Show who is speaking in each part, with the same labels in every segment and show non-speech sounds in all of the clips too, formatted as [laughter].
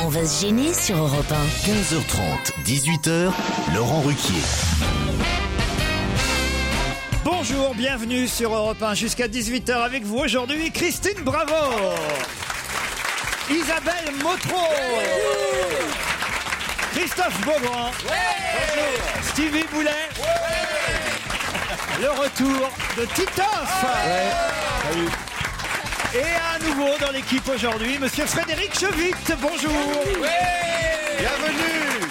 Speaker 1: On va se gêner sur Europe
Speaker 2: 15h30, 18h, Laurent Ruquier.
Speaker 3: Bonjour, bienvenue sur Europe 1 jusqu'à 18h avec vous aujourd'hui Christine Bravo, Isabelle Motro, Christophe Beaugrand, Bonjour. Stevie Boulet, le retour de Titoff et à nouveau dans l'équipe aujourd'hui Monsieur Frédéric Chevitte, bonjour
Speaker 4: Bienvenue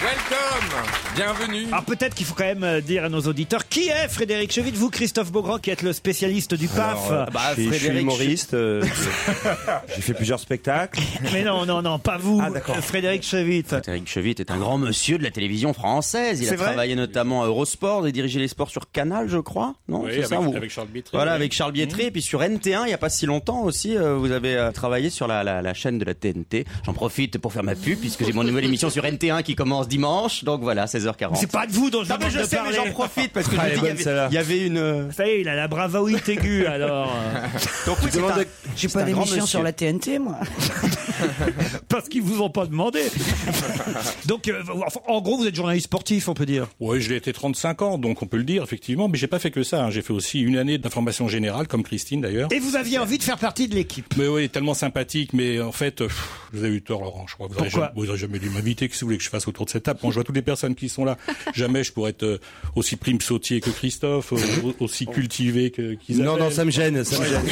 Speaker 4: Welcome Bienvenue
Speaker 3: Alors Ah, peut-être qu'il faut quand même euh, dire à nos auditeurs qui est Frédéric Chevitte, vous Christophe Beaugrand qui êtes le spécialiste du PAF. Bah,
Speaker 5: Alors, euh, je, suis- je suis humoriste, euh, j'ai fait plusieurs spectacles.
Speaker 3: Mais non, non, non, pas
Speaker 6: Ah,
Speaker 3: vous, Frédéric Chevitte.
Speaker 6: Frédéric Chevitte est un grand monsieur de la télévision française. Il
Speaker 3: C'est
Speaker 6: a
Speaker 3: vrai
Speaker 6: travaillé notamment à Eurosport et dirigé les sports sur Canal, je crois. Non,
Speaker 4: Oui,
Speaker 6: c'est ça,
Speaker 4: avec-
Speaker 6: vous-
Speaker 4: avec Charles Bietri,
Speaker 6: Voilà,
Speaker 4: oui. Mmh.
Speaker 6: avec Charles Bietri. Et puis sur NT1, il n'y a pas si longtemps aussi, euh, vous avez euh, travaillé sur la, la- la chaîne de la TNT. J'en profite pour faire ma pub puisque j'ai mon nouvelle émission sur NT1 qui commence dimanche. Donc voilà, 16h40.
Speaker 3: C'est pas de vous dont je
Speaker 6: Non,
Speaker 3: vous
Speaker 6: mais
Speaker 3: demande
Speaker 6: je
Speaker 3: de
Speaker 6: sais, mais
Speaker 3: parler.
Speaker 6: j'en profite parce que je
Speaker 5: Ah,
Speaker 6: me
Speaker 5: elle est
Speaker 6: dis, il y
Speaker 5: bonne,
Speaker 6: avait-
Speaker 5: celle-là.
Speaker 6: il y avait une. euh,
Speaker 3: Ça y est, il a la bravoïte aiguë alors.
Speaker 6: [laughs] Donc oui, c'est un-
Speaker 7: J'ai
Speaker 6: c'est un
Speaker 7: pas
Speaker 6: grand
Speaker 7: d'émission
Speaker 6: monsieur.
Speaker 7: sur la TNT, moi.
Speaker 3: Parce qu'ils vous ont pas demandé. [laughs] Donc euh, enfin, en gros, vous êtes journaliste sportif, on peut dire.
Speaker 4: Oui, je l'ai été 35 ans, donc on peut le dire, effectivement. Mais j'ai pas fait que ça. hein. J'ai fait aussi une année d'information générale, comme Christine d'ailleurs.
Speaker 3: [laughs] Et vous aviez envie de faire partie de l'équipe.
Speaker 4: Mais oui, tellement sympathique, mais en fait, euh, pff, vous avez eu tort, Laurent, je crois. Vous auriez
Speaker 3: Pourquoi
Speaker 4: jamais, vous auriez jamais dû m'inviter, que si vous voulez que je fasse autour de cette table. Quand je vois toutes les personnes qui sont là, [laughs] jamais je pourrais être euh, aussi prime sautier que Christophe, euh, au- aussi cultivé que qu'Isabelle.
Speaker 5: Oh. Non, non, ça me
Speaker 4: [laughs]
Speaker 5: gêne, ça me gêne.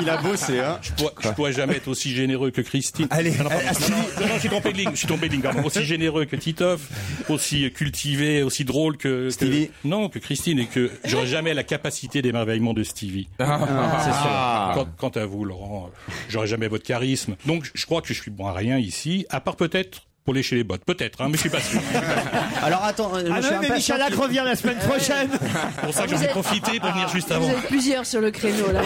Speaker 6: Il a bossé, hein.
Speaker 4: Je pourrais, je pourrais jamais être aussi généreux que Christine.
Speaker 5: Allez, euh,
Speaker 4: non, non, pardon,
Speaker 5: allez,
Speaker 4: non, non, non, non, je suis tombé de ligne, je suis tombé de ligne, pardon. Aussi généreux que Titoff, aussi cultivé, aussi drôle que, que-
Speaker 5: Stevie.
Speaker 4: non, que Christine et que j'aurais jamais la capacité d'émerveillement de Stevie. Ah.
Speaker 5: Ah.
Speaker 4: Quant, quant à vous, Laurent, euh, j'aurais jamais votre charisme. Donc, je- je crois que je suis bon à rien ici, à part peut-être pour lécher les bottes. Peut-être, hein, mais je suis pas sûr.
Speaker 6: Alors attends, euh,
Speaker 3: Ah
Speaker 6: je suis
Speaker 3: non, mais
Speaker 6: impatient.
Speaker 3: Michalak revient
Speaker 6: [laughs]
Speaker 3: la semaine prochaine.
Speaker 4: C'est pour ça que j'en ai profité pour venir juste avant.
Speaker 8: Ah, Vous êtes plusieurs sur le créneau là.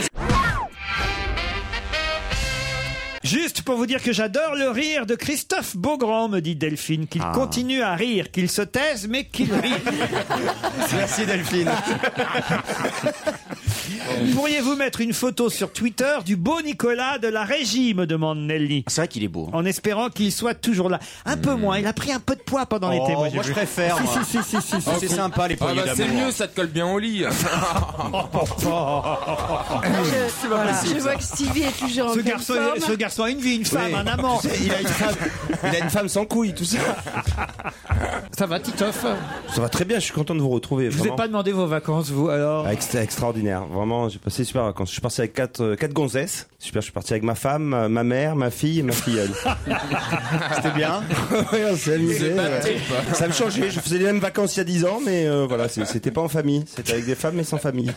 Speaker 3: Juste pour vous dire que j'adore le rire de Christophe Beaugrand, me dit Delphine, qu'il
Speaker 5: Ah.
Speaker 3: continue à rire, qu'il se taise, mais qu'il rit.
Speaker 6: Merci Delphine.
Speaker 3: Pourriez-vous mettre une photo sur Twitter du beau Nicolas de la régie, me demande Nelly.
Speaker 6: C'est vrai qu'il est beau. hein. Hmm.
Speaker 3: En espérant qu'il soit toujours là. Un peu moins, il a pris un peu de poids pendant
Speaker 6: Oh,
Speaker 3: l'été.
Speaker 6: moi,
Speaker 3: j'ai vu.
Speaker 6: je préfère. moi.
Speaker 3: Ah,
Speaker 6: Oh, c'est sympa les
Speaker 3: bah,
Speaker 6: poignées
Speaker 9: Ah, bah, c'est
Speaker 6: d'amour.
Speaker 9: mieux, ça te colle bien
Speaker 6: [laughs]
Speaker 9: au
Speaker 3: [laughs]
Speaker 9: lit.
Speaker 8: Là, Ah, je, voilà, je vois que Stevie est toujours en
Speaker 3: ce,
Speaker 8: pleine
Speaker 3: garçon,
Speaker 8: forme.
Speaker 3: ce garçon a une vie, une femme,
Speaker 6: Oui.
Speaker 3: un amant.
Speaker 6: [laughs] Il
Speaker 3: [laughs]
Speaker 6: a une femme, il a une femme sans couilles, tout ça.
Speaker 3: Ça va, Titoff
Speaker 5: [laughs] Ça va très bien, je suis content de vous retrouver.
Speaker 3: Je vous ai
Speaker 5: vraiment.
Speaker 3: pas demandé vos vacances, vous, alors
Speaker 5: Ah, ex- extraordinaire, vraiment, j'ai passé super vacances. Je suis parti avec quatre, euh, quatre gonzesses. Super, je suis parti avec ma femme, ma- ma mère, ma fille et ma filleule.
Speaker 6: [laughs] C'était bien.
Speaker 5: [laughs] Ouais, on s'est amusé. ouais. Ça me changeait, je faisais les mêmes vacances il y a 10 ans, mais euh, voilà, c'est- c'était pas en famille. C'était avec des femmes mais
Speaker 3: [laughs]
Speaker 5: sans famille.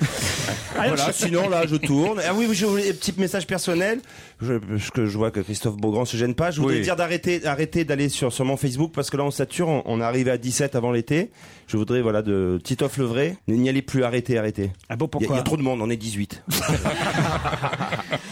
Speaker 5: voilà, sinon là je tourne. Ah oui, oui, je voulais petit message personnel. Je, je, que je vois que Christophe Beaugrand se gêne pas. Je voudrais
Speaker 6: Oui.
Speaker 5: dire d'arrêter arrêter d'aller sur, sur mon Facebook parce que là on sature, on, on est arrivé à 17 avant l'été. Je voudrais voilà de Titoff le vrai, n'y allez plus, arrêtez, arrêtez.
Speaker 3: Ah bon,
Speaker 5: Il y a- il
Speaker 3: pourquoi
Speaker 5: y, a trop de monde, on est
Speaker 3: [laughs]
Speaker 5: 18.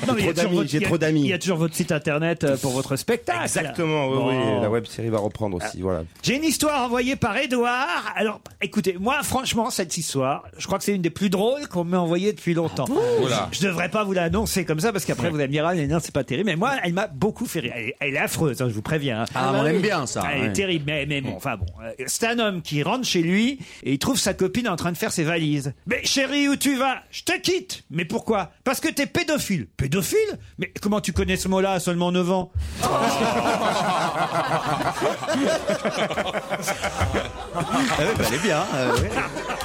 Speaker 3: Non, mais il y a toujours
Speaker 5: trop d'amis,
Speaker 3: votre-
Speaker 5: j'ai
Speaker 3: il y a-
Speaker 5: trop d'amis.
Speaker 3: Il y a toujours votre site internet euh, pour votre spectacle.
Speaker 5: Exactement, Ah oui,
Speaker 3: Bon.
Speaker 5: oui, la web série va reprendre
Speaker 3: Ah.
Speaker 5: aussi, voilà.
Speaker 3: J'ai une histoire envoyée par Edouard. Alors, écoutez, moi, franchement, cette histoire, je crois que c'est une des plus drôles qu'on m'ait envoyée depuis longtemps.
Speaker 6: Ah
Speaker 9: Oula.
Speaker 3: Je devrais pas vous l'annoncer comme ça parce qu'après vous allez me dire ah mais non c'est pas terrible. Mais moi elle m'a beaucoup fait rire. Elle, est- elle est affreuse, hein, je vous préviens. hein.
Speaker 6: Ah, on aime bien ça.
Speaker 3: Elle est
Speaker 6: ouais.
Speaker 3: terrible, mais, mais bon, enfin bon. Euh, C'est un homme qui rentre chez lui et il trouve sa copine en train de faire ses valises. Mais chérie, où tu vas Je te quitte Mais pourquoi Parce que t'es pédophile. Pédophile Mais comment tu connais ce mot-là à seulement 9 ans
Speaker 6: Ah ouais, bah, elle est bien. euh, ouais.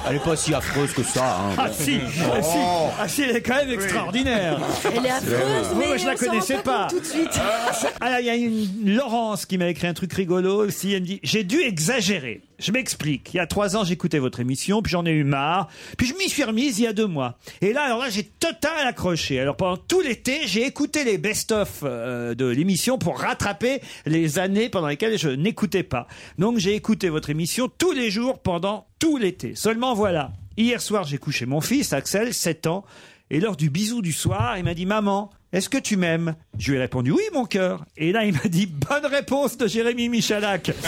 Speaker 6: Elle est pas si affreuse que ça. hein. Oh.
Speaker 3: Ah si, ah, si, Ah, si, elle est quand même extraordinaire
Speaker 8: Elle est affreuse,
Speaker 3: Oui,
Speaker 8: mais
Speaker 3: moi, je la
Speaker 8: on s'en
Speaker 3: connaissais
Speaker 8: rend
Speaker 3: pas.
Speaker 8: compte tout de suite.
Speaker 3: Alors, Ah, il y a une Laurence qui m'a écrit un truc rigolo aussi. Elle me dit J'ai dû exagérer. Je m'explique. Il y a trois ans, j'écoutais votre émission, puis j'en ai eu marre. Puis je m'y suis remise il y a deux mois. Et là, alors là, j'ai total accroché. Alors pendant tout l'été, j'ai écouté les best-of euh, de l'émission pour rattraper les années pendant lesquelles je n'écoutais pas. Donc j'ai écouté votre émission tous les jours pendant tout l'été. Seulement voilà. Hier soir, j'ai couché mon fils, Axel, 7 ans. Et lors du bisou du soir, il m'a dit Maman, est-ce que tu m'aimes Je lui ai répondu Oui, mon cœur. Et là, il m'a dit Bonne réponse de Jérémy Michalak. [laughs]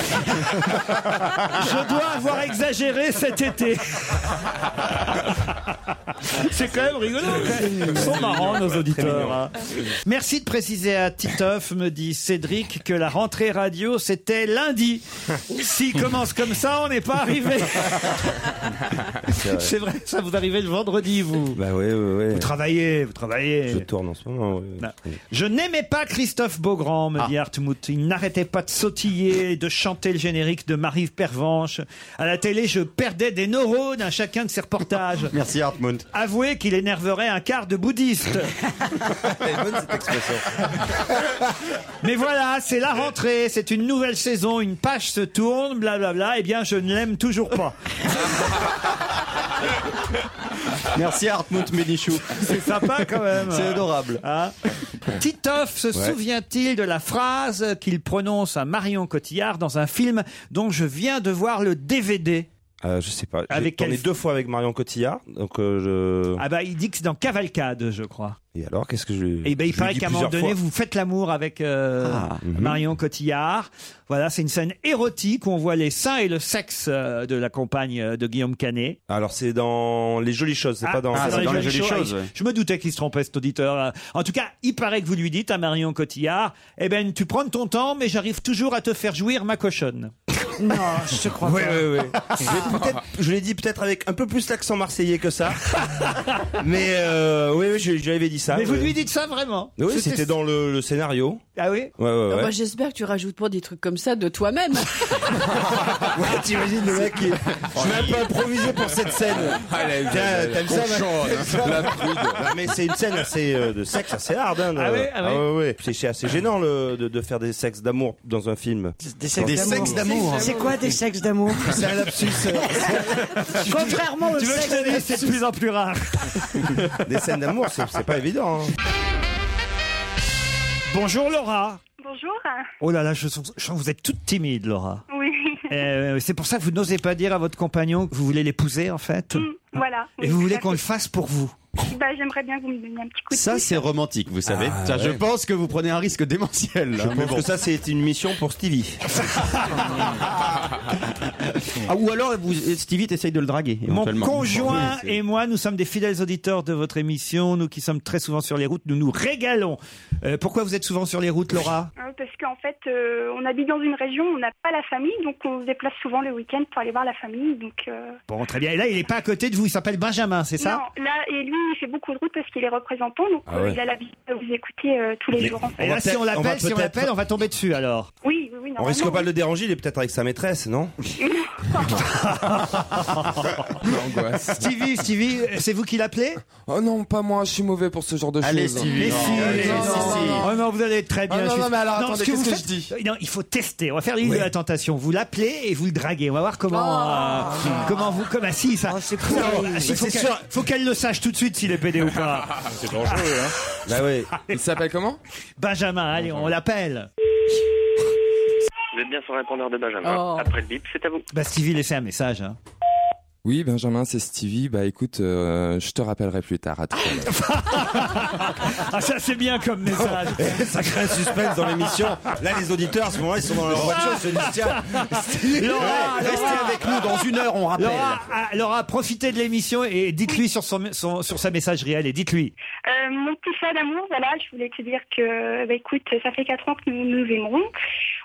Speaker 3: Je dois avoir exagéré cet été. [laughs] C'est quand même rigolo. Ils sont marrants, nos auditeurs. hein. Merci de préciser à Titoff, me dit Cédric, que la rentrée radio, c'était [laughs] lundi. S'il commence comme ça, on n'est pas arrivé. [laughs] C'est vrai, ça vous arrivez le vendredi, vous.
Speaker 5: Bah ouais, ouais, ouais.
Speaker 3: Vous travaillez, vous
Speaker 5: Je
Speaker 3: travaillez.
Speaker 5: tourne en ce moment. ouais.
Speaker 3: Non. Je n'aimais pas Christophe Beaugrand, me dit Hartmut. Il n'arrêtait pas de sautiller, de chanter le générique de Marie Pervenche. À la télé, je perdais des neurones à chacun de ses reportages.
Speaker 10: [laughs] Merci Hartmut.
Speaker 3: Avouez qu'il énerverait un quart de
Speaker 10: [laughs]
Speaker 3: bouddhiste. [laughs] Mais voilà, c'est la rentrée, c'est une nouvelle saison, une page se tourne, blablabla. Eh bien, je ne l'aime toujours
Speaker 10: [laughs]
Speaker 3: pas.
Speaker 10: Merci Hartmut Ménichou.
Speaker 3: C'est sympa quand même.
Speaker 10: C'est adorable.
Speaker 3: Hein Titoff se souvient-il de la phrase qu'il prononce à Marion Cotillard dans un film dont je viens de voir le DVD
Speaker 5: Euh, je sais pas.
Speaker 3: Avec
Speaker 5: J'ai tourné
Speaker 3: quel-
Speaker 5: deux fois avec Marion Cotillard. Donc euh, je.
Speaker 3: Ah bah il dit que c'est dans Cavalcade, je crois.
Speaker 5: Et alors, qu'est-ce que je.
Speaker 3: Et ben il
Speaker 5: je
Speaker 3: paraît
Speaker 5: lui dis
Speaker 3: qu'à un moment
Speaker 5: plusieurs
Speaker 3: donné
Speaker 5: fois. Ah. Mm-hmm.
Speaker 3: vous faites l'amour avec euh, Marion Cotillard. Voilà, c'est une scène érotique où on voit les seins et le sexe euh, de la compagne euh, de Guillaume Canet.
Speaker 5: Ah, Alors c'est dans les jolies choses. C'est
Speaker 3: Ah,
Speaker 5: pas dans.
Speaker 10: c'est dans les jolies choses,
Speaker 3: Ah, il-
Speaker 10: ouais.
Speaker 3: Je me doutais qu'il se trompait cet auditeur. En tout cas, il paraît que vous lui dites à Marion Cotillard, eh ben tu prends ton temps, mais j'arrive toujours à te faire jouir ma cochonne.
Speaker 8: Non, je te crois
Speaker 5: Oui,
Speaker 8: pas.
Speaker 5: oui, oui. [laughs] Mais peut-être- Je l'ai
Speaker 3: [laughs]
Speaker 5: dit peut-être avec un peu plus l'accent marseillais que [laughs] ça. Mais euh, oui, oui, je, je lui avais dit ça.
Speaker 3: mais vous
Speaker 5: oui.
Speaker 3: lui dites ça vraiment
Speaker 5: Oui, c'était dans le, le [laughs] scénario.
Speaker 3: Ah oui
Speaker 5: Ouais, ouais, ouais.
Speaker 8: Bah, J'espère que tu rajoutes pas des trucs comme ça de toi-même.
Speaker 5: Ah, Ouais, t'imagines le mec qui. Je vais un peu improviser pour cette scène.
Speaker 6: Ah,
Speaker 5: Tiens, t'aimes ça, ma- Non, mais c'est une scène assez euh, de sexe assez hard. Hein, de-
Speaker 3: Ah ouais, ah ouais.
Speaker 5: ouais, ouais. C'est- C'est assez gênant le, de, de faire des sexes d'amour dans un film.
Speaker 1: Des sexes d'amour. C'est quoi des sexes d'amour
Speaker 5: hein. C'est un lapsus. euh.
Speaker 1: [laughs] Contrairement au
Speaker 3: Tu veux que je
Speaker 1: sexe.
Speaker 3: te dise, c'est de plus en plus rare.
Speaker 5: [laughs] des scènes d'amour, c'est c'est pas évident. hein.
Speaker 3: Bonjour Laura.
Speaker 11: Bonjour.
Speaker 3: Oh là là, je sens, je sens que vous êtes toute timide, Laura.
Speaker 11: Oui. [laughs]
Speaker 3: Euh, c'est pour ça que vous n'osez pas dire à votre compagnon que vous voulez l'épouser, en fait.
Speaker 11: Voilà.
Speaker 3: Et vous voulez qu'on le fasse pour vous.
Speaker 11: Bah, j'aimerais bien que vous me donniez un petit coup de
Speaker 10: Ça
Speaker 11: pouce.
Speaker 10: c'est romantique, vous savez. Ça, Je pense que vous prenez un risque démentiel. là.
Speaker 5: Ah Je pense que ça, c'est une mission pour Stevie.
Speaker 10: Ah, ou alors vous,
Speaker 3: euh,
Speaker 10: Stevie t'essaye de le draguer.
Speaker 3: Mon
Speaker 10: éventuellement.
Speaker 3: conjoint
Speaker 10: Oui, c'est-
Speaker 3: et moi, nous sommes des fidèles auditeurs de votre émission. Nous qui sommes très souvent sur les routes, nous nous régalons. Euh, pourquoi vous êtes souvent sur les routes, Laura
Speaker 11: Hein, Parce qu'en fait, euh, on habite dans une région où on n'a pas la famille, donc on se déplace souvent le week-end pour aller voir la famille. Donc, euh,
Speaker 3: Bon, très bien. Et là, il n'est pas à côté de vous. Il s'appelle Benjamin, c'est ça
Speaker 11: non, là, et lui, il fait beaucoup de route parce qu'il est représentant, donc
Speaker 5: Ah
Speaker 11: euh,
Speaker 5: ouais.
Speaker 11: il a l'habitude de vous écouter euh, tous les jours. en fait.
Speaker 3: Et
Speaker 5: On
Speaker 3: là,
Speaker 5: va
Speaker 3: si
Speaker 5: peut-être-
Speaker 3: on
Speaker 5: on va
Speaker 3: l'appelle, si on
Speaker 5: peut-être-
Speaker 3: l'appelle, on va tomber dessus alors.
Speaker 11: Oui, oui, oui,
Speaker 5: On
Speaker 11: normalement,
Speaker 5: risque pas
Speaker 11: oui.
Speaker 5: de le déranger, il est peut-être avec sa maîtresse, non
Speaker 11: [laughs]
Speaker 6: hein.
Speaker 5: [laughs]
Speaker 9: L'angoisse.
Speaker 3: Stevie, Stevie, euh, c'est vous qui l'appelez
Speaker 9: Oh non, pas moi, je suis mauvais pour ce genre de
Speaker 10: Allez
Speaker 9: choses.
Speaker 10: Stevie.
Speaker 3: si,
Speaker 9: non, non,
Speaker 3: Oh non, vous allez être très bien.
Speaker 9: Ah non,
Speaker 3: je
Speaker 9: non,
Speaker 3: suis-
Speaker 9: mais alors, attendez,
Speaker 3: ce
Speaker 9: qu'est-ce
Speaker 3: vous
Speaker 9: que je
Speaker 3: faites- Non, il faut tester. On va faire l'île de la tentation. Vous l'appelez et vous le draguez. On va voir comment,
Speaker 9: Ah.
Speaker 3: euh, comment vous, comme assis ça.
Speaker 9: Oh,
Speaker 1: c'est
Speaker 3: Non, ah, si, faut
Speaker 5: c'est
Speaker 3: qu'elle-
Speaker 5: sûr.
Speaker 3: faut qu'elle le sache tout de suite s'il est pédé ou pas.
Speaker 4: C'est dangereux, hein.
Speaker 5: Bah oui.
Speaker 9: Il s'appelle comment
Speaker 3: Benjamin, allez, on l'appelle.
Speaker 6: Vous êtes bien sur le répondeur de Benjamin.
Speaker 8: Oh.
Speaker 6: Après le bip, c'est à vous.
Speaker 3: Bah, Stevie, laissez un message. hein.
Speaker 9: Oui, Benjamin, c'est Stevie. Bah écoute, euh, je te rappellerai plus tard. À tout à l'heure.
Speaker 3: Ah, ça, c'est bien comme message.
Speaker 5: Ça crée un suspense dans l'émission. Là, les auditeurs, à ce moment-là, ils sont dans leur voiture, ils se disent
Speaker 3: [laughs]
Speaker 5: tiens,
Speaker 3: Laura,
Speaker 10: Restez avec nous dans une heure, on rappelle.
Speaker 3: Laura, ah, Laura, profitez de l'émission et dites-lui sur, son, son- sur sa messagerie. Allez, dites-lui.
Speaker 11: Euh, mon petit chat d'amour, voilà, je voulais te dire que, bah, écoute, ça fait quatre ans que nous nous aimerons.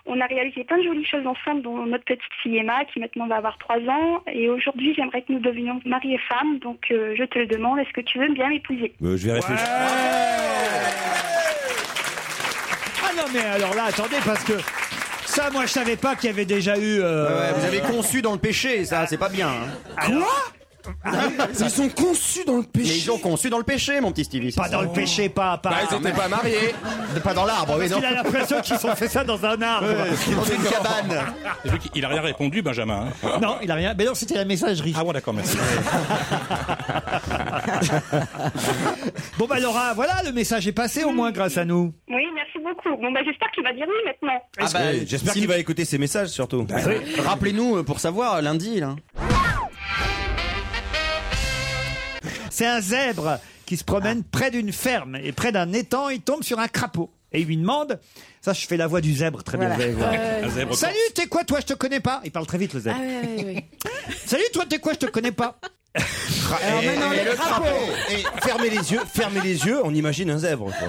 Speaker 11: On a réalisé plein de jolies choses ensemble, dont notre petite fille Emma, qui maintenant va avoir trois ans. Et aujourd'hui, j'aimerais que nous devenions mari et femme. Donc, euh, je te le demande, est-ce que tu veux bien m'épouser
Speaker 5: Euh, je vais réfléchir.
Speaker 3: Ah non, mais alors là, attendez, parce que ça, moi, je savais pas qu'il y avait déjà eu. euh,
Speaker 10: Ouais, vous avez conçu dans le péché, ça, c'est pas bien. hein.
Speaker 9: Ils sont conçus dans le
Speaker 10: Mais
Speaker 9: péché.
Speaker 10: ils ont conçu dans le péché, mon petit Stevie. c'est
Speaker 3: Pas
Speaker 10: ça.
Speaker 3: dans le péché, pas. pas
Speaker 9: Bah, ils étaient pas mariés.
Speaker 10: Pas dans l'arbre, oui, non.
Speaker 3: Il a l'impression qu'ils ont fait ça Euh, dans un arbre.
Speaker 10: Dans une cabane.
Speaker 4: Et vu qu'il a rien répondu, Benjamin. hein.
Speaker 3: [laughs] Non, il a rien. Mais non, c'était la messagerie.
Speaker 4: Ah bon, d'accord, merci.
Speaker 3: [laughs] Bon, bah, Laura, voilà, le message est passé au moins grâce à nous.
Speaker 11: Oui, merci beaucoup. Bon, bah, j'espère qu'il va dire oui maintenant.
Speaker 10: Ah bah,
Speaker 5: Oui, J'espère
Speaker 10: si-
Speaker 5: qu'il va écouter ses messages surtout.
Speaker 3: Bah,
Speaker 10: Rappelez-nous euh, pour savoir lundi, là.
Speaker 3: C'est un zèbre qui se promène près d'une ferme et près d'un étang, il tombe sur un crapaud. Et il lui demande, ça je fais la voix du zèbre très bien. vous allez voir.
Speaker 4: Un zèbre.
Speaker 3: Salut, t'es quoi toi, je te connais pas. Il parle très vite le
Speaker 8: Ah
Speaker 3: zèbre.
Speaker 8: ouais, ouais, ouais.
Speaker 3: Salut toi, t'es quoi, je te connais pas.
Speaker 5: Et,
Speaker 1: maintenant, les
Speaker 5: le
Speaker 1: crapauds.
Speaker 5: crapaud. Et fermez les yeux, fermez les yeux, on imagine un zèbre. quoi.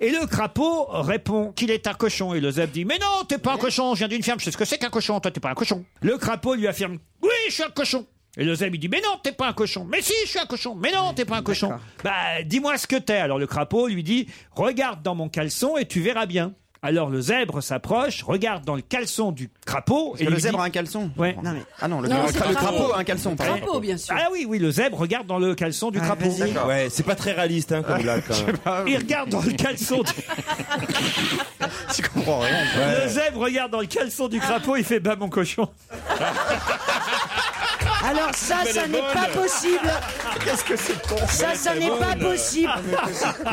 Speaker 3: Et le crapaud répond qu'il est un cochon. Et le zèbre dit Mais non, t'es pas un cochon, je viens d'une ferme, je sais ce que c'est qu'un cochon, toi t'es pas un cochon. Le crapaud lui affirme Oui, je suis un cochon. Et le zèbre il dit Mais non, t'es pas un cochon. Mais si, je suis un cochon. Mais non, t'es pas un cochon. Bah, dis-moi ce que t'es. Alors le crapaud lui dit Regarde dans mon caleçon et tu verras bien. Alors le zèbre s'approche, regarde dans le caleçon du crapaud.
Speaker 6: que le
Speaker 3: lui
Speaker 6: zèbre
Speaker 3: dit-
Speaker 6: a un caleçon
Speaker 3: Ouais.
Speaker 6: Ah non, le- Non, le c'est cra- le le crapaud. crapaud a un caleçon, pardon.
Speaker 8: Le crapaud, bien sûr.
Speaker 3: Ah oui, oui, le zèbre regarde dans le caleçon du crapaud.
Speaker 5: vas-y. D'accord. Ouais, c'est pas très réaliste hein, comme blague, quand même. Je sais pas.
Speaker 3: Il regarde dans le
Speaker 6: [laughs]
Speaker 3: caleçon du
Speaker 5: Je comprends rien.
Speaker 3: Le zèbre regarde dans le caleçon du crapaud, il fait bah mon cochon.
Speaker 1: Alors ça,
Speaker 3: Mais
Speaker 1: ça
Speaker 3: elle
Speaker 1: n'est
Speaker 3: est
Speaker 1: pas
Speaker 6: [laughs]
Speaker 3: bonne.
Speaker 1: possible.
Speaker 5: Qu'est-ce que c'est con
Speaker 1: Ça, ça n'est pas possible.
Speaker 6: Ah,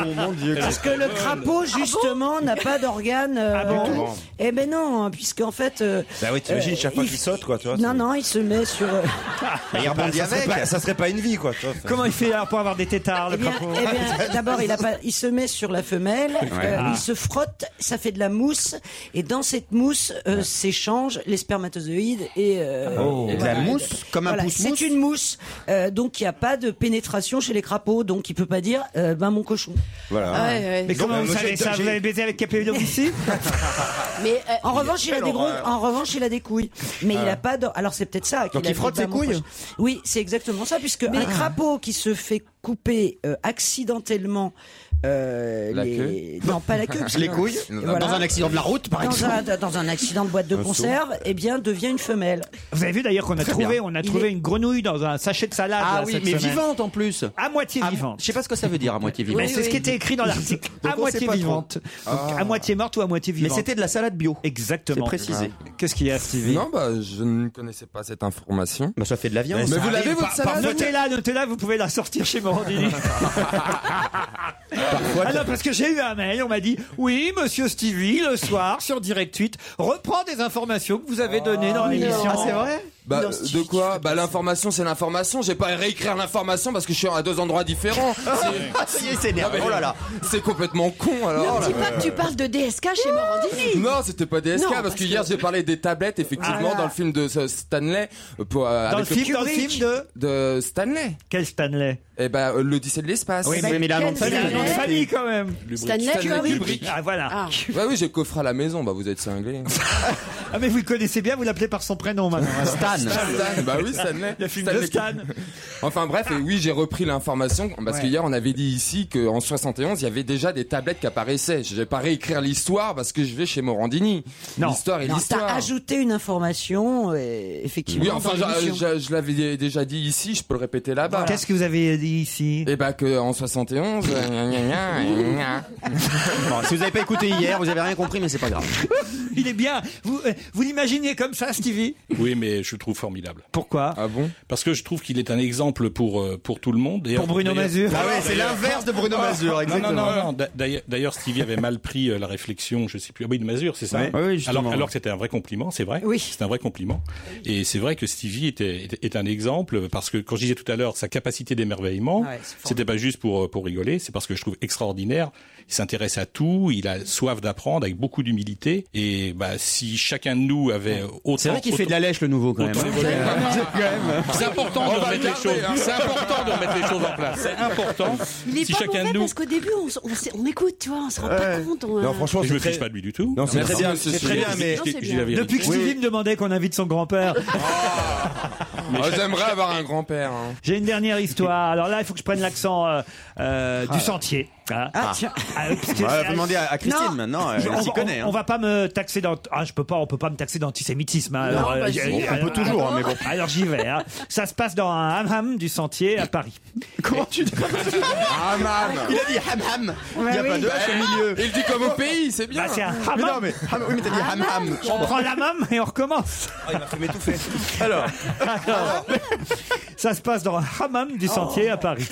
Speaker 1: Parce que le
Speaker 3: Ah
Speaker 1: crapaud, justement, n'a pas d'organe. euh,
Speaker 5: bon
Speaker 1: Eh ben non, puisqu'en fait. euh,
Speaker 5: Bah oui, t'imagines
Speaker 1: euh,
Speaker 5: chaque fois
Speaker 1: il-
Speaker 5: qu'il saute quoi, tu vois.
Speaker 1: Non, non, il se met sur. euh, [laughs]
Speaker 5: c'est-
Speaker 6: il rebondit
Speaker 5: ça serait
Speaker 6: avec.
Speaker 5: pas- ça serait pas une vie quoi. tu vois.
Speaker 3: Comment il fait alors, pour avoir des tétards le
Speaker 1: Eh bien,
Speaker 3: crapaud
Speaker 1: eh bien, d'abord, il, a pas- il se met sur la femelle, euh,
Speaker 3: Ah.
Speaker 1: il se frotte, ça fait de la mousse, et dans cette mousse euh, s'échangent les spermatozoïdes et,
Speaker 3: Ah.
Speaker 1: euh,
Speaker 6: Oh. Et de la mousse, comme un
Speaker 1: Voilà,
Speaker 6: pousse-mousse
Speaker 1: C'est une mousse, euh, donc il n'y a pas de pénétration chez les crapauds, donc il peut pas dire euh, ben mon cochon.
Speaker 12: Ah.
Speaker 11: Ah
Speaker 5: Voilà.
Speaker 8: Ah Ouais, ouais.
Speaker 3: Mais
Speaker 5: Donc,
Speaker 3: comment
Speaker 5: euh,
Speaker 3: vous
Speaker 5: moi,
Speaker 3: savez
Speaker 5: j'ai-
Speaker 3: ça
Speaker 5: j'ai-
Speaker 3: Vous avez baisé
Speaker 1: [laughs]
Speaker 3: avec Capellovici
Speaker 8: Mais, euh,
Speaker 1: En revanche, il a
Speaker 5: quelle
Speaker 1: des gros,
Speaker 5: horreur.
Speaker 1: en revanche, il a des couilles, mais il a pas. d'or- Alors c'est peut-être ça. qu'il
Speaker 6: il
Speaker 1: a dit,
Speaker 6: frotte
Speaker 1: ben,
Speaker 6: ses
Speaker 1: mon
Speaker 6: couilles
Speaker 1: cochon. Oui, c'est exactement ça, puisque un
Speaker 8: ah.
Speaker 1: crapaud qui se fait couper euh, accidentellement. euh,
Speaker 9: La
Speaker 1: les... [laughs] Non, pas la queue. parce que-
Speaker 6: Les
Speaker 1: [laughs]
Speaker 6: couilles
Speaker 1: Voilà.
Speaker 6: Dans un accident de la route, par
Speaker 1: dans
Speaker 6: exemple.
Speaker 1: un, dans un accident de boîte de conserve, eh bien, devient une femelle.
Speaker 3: Vous avez vu d'ailleurs qu'on a trouvé, on a
Speaker 1: Il
Speaker 3: trouvé
Speaker 1: est-
Speaker 3: une grenouille dans un sachet de salade.
Speaker 6: Ah
Speaker 3: là,
Speaker 6: oui,
Speaker 3: cette
Speaker 6: mais
Speaker 3: semaine.
Speaker 6: vivante en plus.
Speaker 3: À moitié
Speaker 6: Ah,
Speaker 3: vivante.
Speaker 6: Je sais pas ce que ça veut dire à moitié vivante.
Speaker 3: Mais c'est ce qui était écrit dans l'article.
Speaker 6: Donc,
Speaker 3: à
Speaker 6: on sait
Speaker 3: moitié
Speaker 6: pas trop. Ah.
Speaker 3: vivante. Donc, à moitié morte ou à moitié
Speaker 6: Mais
Speaker 3: vivante.
Speaker 6: c'était de la salade bio.
Speaker 3: exactement Ah.
Speaker 6: C'est précisé.
Speaker 3: Qu'est-ce qu'il y a, Stevie
Speaker 9: Non, bah, je ne connaissais pas cette information.
Speaker 6: Bah, ça fait de la viande.
Speaker 9: Mais vous l'avez, votre salade
Speaker 3: Notez-la, notez-la, vous pouvez la sortir chez Morandini. Alors, parce que j'ai eu un mail, on m'a dit Oui, monsieur Stevie, le soir, sur Direct 8, reprend des informations que vous avez données dans l'émission.
Speaker 6: Ah, c'est vrai
Speaker 9: Bah, de quoi Bah, l'information, c'est l'information. J'ai pas à réécrire l'information parce que je suis à deux endroits différents. C'est-
Speaker 6: Ah, si, il s'énerve.
Speaker 9: mais-
Speaker 6: Oh là là.
Speaker 9: C'est complètement con,
Speaker 5: Oh
Speaker 9: alors.
Speaker 8: Ne me dis pas que tu parles de DSK chez Morandini.
Speaker 9: Non, c'était pas DSK
Speaker 8: Non,
Speaker 9: parce,
Speaker 8: parce
Speaker 9: que hier j'ai parlé des tablettes effectivement dans le film de euh, Stanley euh, pour, euh,
Speaker 3: Dans le
Speaker 9: avec
Speaker 3: film, dans le film de.
Speaker 9: de Stanley.
Speaker 3: Quel Stanley
Speaker 9: Et ben euh, l'Odyssée de l'espace.
Speaker 6: Oui, mais il a un nom de
Speaker 8: Stanley.
Speaker 6: famille.
Speaker 3: Famille, nom de famille quand même.
Speaker 8: Stanley
Speaker 9: Stanley
Speaker 8: Kubrick.
Speaker 9: Kubrick.
Speaker 3: Ah voilà.
Speaker 8: Ah.
Speaker 9: Bah oui, j'ai coffre à la maison. Bah vous êtes cinglé.
Speaker 3: Ah, mais vous le connaissez bien, vous l'appelez par son prénom maintenant.
Speaker 6: Stan.
Speaker 9: [laughs] Stan, bah oui, Stanley.
Speaker 3: Le film de
Speaker 9: Stanley
Speaker 3: Stan.
Speaker 9: Enfin bref, et oui, j'ai repris l'information parce que hier on avait dit ici qu'en 71 il y avait déjà des tablettes qui apparaissaient. Je vais pas réécrire l'histoire parce que je vais chez Morandini.
Speaker 3: Non.
Speaker 9: L'histoire est
Speaker 1: Non, T'as
Speaker 9: l'histoire.
Speaker 1: ajouté une information, euh, effectivement.
Speaker 9: Oui, enfin, euh,
Speaker 1: dans
Speaker 9: je,
Speaker 1: l'émission.
Speaker 9: je- je l'avais déjà dit ici, je peux le répéter
Speaker 6: Ah
Speaker 9: là-bas.
Speaker 6: bah.
Speaker 3: Qu'est-ce que vous avez dit ici
Speaker 6: Eh
Speaker 9: Et bah que en 71. euh, gna, gna, gna, gna, gna.
Speaker 6: Bon, si vous avez pas écouté hier, vous avez rien compris, mais c'est pas grave.
Speaker 3: [laughs] Il est bien. Vous, euh, vous l'imaginez comme ça, Stevie
Speaker 4: Oui, mais je le trouve formidable.
Speaker 3: Pourquoi
Speaker 9: Ah bon
Speaker 4: Parce que je trouve qu'il est un exemple pour, euh, pour tout le monde. Et
Speaker 3: Pour Bruno
Speaker 4: d'ailleurs- Ah.
Speaker 3: Mazur.
Speaker 6: Ah ouais, c'est l'inverse de Bruno Mazur,
Speaker 4: Non, non,
Speaker 6: exactement.
Speaker 4: non, non. D'a- D'ailleurs, d'ailleurs, Stevie avait mal pris euh, la réflexion, je sais plus. Ah oui, de Mazur, c'est ça
Speaker 6: Ouais. Ouais, oui, justement.
Speaker 4: alors, alors que c'était un vrai compliment, c'est vrai.
Speaker 1: Oui.
Speaker 4: C'est un vrai compliment. Et c'est vrai que Stevie était, était- est un exemple parce que quand je disais tout à l'heure sa capacité d'émerveillement,
Speaker 1: Ouais, c'est formidable.
Speaker 4: c'était pas juste pour, euh, pour rigoler, c'est parce que je trouve extraordinaire. Il s'intéresse à tout, il a soif d'apprendre avec beaucoup d'humilité. Et bah, si chacun de nous avait autant.
Speaker 6: C'est vrai qu'il fait de
Speaker 4: autant-
Speaker 6: la lèche, le nouveau, quand même. hein. [laughs]
Speaker 4: autant évolué. C'est important de
Speaker 9: va
Speaker 4: remettre
Speaker 9: le
Speaker 4: les
Speaker 9: garder, hein.
Speaker 4: choses. C'est important de remettre les choses en place. C'est important.
Speaker 8: Il est
Speaker 4: Si
Speaker 8: pas
Speaker 4: chacun
Speaker 8: mauvais
Speaker 4: de nous,
Speaker 8: parce qu'au début, on, s- on s- on écoute, tu vois, on se rend pas compte. on, euh,
Speaker 5: Non, franchement,
Speaker 4: Ah, je
Speaker 5: c'est
Speaker 4: me
Speaker 5: très-
Speaker 4: fiche pas de lui du tout.
Speaker 5: Non, c'est très bien,
Speaker 9: c'est
Speaker 5: c'est
Speaker 9: sûr.
Speaker 5: très bien, mais
Speaker 8: Non, c'est
Speaker 4: Je dis
Speaker 8: bien.
Speaker 4: la vérité.
Speaker 3: Depuis que Stevie me demandait qu'on invite son grand-père. [laughs]
Speaker 9: Ah, J'aimerais avoir un grand-père. hein.
Speaker 3: J'ai une dernière histoire. Alors là, il faut que je prenne l'accent euh, euh, du sentier. hein.
Speaker 1: Ah, tiens.
Speaker 3: Ah, parce que-
Speaker 6: Ouais, faut demander à, à Christine
Speaker 1: Non.
Speaker 6: maintenant,
Speaker 3: Je-
Speaker 6: elle
Speaker 3: on,
Speaker 6: s'y
Speaker 3: va-
Speaker 6: connaît.
Speaker 3: on- on
Speaker 6: hein.
Speaker 3: va pas me taxer d'ant- ah, je peux pas, on peut pas me taxer d'antisémitisme. hein.
Speaker 8: Non,
Speaker 3: alors,
Speaker 8: bah,
Speaker 3: euh,
Speaker 8: si,
Speaker 3: j'ai-
Speaker 8: on
Speaker 3: alors-
Speaker 8: peut toujours, hein, mais bon.
Speaker 3: Alors j'y vais. hein. Ça se passe dans un hammam du sentier à Paris.
Speaker 6: Comment tu dis
Speaker 9: Ah, man.
Speaker 6: Il a dit ham ham. Il n'y a
Speaker 1: Ouais,
Speaker 6: pas
Speaker 1: oui.
Speaker 6: de H au milieu.
Speaker 9: Il dit comme au pays, c'est bien.
Speaker 3: Bah, c'est un
Speaker 6: Mais
Speaker 3: hammam. Ah,
Speaker 6: non, mais, ham- oui, mais t'as dit ham ham.
Speaker 3: On prend la mam et on recommence.
Speaker 5: Ah, [laughs]
Speaker 3: il m'a fait m'étouffer. Alors, ça se passe dans un hammam du sentier à Paris.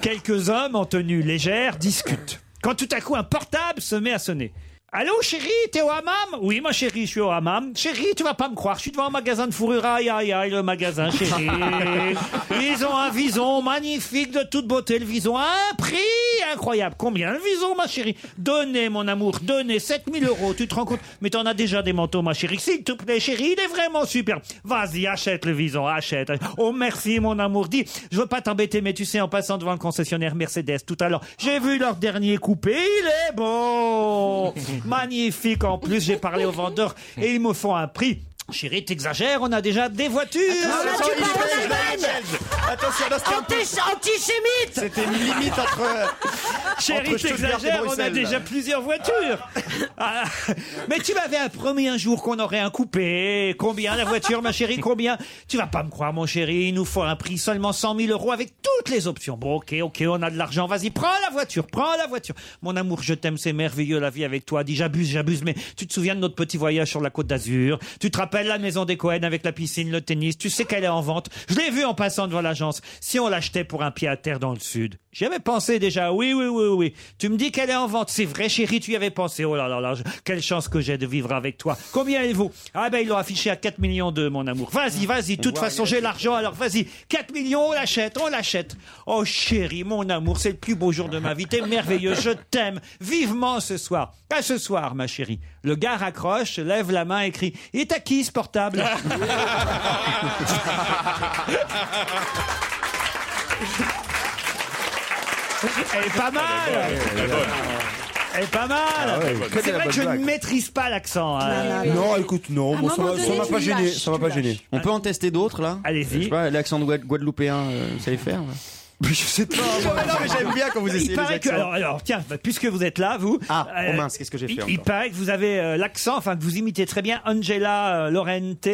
Speaker 3: Quelques hommes en tenue légère discutent. Quand tout à coup, un portable se met à sonner. Allô, chérie, t'es au hammam Oui, ma chérie, je suis au hammam. Chérie, tu vas pas me croire, je suis devant un magasin de fourrure. Aïe, aïe, aïe, le magasin, chérie. Ils ont un vison magnifique de toute beauté, le vison à un prix incroyable. Combien Un vison, ma chérie. Donnez, mon amour, donnez 7000 euros. Tu te rends compte Mais t'en as déjà des manteaux, ma chérie. S'il te plaît, chérie, il est vraiment super. Vas-y, achète le vison, achète. Oh, merci, mon amour. Dis, je veux pas t'embêter, mais tu sais, en passant devant le concessionnaire Mercedes tout à l'heure, j'ai vu leur dernier coupé. Il est beau. Magnifique. En plus, j'ai parlé aux vendeurs et ils me font un prix. Chérie, t'exagères, on a déjà des voitures.
Speaker 6: Attends, là, Ah, tu parles en Allemagne.
Speaker 3: Attention, là, c'était un peu-
Speaker 6: Anti- Antisémite
Speaker 3: c'était une limite entre. Chérie,
Speaker 6: entre Stuttgart et
Speaker 3: t'exagères, on a
Speaker 6: Bruxelles.
Speaker 3: déjà
Speaker 6: [laughs]
Speaker 3: plusieurs voitures. Ah, mais tu m'avais promis un jour qu'on aurait un coupé. Combien la voiture, ma chérie Combien Tu vas pas me croire, mon chéri. Il nous faut un prix seulement 100 000 euros avec toutes les options. Bon, ok, ok, on a de l'argent. Vas-y, prends la voiture, prends la voiture. Mon amour, je t'aime, c'est merveilleux la vie avec toi. Dis, j'abuse, j'abuse, mais tu te souviens de notre petit voyage sur la côte d'Azur Tu te rappelles la maison des Cohen avec la piscine, le tennis Tu sais qu'elle est en vente. Je l'ai vue en passant devant l'agence. Si on l'achetait pour un pied à terre dans le sud. J'y avais pensé déjà. Oui, oui, oui, oui. Tu me dis qu'elle est en vente. C'est vrai, chérie, tu y avais pensé. Oh là là là, je- quelle chance que j'ai de vivre avec toi. Combien elle vaut Ah ben, ils l'ont affiché à 4 millions d'eux, mon amour. Vas-y, vas-y. De toute façon, j'ai l'argent, alors vas-y. 4 millions, on l'achète, on l'achète. Oh chérie, mon amour, c'est le plus beau jour de ma vie. T'es merveilleux, je t'aime. Vivement ce soir. À ce soir, ma chérie. Le gars raccroche, lève la main et crie « Il est à qui, ce portable ?» Elle est pas mal Elle est pas mal
Speaker 5: Ah ouais,
Speaker 3: C'est
Speaker 5: c'est la
Speaker 3: vrai que
Speaker 5: bonne
Speaker 3: je ne
Speaker 5: blague.
Speaker 3: maîtrise pas l'accent. hein.
Speaker 5: Non, écoute, non, moi, ça m'a- ça m'a pas gêné. Ça m'a pas gêné.
Speaker 10: On peut en tester d'autres là
Speaker 3: Allez-y.
Speaker 10: Je sais pas, l'accent de Guad- guadeloupéen, euh, vous savez [laughs] faire Je sais pas. [laughs] non, mais j'aime bien quand vous essayez
Speaker 3: Il paraît que, alors, alors, tiens, bah, puisque vous êtes là, vous. euh,
Speaker 10: Ah, oh mince, qu'est-ce que j'ai fait
Speaker 3: il- Il,
Speaker 10: encore
Speaker 3: paraît que vous avez euh, l'accent, enfin, que vous imitez très bien Angela euh, Lorente,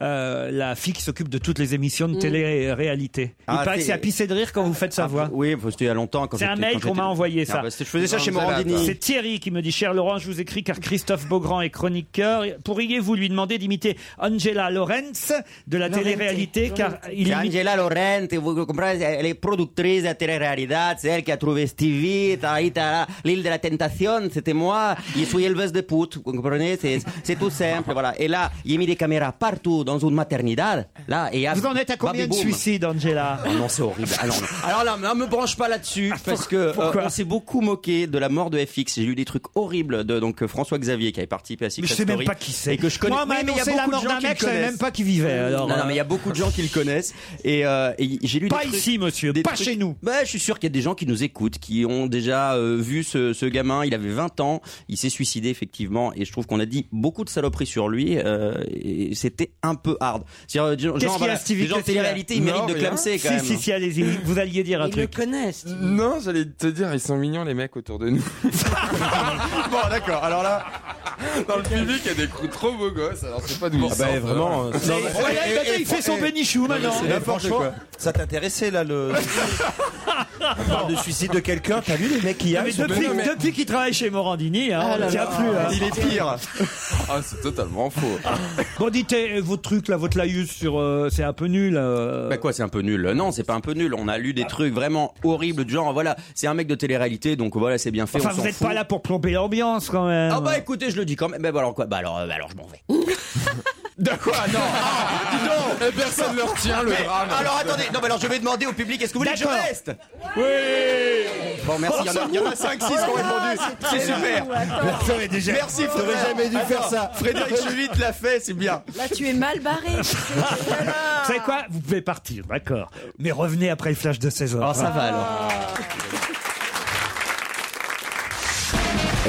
Speaker 3: euh, la fille qui s'occupe de toutes les émissions de
Speaker 10: Mm.
Speaker 3: télé-réalité. Il
Speaker 10: Ah,
Speaker 3: paraît que
Speaker 10: t'es- Ah,
Speaker 3: c'est à pisser de rire quand vous faites sa voix.
Speaker 10: Oui, parce qu'il y a longtemps quand
Speaker 3: C'est un
Speaker 10: j'étais-
Speaker 3: mail
Speaker 10: quand
Speaker 3: qu'on m'a
Speaker 10: j'étais-
Speaker 3: envoyé ça.
Speaker 10: Ah, bah, c'est- je faisais ça chez Morandini.
Speaker 3: C'est Thierry qui me dit Cher Laurent, je vous écris car Christophe Beaugrand est chroniqueur. Pourriez-vous lui demander d'imiter Angela Lawrence de la télé-réalité car il
Speaker 10: C'est
Speaker 3: imite-
Speaker 10: Angela Laurent, vous comprenez, elle est productrice de la télé-réalité, c'est elle qui a trouvé Stevie, Tarita, l'île de la tentation, c'était moi, je suis éleveuse de putes, vous comprenez, c'est c'est tout simple, voilà. Et là, il a mis des caméras partout dans une maternité, là, et il y a
Speaker 3: Vous en êtes à combien de
Speaker 10: Baby Boom.
Speaker 3: suicides, Angela
Speaker 10: Oh non, c'est horrible. Alors, [laughs] non. [laughs] Alors là, ne me branche pas là-dessus parce que euh, on s'est beaucoup moqué de la mort de FX. J'ai lu des trucs horribles de donc euh, François Xavier qui avait participé à Secret
Speaker 3: Mais je sais même
Speaker 10: Story
Speaker 3: pas qui c'est.
Speaker 10: et que je connais.
Speaker 3: Moi, on m'a
Speaker 10: Oui, mais il y a
Speaker 3: annoncé
Speaker 10: beaucoup
Speaker 3: la
Speaker 10: de
Speaker 3: mort
Speaker 10: gens
Speaker 3: d'un
Speaker 10: qui
Speaker 3: mec,
Speaker 10: le
Speaker 3: je savais
Speaker 10: connaissent.
Speaker 3: même pas qui vivait, alors,
Speaker 10: non,
Speaker 3: euh.
Speaker 10: non, mais il y a beaucoup de gens qui le connaissent et, euh, et j'ai lu
Speaker 3: Pas
Speaker 10: des trucs-
Speaker 3: ici, monsieur,
Speaker 10: des
Speaker 3: pas
Speaker 10: trucs-
Speaker 3: chez nous.
Speaker 10: Bah, je suis sûr qu'il y a des gens qui nous écoutent, qui ont déjà euh, vu ce, ce gamin. Il avait 20 ans, il s'est suicidé effectivement, et je trouve qu'on a dit beaucoup de saloperies sur lui. euh, et c'était un peu hard. C'est-à-dire,
Speaker 3: Qu'est-ce
Speaker 10: euh, genre,
Speaker 3: qu'il y a,
Speaker 10: voilà,
Speaker 3: Stevie
Speaker 10: les gens de
Speaker 3: Qu'est-ce qu'il y a
Speaker 10: télé-réalité, ils méritent de clamser quand même. hein.
Speaker 3: Si, si, si, allez-y. Vous alliez dire un truc.
Speaker 6: connaissent.
Speaker 9: Non, j'allais te dire, ils sont mignons les mecs autour
Speaker 10: [laughs]
Speaker 9: de nous.
Speaker 10: bon, d'accord. Alors là,
Speaker 9: dans le public, il y a des cou- trop beaux gosses. Alors c'est pas d'où
Speaker 5: Ah
Speaker 9: ils
Speaker 5: bah
Speaker 9: sortent.
Speaker 5: vraiment. euh,
Speaker 9: hein. Mais-
Speaker 5: non, mais-
Speaker 3: Oh, là,
Speaker 5: et-
Speaker 3: il
Speaker 5: et-
Speaker 3: il fait son
Speaker 5: et-
Speaker 3: bénichou maintenant.
Speaker 5: Non, mais franchement, ça t'intéressait là [laughs] le. On parle de suicide de quelqu'un, t'as vu les mecs qui y
Speaker 3: Non,
Speaker 5: a
Speaker 3: mais
Speaker 5: ils sont
Speaker 3: depuis,
Speaker 5: bien-
Speaker 3: depuis qu'il travaille chez Morandini, hein, on ne tient plus. hein.
Speaker 10: il est pire.
Speaker 9: [laughs] Ah, c'est totalement faux.
Speaker 3: Bon, dites euh, votre truc, là, votre laïus sur. euh, c'est un peu nul. euh.
Speaker 10: Bah quoi, c'est un peu nul Non, c'est pas un peu nul. On a lu des trucs vraiment horribles du genre, voilà, c'est un mec de télé-réalité, donc voilà, c'est bien fait.
Speaker 3: Enfin,
Speaker 10: on
Speaker 3: vous
Speaker 10: s'en
Speaker 3: n'êtes
Speaker 10: fout.
Speaker 3: pas là pour plomber l'ambiance quand même.
Speaker 10: Ah bah écoutez, je le dis quand même. Bah bah, alors quoi Bah alors, euh, bah, alors je m'en vais.
Speaker 9: De quoi Non ah, Dis donc Et personne ne retient le drame.
Speaker 10: Alors attendez, non mais alors je vais demander au public, est-ce que vous voulez que je
Speaker 3: D'accord.
Speaker 10: reste Oui Bon merci, il y en a- il y, en a 5-6 qui ont répondu. C'est super
Speaker 5: T'aurais déjà-
Speaker 10: Merci
Speaker 5: T'aurais
Speaker 10: Frédéric
Speaker 5: jamais dû faire ça.
Speaker 10: Frédéric Julie te l'a fait, c'est bien.
Speaker 8: Là, tu es mal barré.
Speaker 3: Vous savez quoi Vous pouvez partir, d'accord. Mais revenez après le flash de 16 heures.
Speaker 10: Alors Ah, ça va
Speaker 6: Ah.
Speaker 10: alors.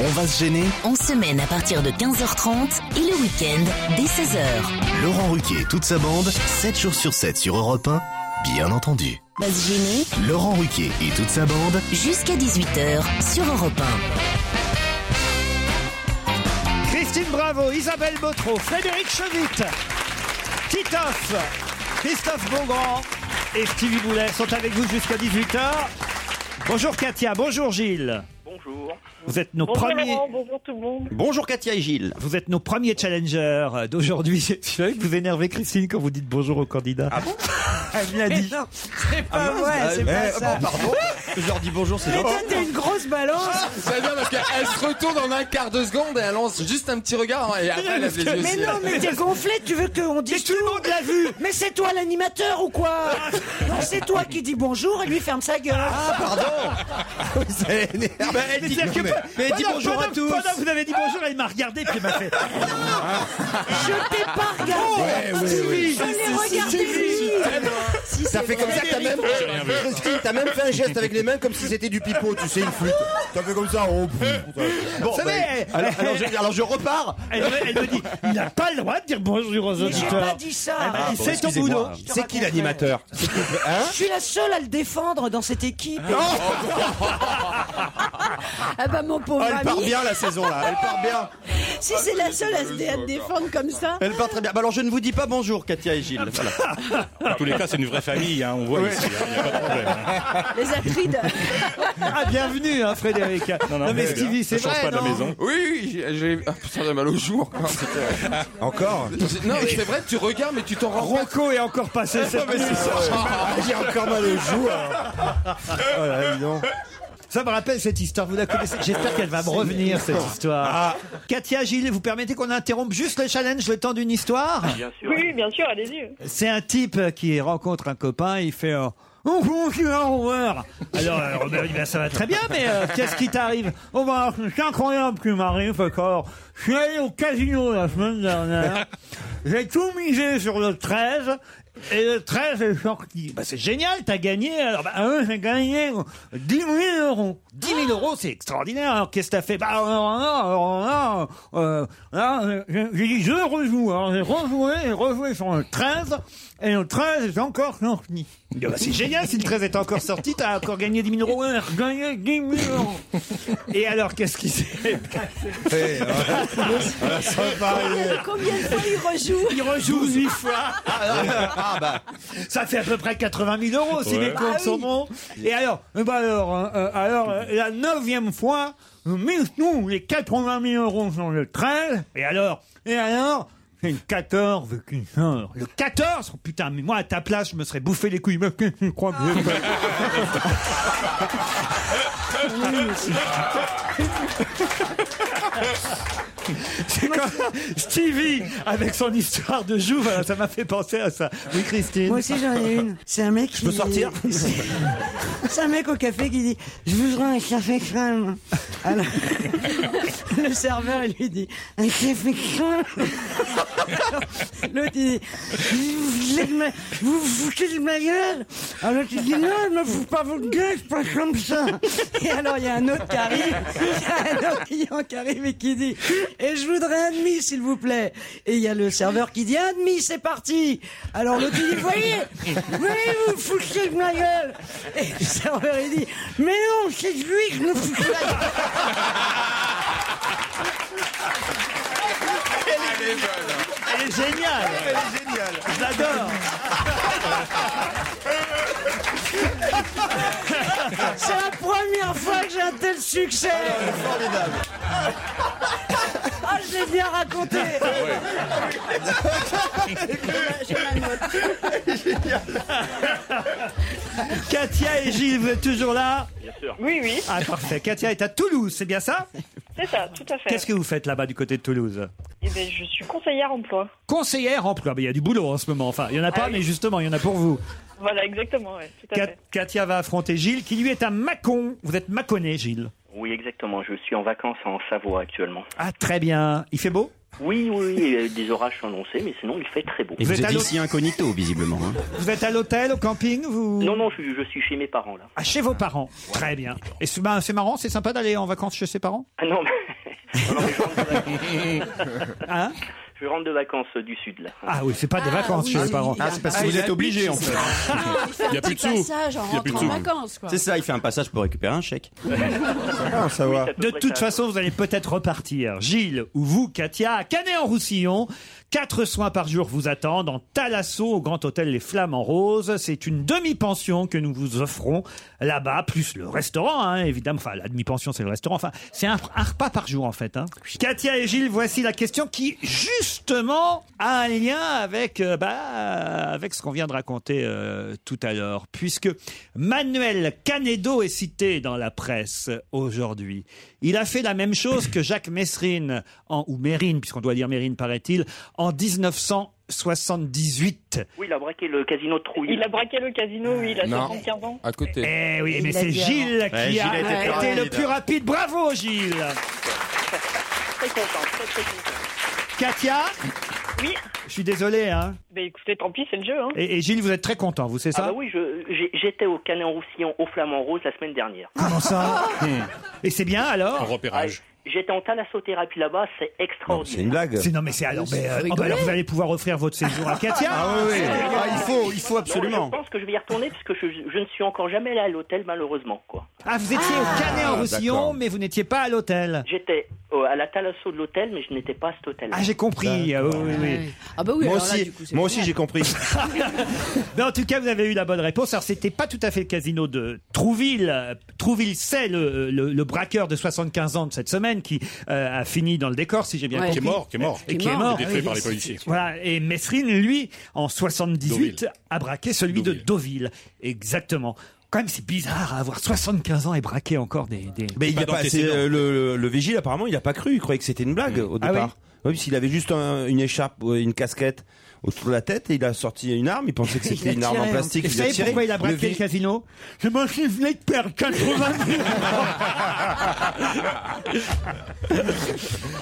Speaker 2: On va se gêner.
Speaker 13: En semaine à partir de 15h30 et le week-end dès 16h.
Speaker 2: Laurent Ruquier et toute sa bande, 7 jours sur 7 sur Europe 1, bien entendu.
Speaker 13: Pas se gêner
Speaker 2: Laurent Ruquier et toute sa bande.
Speaker 13: jusqu'à 18h sur Europe
Speaker 3: Christine Bravo, Isabelle Botro, Frédéric Chevit, Titoff, Christophe Beaugrand et Stevie Boulet sont avec vous jusqu'à 18h. Bonjour Katia, bonjour Gilles.
Speaker 14: Bonjour.
Speaker 3: Vous êtes nos
Speaker 15: Bonjour,
Speaker 3: premiers.
Speaker 15: Laurent, bonjour tout le monde.
Speaker 10: Bonjour Katia et Gilles.
Speaker 3: Vous êtes nos premiers challengers euh, d'aujourd'hui. [laughs] Je savais que vous énervez Christine quand vous dites bonjour aux candidats. Ah bon Elle me l'a dit.
Speaker 6: C'est pas vrai, c'est
Speaker 10: Eh,
Speaker 6: pas ça.
Speaker 3: Ah, Eh,
Speaker 10: bon,
Speaker 9: Eh,
Speaker 10: pardon. Je leur dis bonjour, c'est
Speaker 6: Mais
Speaker 10: gentil.
Speaker 6: toi, t'es une grosse
Speaker 1: grosse balance.
Speaker 9: J'aime bien Ah, parce qu'elle se retourne en un quart de seconde et elle lance juste un petit regard hein, et après elle lève les yeux.
Speaker 1: Mais
Speaker 9: aussi.
Speaker 1: non, mais t'es gonflé, tu
Speaker 8: euh.
Speaker 1: veux qu'on dise tout, le monde l'a vu [laughs] Mais c'est toi l'animateur ou
Speaker 8: [laughs]
Speaker 1: quoi Non, c'est toi qui dis bonjour et lui ferme sa gueule. Ah,
Speaker 3: pardon
Speaker 1: Bah, elle dit- Bah non, mais- mais elle dit bonjour à tous.
Speaker 3: Pendant que vous avez dit bonjour, elle m'a regardé puis elle m'a fait.
Speaker 1: Je t'ai pas
Speaker 6: Eh
Speaker 1: regardé.
Speaker 3: Oh, Ouais, ouais, ouais.
Speaker 1: Je l'ai regardé.
Speaker 5: Si, T'as fait comme ça, t'as même, Christine, t'as même fait un geste avec les mains comme si c'était du pipeau, tu sais, une flûte. T'as fait comme ça, oh, pff.
Speaker 3: Vous savez,
Speaker 5: bah, alors, alors, je, alors je repars.
Speaker 3: Elle, me- elle me dit, il n'a pas le droit de dire bonjour aux
Speaker 5: Mais j'ai
Speaker 3: auditeurs.
Speaker 5: pas
Speaker 1: dit ça.
Speaker 3: Elle m'a dit, c'est
Speaker 5: bon,
Speaker 3: ton
Speaker 5: Ah, excusez-moi.
Speaker 3: boulot.
Speaker 5: C'est qui l'animateur C'est qui- hein
Speaker 1: Je suis la seule à le défendre dans cette équipe.
Speaker 8: Ah bah mon pauvre
Speaker 5: Elle part
Speaker 8: ami.
Speaker 5: bien la saison là, elle part bien.
Speaker 8: Si c'est la seule à se dé- à te défendre comme ça.
Speaker 5: Elle part très bien. Bah, alors je ne vous dis pas bonjour Katia et Gilles. Voilà.
Speaker 4: En tous les cas, c'est une vraie famille, hein, on voit ici. hein, y a pas de problème.
Speaker 8: Les atrides.
Speaker 3: Ah, bienvenue, hein, Frédéric. Non, mais
Speaker 9: c'est
Speaker 3: Stevie,
Speaker 9: bien.
Speaker 3: c'est
Speaker 9: Ça
Speaker 3: vrai.
Speaker 9: change pas de la
Speaker 3: non
Speaker 9: maison. Oui, oui, j'ai- j'ai. Ah, putain, j'ai mal au jour. encore, c'était-
Speaker 5: Encore
Speaker 9: Non, mais c'est vrai, tu regardes, mais tu t'en rends compte.
Speaker 3: Rocco est encore passé cette
Speaker 9: mais c'est ça.
Speaker 5: J'ai encore mal au jour. Oh là là, dis donc.
Speaker 3: Ça me rappelle cette histoire, vous la connaissez. J'espère qu'elle va me revenir, cette histoire.
Speaker 9: Ah.
Speaker 3: Katia, Gilles, vous permettez qu'on interrompe juste le challenge, le temps d'une histoire
Speaker 11: Oui, Ah, bien sûr, allez-y.
Speaker 3: C'est un type euh, qui rencontre un copain, il fait euh, Oh, oh, je suis un rover. Alors, euh, Robert, il dit, Ben, ça va très bien, mais euh, qu'est-ce qui t'arrive Oh, bah, c'est incroyable qui m'arrive encore. Je suis allé au casino la semaine [laughs] dernière, j'ai tout misé sur le 13, et le 13 est sorti. Bah, c'est génial, t'as gagné. Alors, bah, euh, j'ai gagné 10 000 euros. 10 000 euros, c'est extraordinaire. Alors, qu'est-ce que t'as fait Bah, alors là, alors là, euh, là, euh, j'ai- j'ai dit, je rejoue. Alors, j'ai rejoué, j'ai rejoué sur le 13, et le 13 est encore sorti. Il dit, Bah, c'est génial, si le 13 est encore sorti, t'as encore gagné 10 [laughs] 000 euros. Ouais, j'ai gagné 10 000 euros. [laughs] Et alors, qu'est-ce qui s'est
Speaker 9: Eh,
Speaker 11: [laughs]
Speaker 3: passé
Speaker 9: Ah,
Speaker 8: Combien de fois il rejoue
Speaker 3: Il rejoue 8 fois. Ça fait à peu près 80 000 euros si
Speaker 11: Ah, bah. Ouais.
Speaker 3: les comptes
Speaker 11: Ah
Speaker 3: sont
Speaker 11: oui.
Speaker 3: bons. Et alors, eh ben alors, hein, euh, alors euh, la neuvième fois, mais nous, les 80 000 euros sont le 13. Et alors, et alors, c'est le 14 qui sort. Le 14 oh, Putain, mais moi, à ta place, je me serais bouffé les couilles. Mais qu'est-ce que tu crois que j'ai fait
Speaker 11: Ah.
Speaker 3: C'est quand Stevie, avec son histoire de joue, voilà, ça m'a fait penser à ça. Oui, Christine
Speaker 1: Moi aussi j'en ai une. C'est un mec qui.
Speaker 3: peux
Speaker 8: [laughs]
Speaker 3: [laughs] sortir
Speaker 1: C'est un mec au café qui dit Je voudrais un café crème. Alors, [laughs] le serveur il lui dit Un café crème Alors, [laughs] L'autre il dit Vous vous foutez de ma- Vous vous foutez de ma gueule Alors l'autre il dit Non, ne me fous pas votre gueule, c'est pas comme ça. Et alors il y a un autre qui arrive, il y a un autre client qui arrive et qui dit Et je voudrais un demi s'il vous plaît. Et il y a le serveur qui dit Un demi, c'est parti. Alors l'autre il dit Voyez, voyez, vous vous foutez de ma gueule. Et le serveur il dit Mais non, c'est lui qui me fout de la gueule.
Speaker 9: Elle est bonne.
Speaker 3: Elle est géniale.
Speaker 9: Elle est géniale.
Speaker 3: Je l'adore.
Speaker 1: C'est la première fois que j'ai un tel succès.
Speaker 5: Formidable.
Speaker 1: Ah, je l'ai bien raconté.
Speaker 9: Ah
Speaker 3: Katia et Gilles, vous êtes toujours là
Speaker 12: Bien sûr.
Speaker 11: Oui, oui,
Speaker 3: Ah, parfait. Katia est à Toulouse, c'est bien ça
Speaker 11: [laughs] c'est ça, tout à fait.
Speaker 3: Qu'est-ce que vous faites là-bas du côté de Toulouse
Speaker 11: Eh ben, je suis conseillère emploi.
Speaker 3: Conseillère emploi. Mais Il y a du boulot en ce moment. Enfin, il n'y en a pas, mais justement, il y en a pour vous.
Speaker 11: Voilà, exactement, ouais, tout Ah à
Speaker 3: Kat-
Speaker 11: fait.
Speaker 3: Katia va affronter Gilles, qui lui est à Mâcon. Vous êtes Mâconnais, Gilles.
Speaker 12: Oui, exactement. Je suis en vacances en Savoie actuellement.
Speaker 3: Ah, très bien. Il fait beau
Speaker 12: Oui, oui, oui. euh, Des orages sont annoncés, mais sinon, il fait très beau.
Speaker 3: Et vous Vous êtes êtes allô- ici
Speaker 12: incognito, visiblement. hein.
Speaker 3: Vous êtes à l'hôtel, au camping vous...
Speaker 12: Non, non, je, je suis chez mes parents, là.
Speaker 3: Ah, chez vos parents. Très bien. Et c'est bah, c'est marrant, c'est sympa d'aller en vacances chez ses parents
Speaker 12: Ah non, mais...
Speaker 3: [laughs]
Speaker 12: Alors, je rentre de vacances.
Speaker 3: Hein
Speaker 12: je rentre de vacances euh, du sud, là.
Speaker 3: Ah oui, c'est pas des vacances chez les parents.
Speaker 5: Ah, c'est parce que vous êtes obligé en fait.
Speaker 6: Ah,
Speaker 8: Il fait un petit passage en rentrant en vacances, quoi.
Speaker 5: C'est ça, il fait un passage pour récupérer un chèque. Ah, ça va.
Speaker 3: De toute façon, vous allez peut-être repartir, Gilles ou vous, Katia, à Canet-en-Roussillon, Quatre soins par jour vous attendent en Talasso au Grand Hôtel Les Flammes en Rose. C'est une demi-pension que nous vous offrons là-bas, plus le restaurant, hein, évidemment. Enfin, la demi-pension, c'est le restaurant. Enfin, c'est un, un repas par jour, en fait. hein. Katia et Gilles, voici la question qui, justement, a un lien avec, euh, bah, avec ce qu'on vient de raconter euh, tout à l'heure. Puisque Manuel Canedo est cité dans la presse aujourd'hui. Il a fait la même chose que Jacques Messrine, en, ou Mérine, puisqu'on doit dire Mérine, paraît-il, en 1978.
Speaker 12: Oui, il a braqué le casino de Trouille.
Speaker 11: Il a braqué le casino, oui, il a 75 ans.
Speaker 3: à côté. Eh oui,
Speaker 11: Il
Speaker 3: mais
Speaker 11: l'a
Speaker 3: c'est
Speaker 11: dit
Speaker 3: Gilles
Speaker 11: avant.
Speaker 3: qui
Speaker 11: Ouais, Gilles
Speaker 3: a
Speaker 11: a été plus
Speaker 3: été le
Speaker 11: rapide.
Speaker 3: plus rapide. Bravo, Gilles
Speaker 11: Très content, très très content.
Speaker 3: Katia
Speaker 11: Oui
Speaker 3: Je suis désolé, hein.
Speaker 11: Ben écoutez, tant pis, c'est le jeu. Hein.
Speaker 3: Et, et Gilles, vous êtes très content, vous, c'est ça
Speaker 12: Ah bah oui, je- j'ai- j'étais au Canet en Roussillon, au Flamand Rose, la semaine dernière.
Speaker 3: Comment ça Et c'est bien, alors Un
Speaker 12: repérage. J'étais en thalassothérapie là-bas, c'est extraordinaire.
Speaker 3: C'est une blague C'est- Non, mais c'est alors, mais, euh, oh, bah, alors vous allez pouvoir offrir votre séjour à Katia
Speaker 12: Ah,
Speaker 3: Ah,
Speaker 12: Non, je pense que je vais y retourner parce que je, je ne suis encore jamais allé à l'hôtel, malheureusement. quoi.
Speaker 3: Ah, vous étiez au Canet en
Speaker 12: Ah,
Speaker 3: Roussillon,
Speaker 12: d'accord.
Speaker 3: mais vous n'étiez pas à l'hôtel.
Speaker 12: J'étais euh, à la thalasso de l'hôtel, mais je n'étais pas à cet hôtel.
Speaker 3: Ah, j'ai compris. Ah, oui, oui, oui.
Speaker 12: Ah bah oui, Moi alors là, aussi. du coup, c'est Moi aussi, génial. j'ai
Speaker 3: compris. Mais en tout cas, vous avez eu la bonne réponse. Alors, c'était pas tout à fait le casino de Trouville. Trouville, c'est le, le- le braqueur de 75 ans de cette semaine qui euh, a fini dans le décor, si j'ai bien
Speaker 4: Ouais.
Speaker 3: compris.
Speaker 4: Qui est mort, qui est mort.
Speaker 3: Et qui est mort.
Speaker 4: Détruit par les policiers.
Speaker 3: Voilà. Et Messrine, lui, en 78, a braqué celui de Deauville. Exactement. Quand même, c'est bizarre à avoir 75 ans et braquer encore des. des-
Speaker 5: Mais il a pas, c'est, euh, le, le- le vigile apparemment il a pas cru, il croyait que c'était une blague au
Speaker 3: Ah
Speaker 5: départ. oui, s'il avait juste un- une écharpe, euh, une casquette autour de la tête et il a sorti une arme, [laughs] il pensait que c'était une arme en plastique.
Speaker 3: Et vous
Speaker 5: il a
Speaker 3: savez
Speaker 5: tiré. hein.
Speaker 3: pourquoi il a
Speaker 5: Le
Speaker 3: braqué le,
Speaker 5: vigile-
Speaker 3: casino C'est moi qui venais de perdre 80 000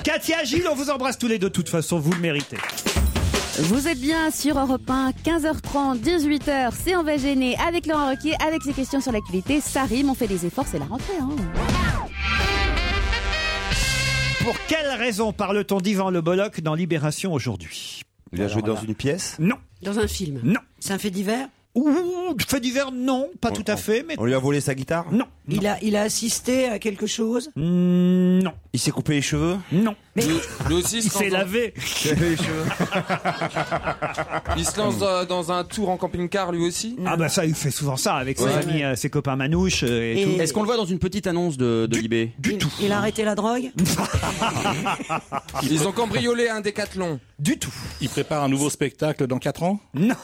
Speaker 3: Katia, Gilles, on vous embrasse tous les deux. De toute façon, vous le méritez.
Speaker 16: Vous êtes bien sur Europe 1, 15h30, 18h, c'est On va gêner avec Laurent Roquier, avec ses questions sur l'actualité. Ça rime, on fait des efforts, c'est la rentrée. hein.
Speaker 3: Pour quelle raison parle-t-on d'Ivan Le Bolloc dans Libération aujourd'hui
Speaker 5: Il a joué dans une pièce
Speaker 3: Non.
Speaker 1: Dans un film
Speaker 3: Non.
Speaker 1: C'est un fait divers
Speaker 3: Ouh, fait divers, non, pas tout à fait, mais.
Speaker 5: On lui a volé sa guitare
Speaker 3: Non.
Speaker 1: Il a, il a assisté à quelque chose
Speaker 3: Mm, Non.
Speaker 5: Il s'est coupé les cheveux
Speaker 3: Non.
Speaker 9: il
Speaker 3: s'est lavé.
Speaker 9: [laughs] Il se lance dans, dans un tour en camping-car lui aussi
Speaker 3: Ah bah ça, il fait souvent ça avec ses
Speaker 9: Ouais.
Speaker 3: amis, euh, ses copains manouches euh, et, tout.
Speaker 6: Est-ce qu'on le voit dans une petite annonce de, de Libé
Speaker 1: Du tout. Il a arrêté la
Speaker 3: [laughs]
Speaker 1: drogue
Speaker 9: Ils ont cambriolé un décathlon.
Speaker 3: Du tout.
Speaker 4: Il prépare un nouveau spectacle dans 4 ans
Speaker 3: Non.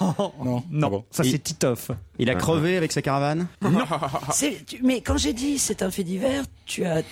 Speaker 4: Non. Ah
Speaker 3: Non. Ça, c'est Titoff.
Speaker 6: Il a crevé avec sa
Speaker 3: [laughs]
Speaker 6: caravane
Speaker 1: C'est- tu- Mais quand j'ai dit c'est un fait divers, tu as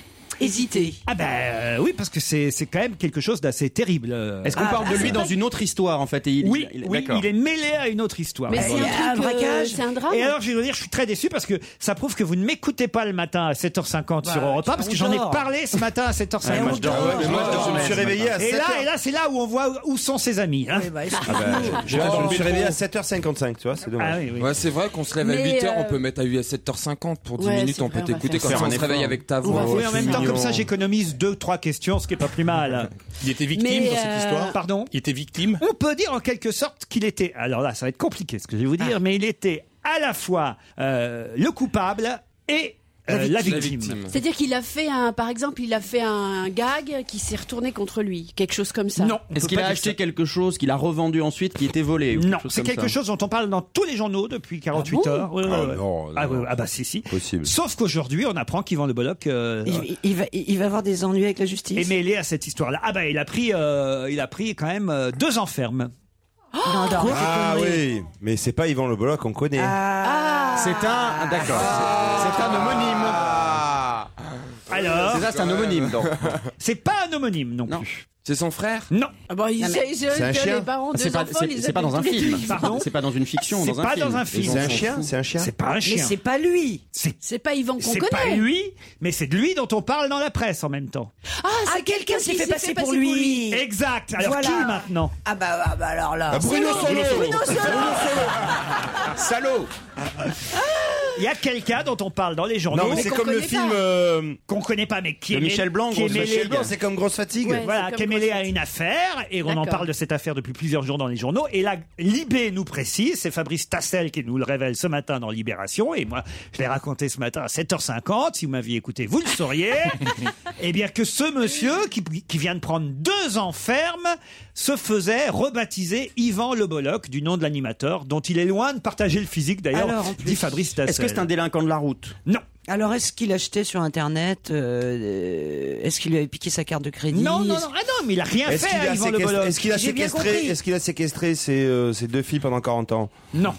Speaker 1: hésité.
Speaker 3: Ah ben oui, parce que c'est c'est quand même quelque chose d'assez terrible. euh.
Speaker 6: Est-ce qu'on
Speaker 1: Ah,
Speaker 8: Ah,
Speaker 6: parle
Speaker 8: bah,
Speaker 6: de lui dans une autre histoire en fait et il,
Speaker 3: Oui,
Speaker 6: il-
Speaker 3: oui,
Speaker 6: d'accord.
Speaker 3: il est mêlé à une autre histoire.
Speaker 6: Mais c'est un
Speaker 1: truc, euh, c'est un drame.
Speaker 3: Et alors, je vais vous dire, je suis très déçu parce que ça prouve que vous ne m'écoutez pas le matin à 7h50
Speaker 1: Bah,
Speaker 3: sur Europe 1 parce que
Speaker 1: on
Speaker 3: j'en ai
Speaker 1: dort.
Speaker 3: parlé ce matin à 7h50.
Speaker 1: Ouais, moi, je dors, ouais, mais moi, je dors, je me suis réveillé à
Speaker 3: Et
Speaker 1: 7h.
Speaker 3: là, et là, c'est là où on voit où sont ses amis. hein.
Speaker 1: bah,
Speaker 5: Ah bah, je, je- je me suis réveillé à 7h55, tu vois, c'est dommage.
Speaker 3: Ah
Speaker 9: Ouais, c'est vrai qu'on se réveille à
Speaker 5: Mais,
Speaker 9: 8h,
Speaker 5: euh,
Speaker 9: on peut mettre à 7h50 pour 10
Speaker 5: Ouais,
Speaker 9: minutes,
Speaker 5: c'est
Speaker 9: on
Speaker 5: vrai,
Speaker 9: peut
Speaker 5: on va
Speaker 9: t'écouter
Speaker 5: faire
Speaker 9: comme
Speaker 5: ça.
Speaker 9: ça on se
Speaker 5: Faire un
Speaker 9: réveille
Speaker 5: effort.
Speaker 9: avec ta
Speaker 3: On
Speaker 9: voix.
Speaker 3: va faire- Oui, en même temps, comme ça, j'économise deux, trois questions, ce qui est pas plus mal.
Speaker 4: Il était victime
Speaker 3: Mais,
Speaker 4: dans cette
Speaker 3: euh,
Speaker 4: histoire
Speaker 3: Pardon
Speaker 4: Il était victime
Speaker 3: On peut dire en quelque sorte qu'il était. Alors là, ça va être compliqué ce que je vais vous dire, mais il était à la fois euh, le coupable et euh, la victime.
Speaker 8: C'est-à-dire qu'il a fait un, par exemple, il a fait un gag qui s'est retourné contre lui, quelque chose comme ça.
Speaker 3: Non.
Speaker 6: Est-ce qu'il a acheté quelque chose qu'il a revendu ensuite qui était volé ou
Speaker 3: Non,
Speaker 6: quelque chose
Speaker 3: c'est
Speaker 6: comme
Speaker 3: quelque
Speaker 6: ça
Speaker 3: chose dont on parle dans tous les journaux depuis 48
Speaker 6: Ah bon
Speaker 3: heures. Ouais, ouais,
Speaker 6: Ah
Speaker 3: ouais.
Speaker 6: non,
Speaker 3: Ah, ouais, ouais, ah bah si, si.
Speaker 6: Possible.
Speaker 3: Sauf qu'aujourd'hui, on apprend qu'Yvan Le Bolloc euh,
Speaker 1: Il, il va, il va avoir des ennuis avec la justice.
Speaker 3: est mêlé à cette histoire-là. Ah bah il a pris, euh, il a pris quand même euh, deux ans ferme.
Speaker 1: Non, non.
Speaker 5: Ah oui, mais c'est pas Yvan Le Bolloc qu'on connaît.
Speaker 6: C'est
Speaker 3: Ah,
Speaker 6: un. D'accord. C'est un homonyme.
Speaker 3: Alors
Speaker 6: C'est ça, c'est un homonyme donc.
Speaker 3: [laughs] C'est pas un homonyme non, plus.
Speaker 9: C'est son frère
Speaker 3: Non.
Speaker 8: Ah bah, il
Speaker 6: Non, mais-
Speaker 8: sait- je-
Speaker 6: C'est un
Speaker 8: que
Speaker 6: chien Ah,
Speaker 8: les parents, deux
Speaker 6: C'est pas-
Speaker 8: enfants,
Speaker 6: c'est-
Speaker 8: ils
Speaker 6: c'est pas dans un
Speaker 8: appellent tous les
Speaker 6: film.
Speaker 8: deux.
Speaker 6: Pardon C'est pas dans une fiction,
Speaker 3: C'est
Speaker 6: dans un
Speaker 3: pas
Speaker 6: film.
Speaker 3: dans un
Speaker 6: Les
Speaker 3: film.
Speaker 6: gens s'en foutent.
Speaker 3: C'est pas un chien.
Speaker 8: Mais c'est
Speaker 1: pas lui.
Speaker 3: C'est
Speaker 8: C'est pas Yvan qu'on
Speaker 3: c'est
Speaker 8: connaît.
Speaker 3: pas lui, mais c'est de lui dont on parle dans la presse en même temps.
Speaker 1: Ah,
Speaker 8: Ah, c'est
Speaker 1: quelqu'un s'est fait passer pour lui.
Speaker 3: Exact. Alors qui maintenant
Speaker 1: Ah bah, ah bah alors là.
Speaker 3: Ah, Bruno Solo.
Speaker 1: Bruno Solo.
Speaker 3: Bruno Solo.
Speaker 6: Salaud
Speaker 3: Il y a quelqu'un dont on parle dans les journaux.
Speaker 5: Non, mais Mais c'est qu'on comme le connaît film, pas.
Speaker 3: qu'on connaît pas, mais qui
Speaker 5: de
Speaker 3: est mêlé-
Speaker 5: Michel Blanc,
Speaker 3: qui est
Speaker 5: Grosse
Speaker 3: mêlé-
Speaker 5: Fatigue. Blanc, c'est comme Grosse Fatigue. Ouais,
Speaker 3: voilà,
Speaker 5: c'est
Speaker 3: qui est
Speaker 5: comme
Speaker 3: mêlé
Speaker 5: Grosse
Speaker 3: à une affaire et on en
Speaker 5: D'accord.
Speaker 3: parle de cette affaire depuis plusieurs jours dans les journaux. Et là, Libé nous précise, c'est Fabrice Tassel qui nous le révèle ce matin dans Libération. Et moi, je l'ai raconté ce matin à 7h50. Si vous m'aviez écouté, vous
Speaker 1: [laughs]
Speaker 3: le sauriez. Eh bien, que ce monsieur qui, qui vient de prendre deux ans ferme se faisait rebaptiser Yvan Le Bolloc du nom de l'animateur, dont il est loin de partager le physique d'ailleurs,
Speaker 1: Alors, en plus,
Speaker 3: dit Fabrice Tassel.
Speaker 1: est-ce que c'est un
Speaker 6: délinquant de la route
Speaker 3: Non.
Speaker 1: Alors, est-ce qu'il achetait sur Internet euh, euh, Est-ce qu'il lui avait piqué sa carte de crédit
Speaker 3: Non, non, non, ah non, mais il a rien
Speaker 5: Est-ce
Speaker 3: fait
Speaker 5: qu'il
Speaker 3: à
Speaker 5: a
Speaker 3: Yvan Le
Speaker 5: séquestré-
Speaker 3: Bolloc.
Speaker 5: Est-ce qu'il a
Speaker 3: J'ai bien
Speaker 5: séquestré,
Speaker 3: compris.
Speaker 5: est-ce qu'il a séquestré ses, euh, ses deux filles pendant 40 ans
Speaker 3: Non,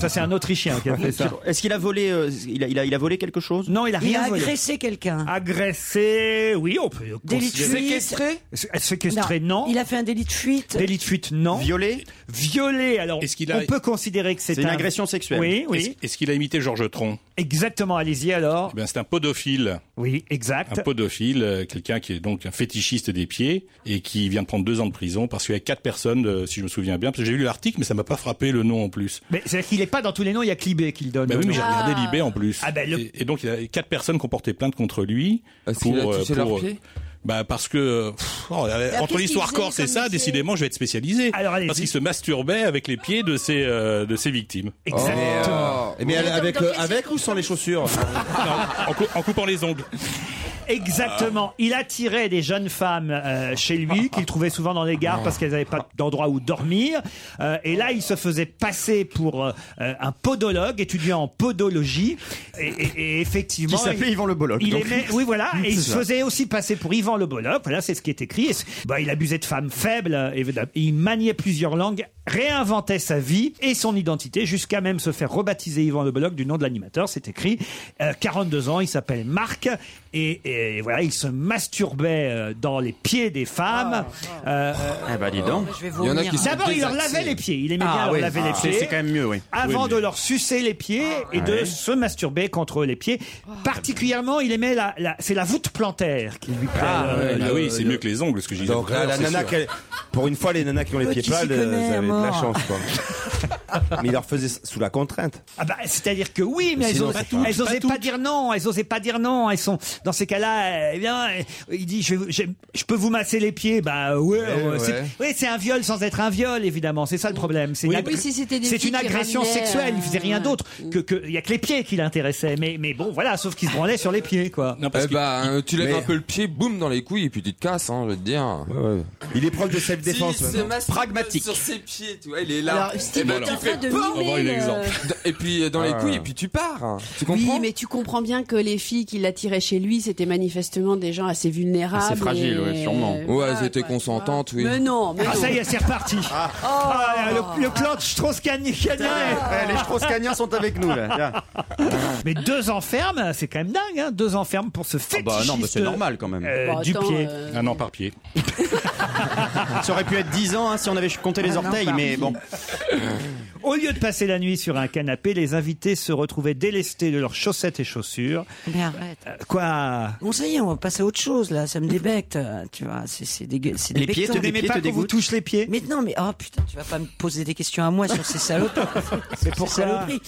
Speaker 3: ça c'est un Autrichien qui a fait ça.
Speaker 6: Est-ce qu'il a volé euh, il, a, il a- il a volé quelque chose
Speaker 3: Non, il
Speaker 1: Il a agressé quelqu'un.
Speaker 3: Agressé, oui, on peut. le
Speaker 1: Délit de
Speaker 3: considérer.
Speaker 1: fuite.
Speaker 3: Sé- Séquestré, non.
Speaker 1: Il a fait un délit de fuite.
Speaker 3: Délit de fuite, non.
Speaker 6: Violé
Speaker 3: Violé, alors
Speaker 4: a-
Speaker 3: on peut considérer que c'est
Speaker 4: C'est une
Speaker 3: un-
Speaker 4: agression
Speaker 6: sexuelle.
Speaker 3: Oui, oui.
Speaker 4: Est-ce, est-ce qu'il a imité Georges Tron
Speaker 3: Exactement, allez-y alors.
Speaker 4: Eh bien, C'est un podophile.
Speaker 3: Oui, exact.
Speaker 4: Un podophile, euh, quelqu'un qui est donc un fétichiste des pieds et qui vient de prendre deux ans de prison parce qu'il y a quatre personnes, euh, si je me souviens bien, parce que j'ai lu l'article, mais ça m'a pas frappé le nom en plus.
Speaker 3: Mais c'est-à-dire qu'il n'est pas dans tous les noms, il y a que Libé qui le donne.
Speaker 4: Bah oui, mais j'ai
Speaker 3: Ah.
Speaker 4: regardé Libé en plus.
Speaker 3: Ah ben, le-
Speaker 4: et, et donc, il y a quatre personnes qui ont porté plainte contre lui.
Speaker 9: qu'il a
Speaker 4: euh,
Speaker 9: touché leurs pieds
Speaker 4: bah parce que pff, oh, entre
Speaker 3: qu'est-ce
Speaker 4: l'histoire
Speaker 3: qu'il faisait
Speaker 4: corse et
Speaker 3: comme
Speaker 4: ça,
Speaker 3: métier
Speaker 4: décidément, je vais être spécialisé.
Speaker 3: Alors, allez-y.
Speaker 4: parce qu'il se masturbait avec les pieds de ses euh, de ses victimes. Ah, Oh.
Speaker 3: Exactement.
Speaker 5: Eh bien, avec, le- avec ou sans les chaussures
Speaker 4: en, cou- en coupant les ongles.
Speaker 6: Ah.
Speaker 3: Exactement. Il attirait des jeunes femmes euh, chez lui, qu'il trouvait souvent dans les gares parce qu'elles n'avaient pas d'endroit où dormir. Euh, et là, il se faisait passer pour euh, un podologue, étudiant en podologie. Et, et- et effectivement.
Speaker 6: Qui s'appelait
Speaker 3: il-
Speaker 6: Yvan Le Bolloc,
Speaker 3: Il
Speaker 6: donc.
Speaker 3: aimait,
Speaker 6: [laughs]
Speaker 3: oui, voilà. Et il
Speaker 6: Mmh, C'est
Speaker 3: se
Speaker 6: ça.
Speaker 3: faisait aussi passer pour Yvan Le Bolloc. Voilà, c'est ce qui est écrit. Et c- bah, il abusait de femmes faibles, euh, évidemment. Et Il maniait plusieurs langues, réinventait sa vie et son identité, jusqu'à même se faire rebaptiser Yvan Le Bolloc du nom de l'animateur. C'est écrit. Euh, 42 ans, il s'appelle Marc. Et, et voilà, il se masturbait euh, dans les pieds des femmes. Euh,
Speaker 6: Eh ben, dis donc.
Speaker 1: Ah. Je vais
Speaker 6: Il y en a qui sont
Speaker 3: D'abord, il leur
Speaker 6: désaxés.
Speaker 3: lavait les pieds. Il aimait
Speaker 6: Ah,
Speaker 3: bien
Speaker 6: oui.
Speaker 3: leur laver
Speaker 6: Ah.
Speaker 3: les
Speaker 6: C'est-
Speaker 3: pieds.
Speaker 6: c'est quand même mieux, oui.
Speaker 3: Avant
Speaker 6: Oui,
Speaker 3: de
Speaker 6: mais-
Speaker 3: leur sucer les pieds et de
Speaker 6: Ouais.
Speaker 3: se masturber contre les pieds.
Speaker 10: Oh,
Speaker 3: Particulièrement, il aimait la, la- c'est la voûte plantaire qui lui plaît.
Speaker 5: Ah,
Speaker 3: euh,
Speaker 5: ouais,
Speaker 3: le-
Speaker 10: bah
Speaker 4: Ah oui, c'est mieux que les ongles, ce que j'ai dit.
Speaker 5: Donc, euh, la, la nana, qu'elle- pour une fois, les nanas qui ont les
Speaker 3: Toi,
Speaker 5: pieds
Speaker 3: tu
Speaker 5: plats,
Speaker 3: t'y
Speaker 5: elles
Speaker 3: connais,
Speaker 5: avaient de la
Speaker 3: mort.
Speaker 5: chance, quoi. Mais il leur faisait ça sous la contrainte.
Speaker 3: Ah bah, c'est-à-dire que oui, mais elles,
Speaker 5: Sinon,
Speaker 3: osent-
Speaker 5: c'est pas-
Speaker 3: elles
Speaker 5: pas
Speaker 3: osaient pas, dire non, elles osaient pas dire non, elles sont dans ces cas-là, euh, eh bien, euh, il dit je, vais- j'aime- je peux vous masser les pieds, bah euh, ouais,
Speaker 10: Ouais,
Speaker 3: euh,
Speaker 10: ouais.
Speaker 3: c'est oui, c'est un viol sans être un viol évidemment, c'est ça le problème, c'est
Speaker 10: Oui,
Speaker 3: une, agré-
Speaker 10: oui, si c'était des
Speaker 3: c'est
Speaker 10: filles
Speaker 3: une
Speaker 10: qui
Speaker 3: agression
Speaker 10: ramenaient,
Speaker 3: sexuelle, il faisait rien
Speaker 10: euh,
Speaker 3: d'autre que que il y a que les pieds qui l'intéressaient, mais mais bon voilà, sauf qu'il se branlait sur les pieds quoi.
Speaker 9: eh bah, hein, tu lèves
Speaker 3: mais-
Speaker 9: un peu le pied, boum, dans les couilles, et puis tu te casses, hein, je vais te dire.
Speaker 5: Il est proche de self-défense,
Speaker 9: Si, il se
Speaker 5: maintenant.
Speaker 9: masturbe
Speaker 5: Pragmatique.
Speaker 9: Sur ses pieds, tu vois, il est là.
Speaker 5: Alors, Steve
Speaker 9: ben,
Speaker 5: est
Speaker 9: tu
Speaker 5: en
Speaker 9: fais
Speaker 5: train de
Speaker 9: pam,
Speaker 5: mimer
Speaker 9: on va
Speaker 1: euh,
Speaker 5: le-
Speaker 9: Et puis euh, dans les
Speaker 5: Ah.
Speaker 9: couilles, et puis tu pars. hein. Tu
Speaker 8: Oui,
Speaker 9: comprends
Speaker 8: mais tu comprends bien que les filles qui l'attiraient chez lui, c'était manifestement des gens assez vulnérables.
Speaker 9: C'est
Speaker 8: et-
Speaker 9: Ouais, elles étaient consentantes, oui.
Speaker 8: Mais non, mais
Speaker 3: Ah,
Speaker 8: non.
Speaker 3: ça y est, c'est reparti.
Speaker 1: Oh.
Speaker 3: Ah, le, le clan de Strauss-Kahn-Nicanien.
Speaker 6: Eh, Les
Speaker 1: Ah.
Speaker 6: Strauss-Kahniens sont avec nous, là. Tiens.
Speaker 3: Mais deux enfermes, c'est quand même dingue, hein, deux enfermes pour ce fétichiste.
Speaker 6: bah non, mais c'est normal, quand même.
Speaker 3: euh,
Speaker 6: Bon,
Speaker 3: du
Speaker 6: attends,
Speaker 3: pied.
Speaker 6: euh,
Speaker 4: Un an par pied.
Speaker 6: [laughs] Ça aurait pu être 10 ans hein, si on avait compté les
Speaker 3: Ah non,
Speaker 6: orteils,
Speaker 3: pardon.
Speaker 6: mais bon.
Speaker 3: Au lieu de passer la nuit sur un canapé, les invités se retrouvaient délestés de leurs chaussettes et chaussures.
Speaker 1: Mais arrête.
Speaker 3: Quoi
Speaker 1: Bon, ça y est, on va passer à autre chose, là. Ça me débecte, euh, tu vois. C'est, c'est dégue- c'est
Speaker 6: Les pieds te-
Speaker 1: débectant.
Speaker 6: les T'aimais pieds pas te qu'on vous dégoûtent
Speaker 3: touche les pieds
Speaker 1: Mais non, mais oh putain, tu vas pas me poser des questions à moi sur ces saloperies.
Speaker 3: [laughs]
Speaker 1: c'est
Speaker 3: pourquoi
Speaker 1: Mais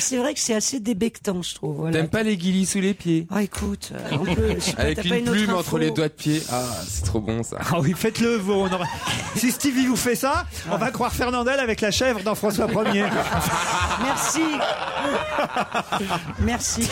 Speaker 1: c'est vrai que c'est assez débectant, je trouve. Voilà.
Speaker 9: T'aimes pas les guilis sous les pieds
Speaker 1: Ah, écoute, euh, on peut. je sais pas,
Speaker 9: Avec
Speaker 1: t'as
Speaker 9: une,
Speaker 1: pas une autre
Speaker 9: plume
Speaker 1: info
Speaker 9: entre les doigts de pied. Ah, c'est trop bon ça.
Speaker 3: [laughs] Ah oui, faites-le, vous. on aura- [laughs] Si Stevie vous fait ça, on va croire Fernandel avec la chèvre dans François
Speaker 6: [laughs]
Speaker 3: 1er. [laughs]
Speaker 1: Merci. Merci.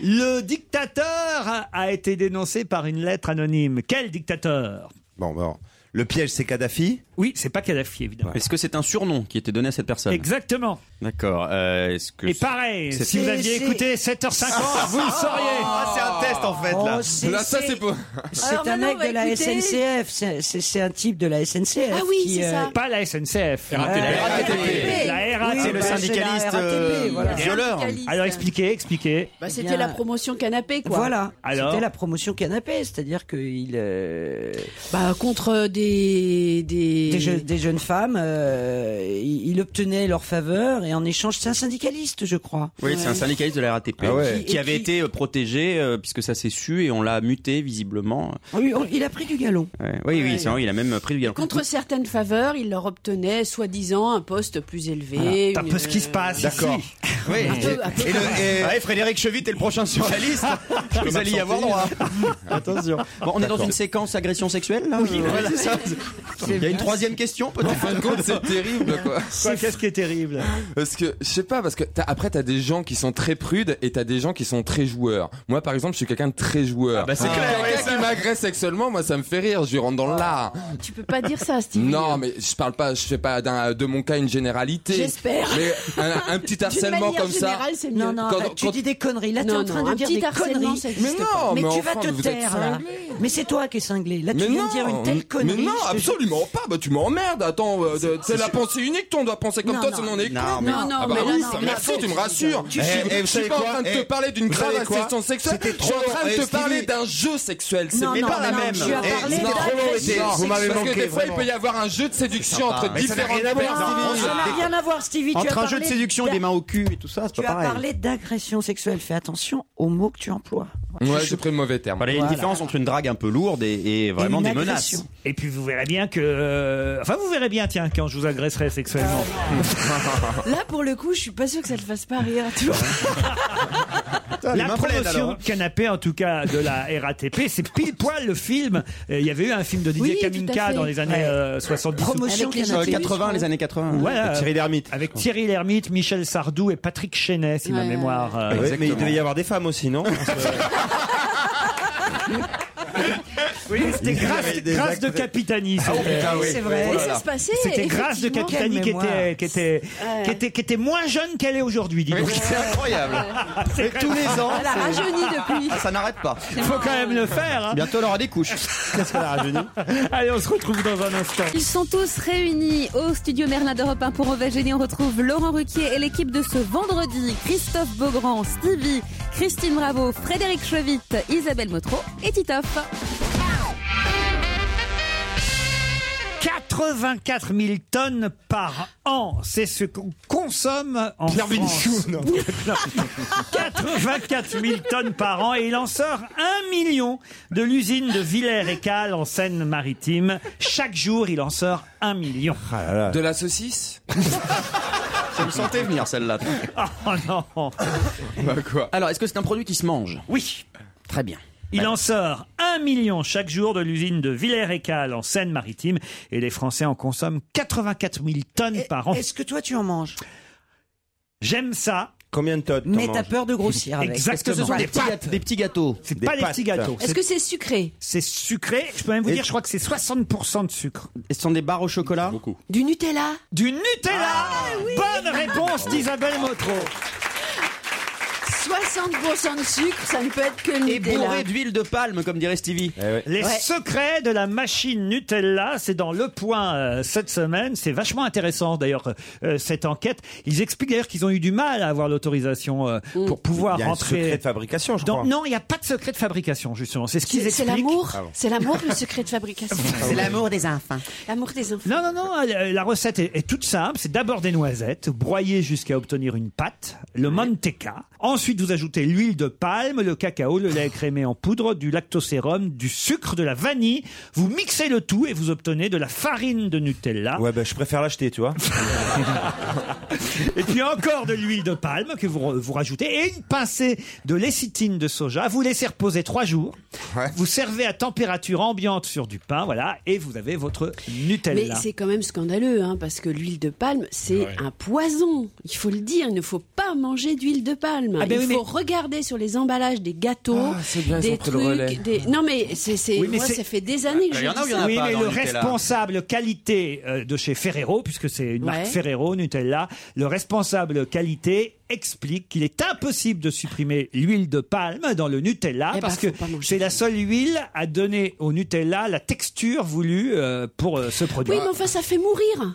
Speaker 3: Le dictateur a été dénoncé par une lettre anonyme. Quel dictateur
Speaker 5: Bon, bon. Le piège, c'est Kadhafi
Speaker 3: Oui, c'est pas Kadhafi, évidemment.
Speaker 6: Est-ce que c'est un surnom qui était donné à cette personne
Speaker 3: Exactement.
Speaker 6: D'accord. euh, est-ce que
Speaker 3: Et pareil,
Speaker 6: c'est-
Speaker 3: si vous aviez
Speaker 1: c'est-
Speaker 3: écouté 7h50, vous le sauriez.
Speaker 6: Ah, c'est un test, en fait, là. Là, ça, Oh, c'est pas-
Speaker 1: C'est
Speaker 6: Alors,
Speaker 1: un
Speaker 6: maintenant,
Speaker 1: mec
Speaker 6: on va
Speaker 1: de la
Speaker 6: écouter.
Speaker 1: SNCF. C'est, c'est- c'est un type de la SNCF.
Speaker 8: Ah oui,
Speaker 1: qui, euh,
Speaker 8: c'est ça.
Speaker 3: Pas la SNCF.
Speaker 1: La
Speaker 3: RATP. La RATP.
Speaker 1: Oui, bah, c'est la RATP,
Speaker 6: euh,
Speaker 9: euh,
Speaker 1: voilà.
Speaker 8: syndicaliste.
Speaker 3: Alors expliquez, expliquez.
Speaker 8: Bah,
Speaker 1: Eh
Speaker 8: c'était
Speaker 1: bien,
Speaker 8: la promotion canapé, quoi.
Speaker 1: Voilà.
Speaker 3: Alors
Speaker 1: C'était la promotion canapé, c'est-à-dire qu'il.
Speaker 8: Bah, contre des,
Speaker 1: des euh, des je- des jeunes femmes. euh, il, il obtenait leur faveur et en échange, c'est un syndicaliste, je crois.
Speaker 10: Oui, c'est un syndicaliste de la RATP
Speaker 1: Ah ouais.
Speaker 10: qui, qui avait été euh, protégé euh, puisque ça s'est su et on l'a muté visiblement.
Speaker 1: Oui, on- il a pris du galon.
Speaker 10: Ouais. Oui, oui, c'est vrai, il a même euh, pris du galon.
Speaker 8: Contre certaines faveurs, il leur obtenait soi-disant un poste plus élevé.
Speaker 10: Voilà. Un peu ce qui se
Speaker 3: passe
Speaker 10: D'accord.
Speaker 8: ici.
Speaker 10: Oui.
Speaker 1: Ah,
Speaker 8: Un peu- un peu-
Speaker 10: Et le- et-
Speaker 6: Ah,
Speaker 10: Ouais, Frédéric Chevite est
Speaker 9: [laughs]
Speaker 10: le prochain sur la [laughs] liste.
Speaker 8: peux
Speaker 10: Vous allez y
Speaker 8: m'absenter.
Speaker 10: avoir droit. Attention. Bon, on est dans
Speaker 9: D'accord.
Speaker 10: une séquence agression sexuelle là. euh,
Speaker 9: Oui, voilà.
Speaker 10: c'est ça.
Speaker 9: C'est
Speaker 10: Il y a une
Speaker 9: vrai.
Speaker 10: troisième question peut-être.
Speaker 9: En fin de compte, c'est terrible, quoi.
Speaker 3: Qu'est-ce qui est terrible
Speaker 9: Parce que, je sais pas, parce que t'as- après, t'as des gens qui sont très prudes et t'as des gens qui sont très joueurs. Moi, par exemple, je suis quelqu'un de très joueur.
Speaker 10: bah, c'est
Speaker 9: Ah.
Speaker 10: clair, ouais,
Speaker 9: Quelqu'un
Speaker 10: ça.
Speaker 9: qui m'agresse sexuellement, moi, ça me fait rire. Je lui rentre dans
Speaker 1: Ah.
Speaker 9: l'art.
Speaker 8: Tu peux pas dire ça, Steve.
Speaker 9: Non, mais je parle pas, je fais pas d'un- de mon cas une généralité.
Speaker 8: J'espère.
Speaker 9: Mais un, un petit harcèlement comme ça.
Speaker 1: Non, non,
Speaker 9: Quand-
Speaker 1: arrête, tu
Speaker 9: quand-
Speaker 1: dis des conneries. Là, tu es
Speaker 8: Non,
Speaker 1: en train
Speaker 8: non,
Speaker 1: de
Speaker 8: un
Speaker 1: dire
Speaker 8: petit
Speaker 1: des
Speaker 8: harcèlement,
Speaker 1: conneries.
Speaker 8: ça existe
Speaker 9: Mais pas. non,
Speaker 1: mais,
Speaker 9: mais
Speaker 1: tu vas
Speaker 9: enfin,
Speaker 1: te
Speaker 9: vous êtes
Speaker 1: taire, là.
Speaker 9: cinglé.
Speaker 1: Mais c'est toi qui es cinglé. Là, tu
Speaker 9: mais
Speaker 1: viens
Speaker 9: non,
Speaker 1: de dire une telle connerie.
Speaker 9: mais non,
Speaker 1: je te jure.
Speaker 9: absolument pas. Bah tu m'emmerdes. Attends, euh, de- c'est la pensée unique. Toi, on doit penser comme
Speaker 1: Non,
Speaker 9: toi,
Speaker 1: non.
Speaker 9: sinon on est
Speaker 1: Non,
Speaker 9: con.
Speaker 1: mais non, non,
Speaker 9: ah bah
Speaker 1: mais
Speaker 9: oui,
Speaker 1: là,
Speaker 9: ça
Speaker 1: non,
Speaker 9: merci,
Speaker 1: mais
Speaker 9: tu me
Speaker 1: là,
Speaker 9: rassures.
Speaker 1: tu-
Speaker 9: Eh,
Speaker 1: tu-
Speaker 9: eh, je
Speaker 1: tu-
Speaker 9: suis pas en train de
Speaker 1: eh,
Speaker 9: te parler d'une
Speaker 1: vous
Speaker 9: grave
Speaker 1: savez quoi
Speaker 9: agression sexuelle. Je
Speaker 1: C'était
Speaker 9: suis en
Speaker 1: trop-
Speaker 9: train de
Speaker 1: eh,
Speaker 9: te
Speaker 1: Stevie.
Speaker 9: parler d'un jeu sexuel. C'est
Speaker 1: Non,
Speaker 9: même
Speaker 1: non,
Speaker 9: pas la
Speaker 1: non,
Speaker 9: même.
Speaker 1: tu as
Speaker 9: Eh,
Speaker 1: parlé
Speaker 9: non,
Speaker 1: d'un
Speaker 9: non,
Speaker 1: jeu
Speaker 9: Vous m'avez
Speaker 1: sexuel.
Speaker 9: manqué. Parce que des fois, il
Speaker 1: vraiment.
Speaker 9: peut y avoir un jeu de séduction entre
Speaker 10: Mais ça n'a
Speaker 9: différentes
Speaker 10: rien à voir,
Speaker 9: personnes.
Speaker 10: Stevie.
Speaker 1: Ça n'a rien à voir, Stevie. tu
Speaker 10: Entre
Speaker 1: as
Speaker 10: un jeu de
Speaker 1: parlé
Speaker 10: séduction et des
Speaker 1: d'a-
Speaker 10: mains au cul et tout ça, c'est
Speaker 1: Tu
Speaker 10: pas
Speaker 1: as
Speaker 10: pareil.
Speaker 1: parlé d'agression sexuelle. Fais attention aux mots que tu emploies.
Speaker 9: Ouais, j'ai pris le mauvais terme.
Speaker 10: Voilà, Il y a une différence entre une drague un peu lourde et, et vraiment des menaces.
Speaker 3: Et puis vous verrez bien que. euh, Enfin, vous verrez bien, tiens, quand je vous agresserai sexuellement.
Speaker 8: [laughs]
Speaker 10: [laughs]
Speaker 8: Là, pour le coup, je suis pas sûre que ça le fasse pas rire. tu vois.
Speaker 10: les
Speaker 3: La
Speaker 10: mains pleines, alors,
Speaker 3: promotion
Speaker 10: hein.
Speaker 3: canapé, en tout cas, de la RATP, c'est pile poil le film. Euh, Il y avait eu un film de Didier
Speaker 10: Oui, tout à
Speaker 3: Kaminka
Speaker 10: fait.
Speaker 3: dans les années
Speaker 10: Ouais.
Speaker 3: euh, 70.
Speaker 10: Promotion Avec les canapé, 80, les années 80.
Speaker 3: Ouais,
Speaker 10: Avec Thierry
Speaker 3: Lhermitte. Avec Thierry Lhermitte, Michel Sardou et Patrick Chenet, si ma
Speaker 10: Ouais.
Speaker 3: mémoire. euh,
Speaker 5: Ah Ouais, mais il devait y avoir des femmes aussi, non
Speaker 3: [laughs] Oui, c'était
Speaker 5: Il y
Speaker 3: grâce,
Speaker 5: avait des
Speaker 3: grâce
Speaker 5: actes-
Speaker 3: de Capitani.
Speaker 5: Ah, oh,
Speaker 3: c'était-
Speaker 5: putain, oui. C'est vrai.
Speaker 8: Mais ça se passait,
Speaker 3: C'était grâce de
Speaker 8: effectivement.
Speaker 3: Capitani
Speaker 8: Quelle
Speaker 3: qui
Speaker 8: mémoire.
Speaker 3: était, qui, était,
Speaker 8: Ouais.
Speaker 3: qui, était, qui était moins jeune qu'elle est aujourd'hui. dis donc.
Speaker 10: C'est incroyable.
Speaker 3: C'est [laughs]
Speaker 10: tous les ans.
Speaker 3: Elle a
Speaker 10: c'est-
Speaker 3: rajeuni depuis.
Speaker 10: Ah, ça n'arrête pas.
Speaker 3: Il faut quand même le faire. hein.
Speaker 10: Bientôt, elle aura des couches. Qu'est-ce qu'elle a rajeuni [laughs]
Speaker 3: Allez, on se retrouve dans un instant.
Speaker 16: Ils sont tous réunis au studio Merlin d'Europe 1 pour Ovagénie. On retrouve Laurent Ruquier et l'équipe de ce vendredi. Christophe Beaugrand, Stevie, Christine Bravo, Frédéric Chevitte, Isabelle Motro et Titoff.
Speaker 3: 84 000 tonnes par an, c'est ce qu'on consomme en
Speaker 5: Pierre
Speaker 3: France.
Speaker 5: Bénichou, non.
Speaker 3: [laughs] 84 000 tonnes par an et il en sort 1 million de l'usine de Villers-et-Cales en Seine-Maritime. Chaque jour, il en sort 1 million.
Speaker 5: Ah
Speaker 9: De la
Speaker 3: [laughs]
Speaker 9: saucisse
Speaker 10: Je me sentais venir celle-là.
Speaker 3: Oh non
Speaker 10: Alors, est-ce que c'est un produit qui se mange
Speaker 3: Oui.
Speaker 10: Très bien. Bah,
Speaker 3: Il en sort 1 million chaque jour de l'usine de Villers-et-Cales en Seine-Maritime et les Français en consomment 84 000 tonnes par an.
Speaker 1: Est-ce que toi, tu en manges
Speaker 3: J'aime ça.
Speaker 5: Combien de tonnes t'en
Speaker 1: Mais t'as
Speaker 5: manges
Speaker 1: peur de grossir avec.
Speaker 3: Exactement.
Speaker 10: Est-ce que ce sont des, petits gâteaux- des petits
Speaker 4: Oh,
Speaker 10: gâteaux
Speaker 3: C'est pas les petits gâteaux.
Speaker 8: Est-ce que c'est sucré
Speaker 3: C'est sucré. Je peux même vous
Speaker 10: Et-
Speaker 3: dire, je crois que c'est 60% de sucre.
Speaker 10: Et ce sont des barres au chocolat Ah,
Speaker 8: Du Nutella
Speaker 3: Du Nutella Eh Bonne réponse d'Isabelle Motro.
Speaker 8: 60% de sucre, ça ne peut être que le
Speaker 10: Et
Speaker 8: Nutella.
Speaker 10: bourré d'huile de palme, comme dirait Stevie.
Speaker 4: Eh
Speaker 3: Les secrets de la machine Nutella, c'est dans Le Point euh, cette semaine. C'est vachement intéressant d'ailleurs euh, cette enquête. Ils expliquent d'ailleurs qu'ils ont eu du mal à avoir l'autorisation euh,
Speaker 8: Mm.
Speaker 3: pour pouvoir
Speaker 5: Il y a un
Speaker 3: rentrer.
Speaker 5: secret de fabrication, je
Speaker 3: dans-
Speaker 5: crois. Ah
Speaker 3: Non, il n'y a pas de secret de fabrication justement. C'est ce qu'ils
Speaker 8: C'est c'est
Speaker 3: expliquent. Ah
Speaker 8: l'amour C'est l'amour, le secret de fabrication.
Speaker 1: l'amour des enfants.
Speaker 8: L'amour des enfants.
Speaker 3: Non, non, non, euh, la la recette est, est toute simple. C'est d'abord des noisettes, broyées jusqu'à obtenir une pâte, le manteca. Ensuite, vous ajoutez l'huile de palme, le cacao, le lait crémé en poudre, du lactosérum, du sucre, de la vanille. Vous mixez le tout et vous obtenez de la farine de Nutella.
Speaker 5: Ouais, bah, je préfère l'acheter, tu vois.
Speaker 3: [laughs] Et puis encore de l'huile de palme que vous, re- vous rajoutez et une pincée de lécithine de soja. Vous laissez reposer trois jours. Vous servez à température ambiante sur du pain, voilà, et vous avez votre
Speaker 8: Mais
Speaker 3: Nutella.
Speaker 8: c'est quand même scandaleux, hein, parce que l'huile de palme, c'est un poison. Il faut le dire, il ne faut pas manger d'huile de palme.
Speaker 3: Ah ben
Speaker 8: il
Speaker 3: oui,
Speaker 8: faut regarder sur les emballages des gâteaux,
Speaker 9: Ah, c'est bien, ils
Speaker 8: des
Speaker 9: ont pris le relais.
Speaker 8: trucs. Des... Non, mais, c'est c'est
Speaker 3: Oui, mais
Speaker 8: moi,
Speaker 3: c'est-
Speaker 8: ça fait des années
Speaker 3: Ah,
Speaker 8: que
Speaker 10: Il
Speaker 8: je
Speaker 10: y en a
Speaker 8: dis
Speaker 10: ou il y en a
Speaker 8: ça.
Speaker 3: oui,
Speaker 10: pas
Speaker 3: mais
Speaker 10: dans
Speaker 3: le
Speaker 10: Nutella.
Speaker 3: responsable qualité euh, de chez Ferrero, puisque c'est une marque
Speaker 8: Ouais.
Speaker 3: Ferrero, Nutella, le responsable qualité explique qu'il est impossible de supprimer l'huile de palme dans le Nutella
Speaker 8: Eh ben,
Speaker 3: parce
Speaker 8: faut
Speaker 3: que c'est la seule huile à donner au Nutella la texture voulue euh, pour euh, ce produit.
Speaker 8: Oui, mais enfin, ça fait mourir.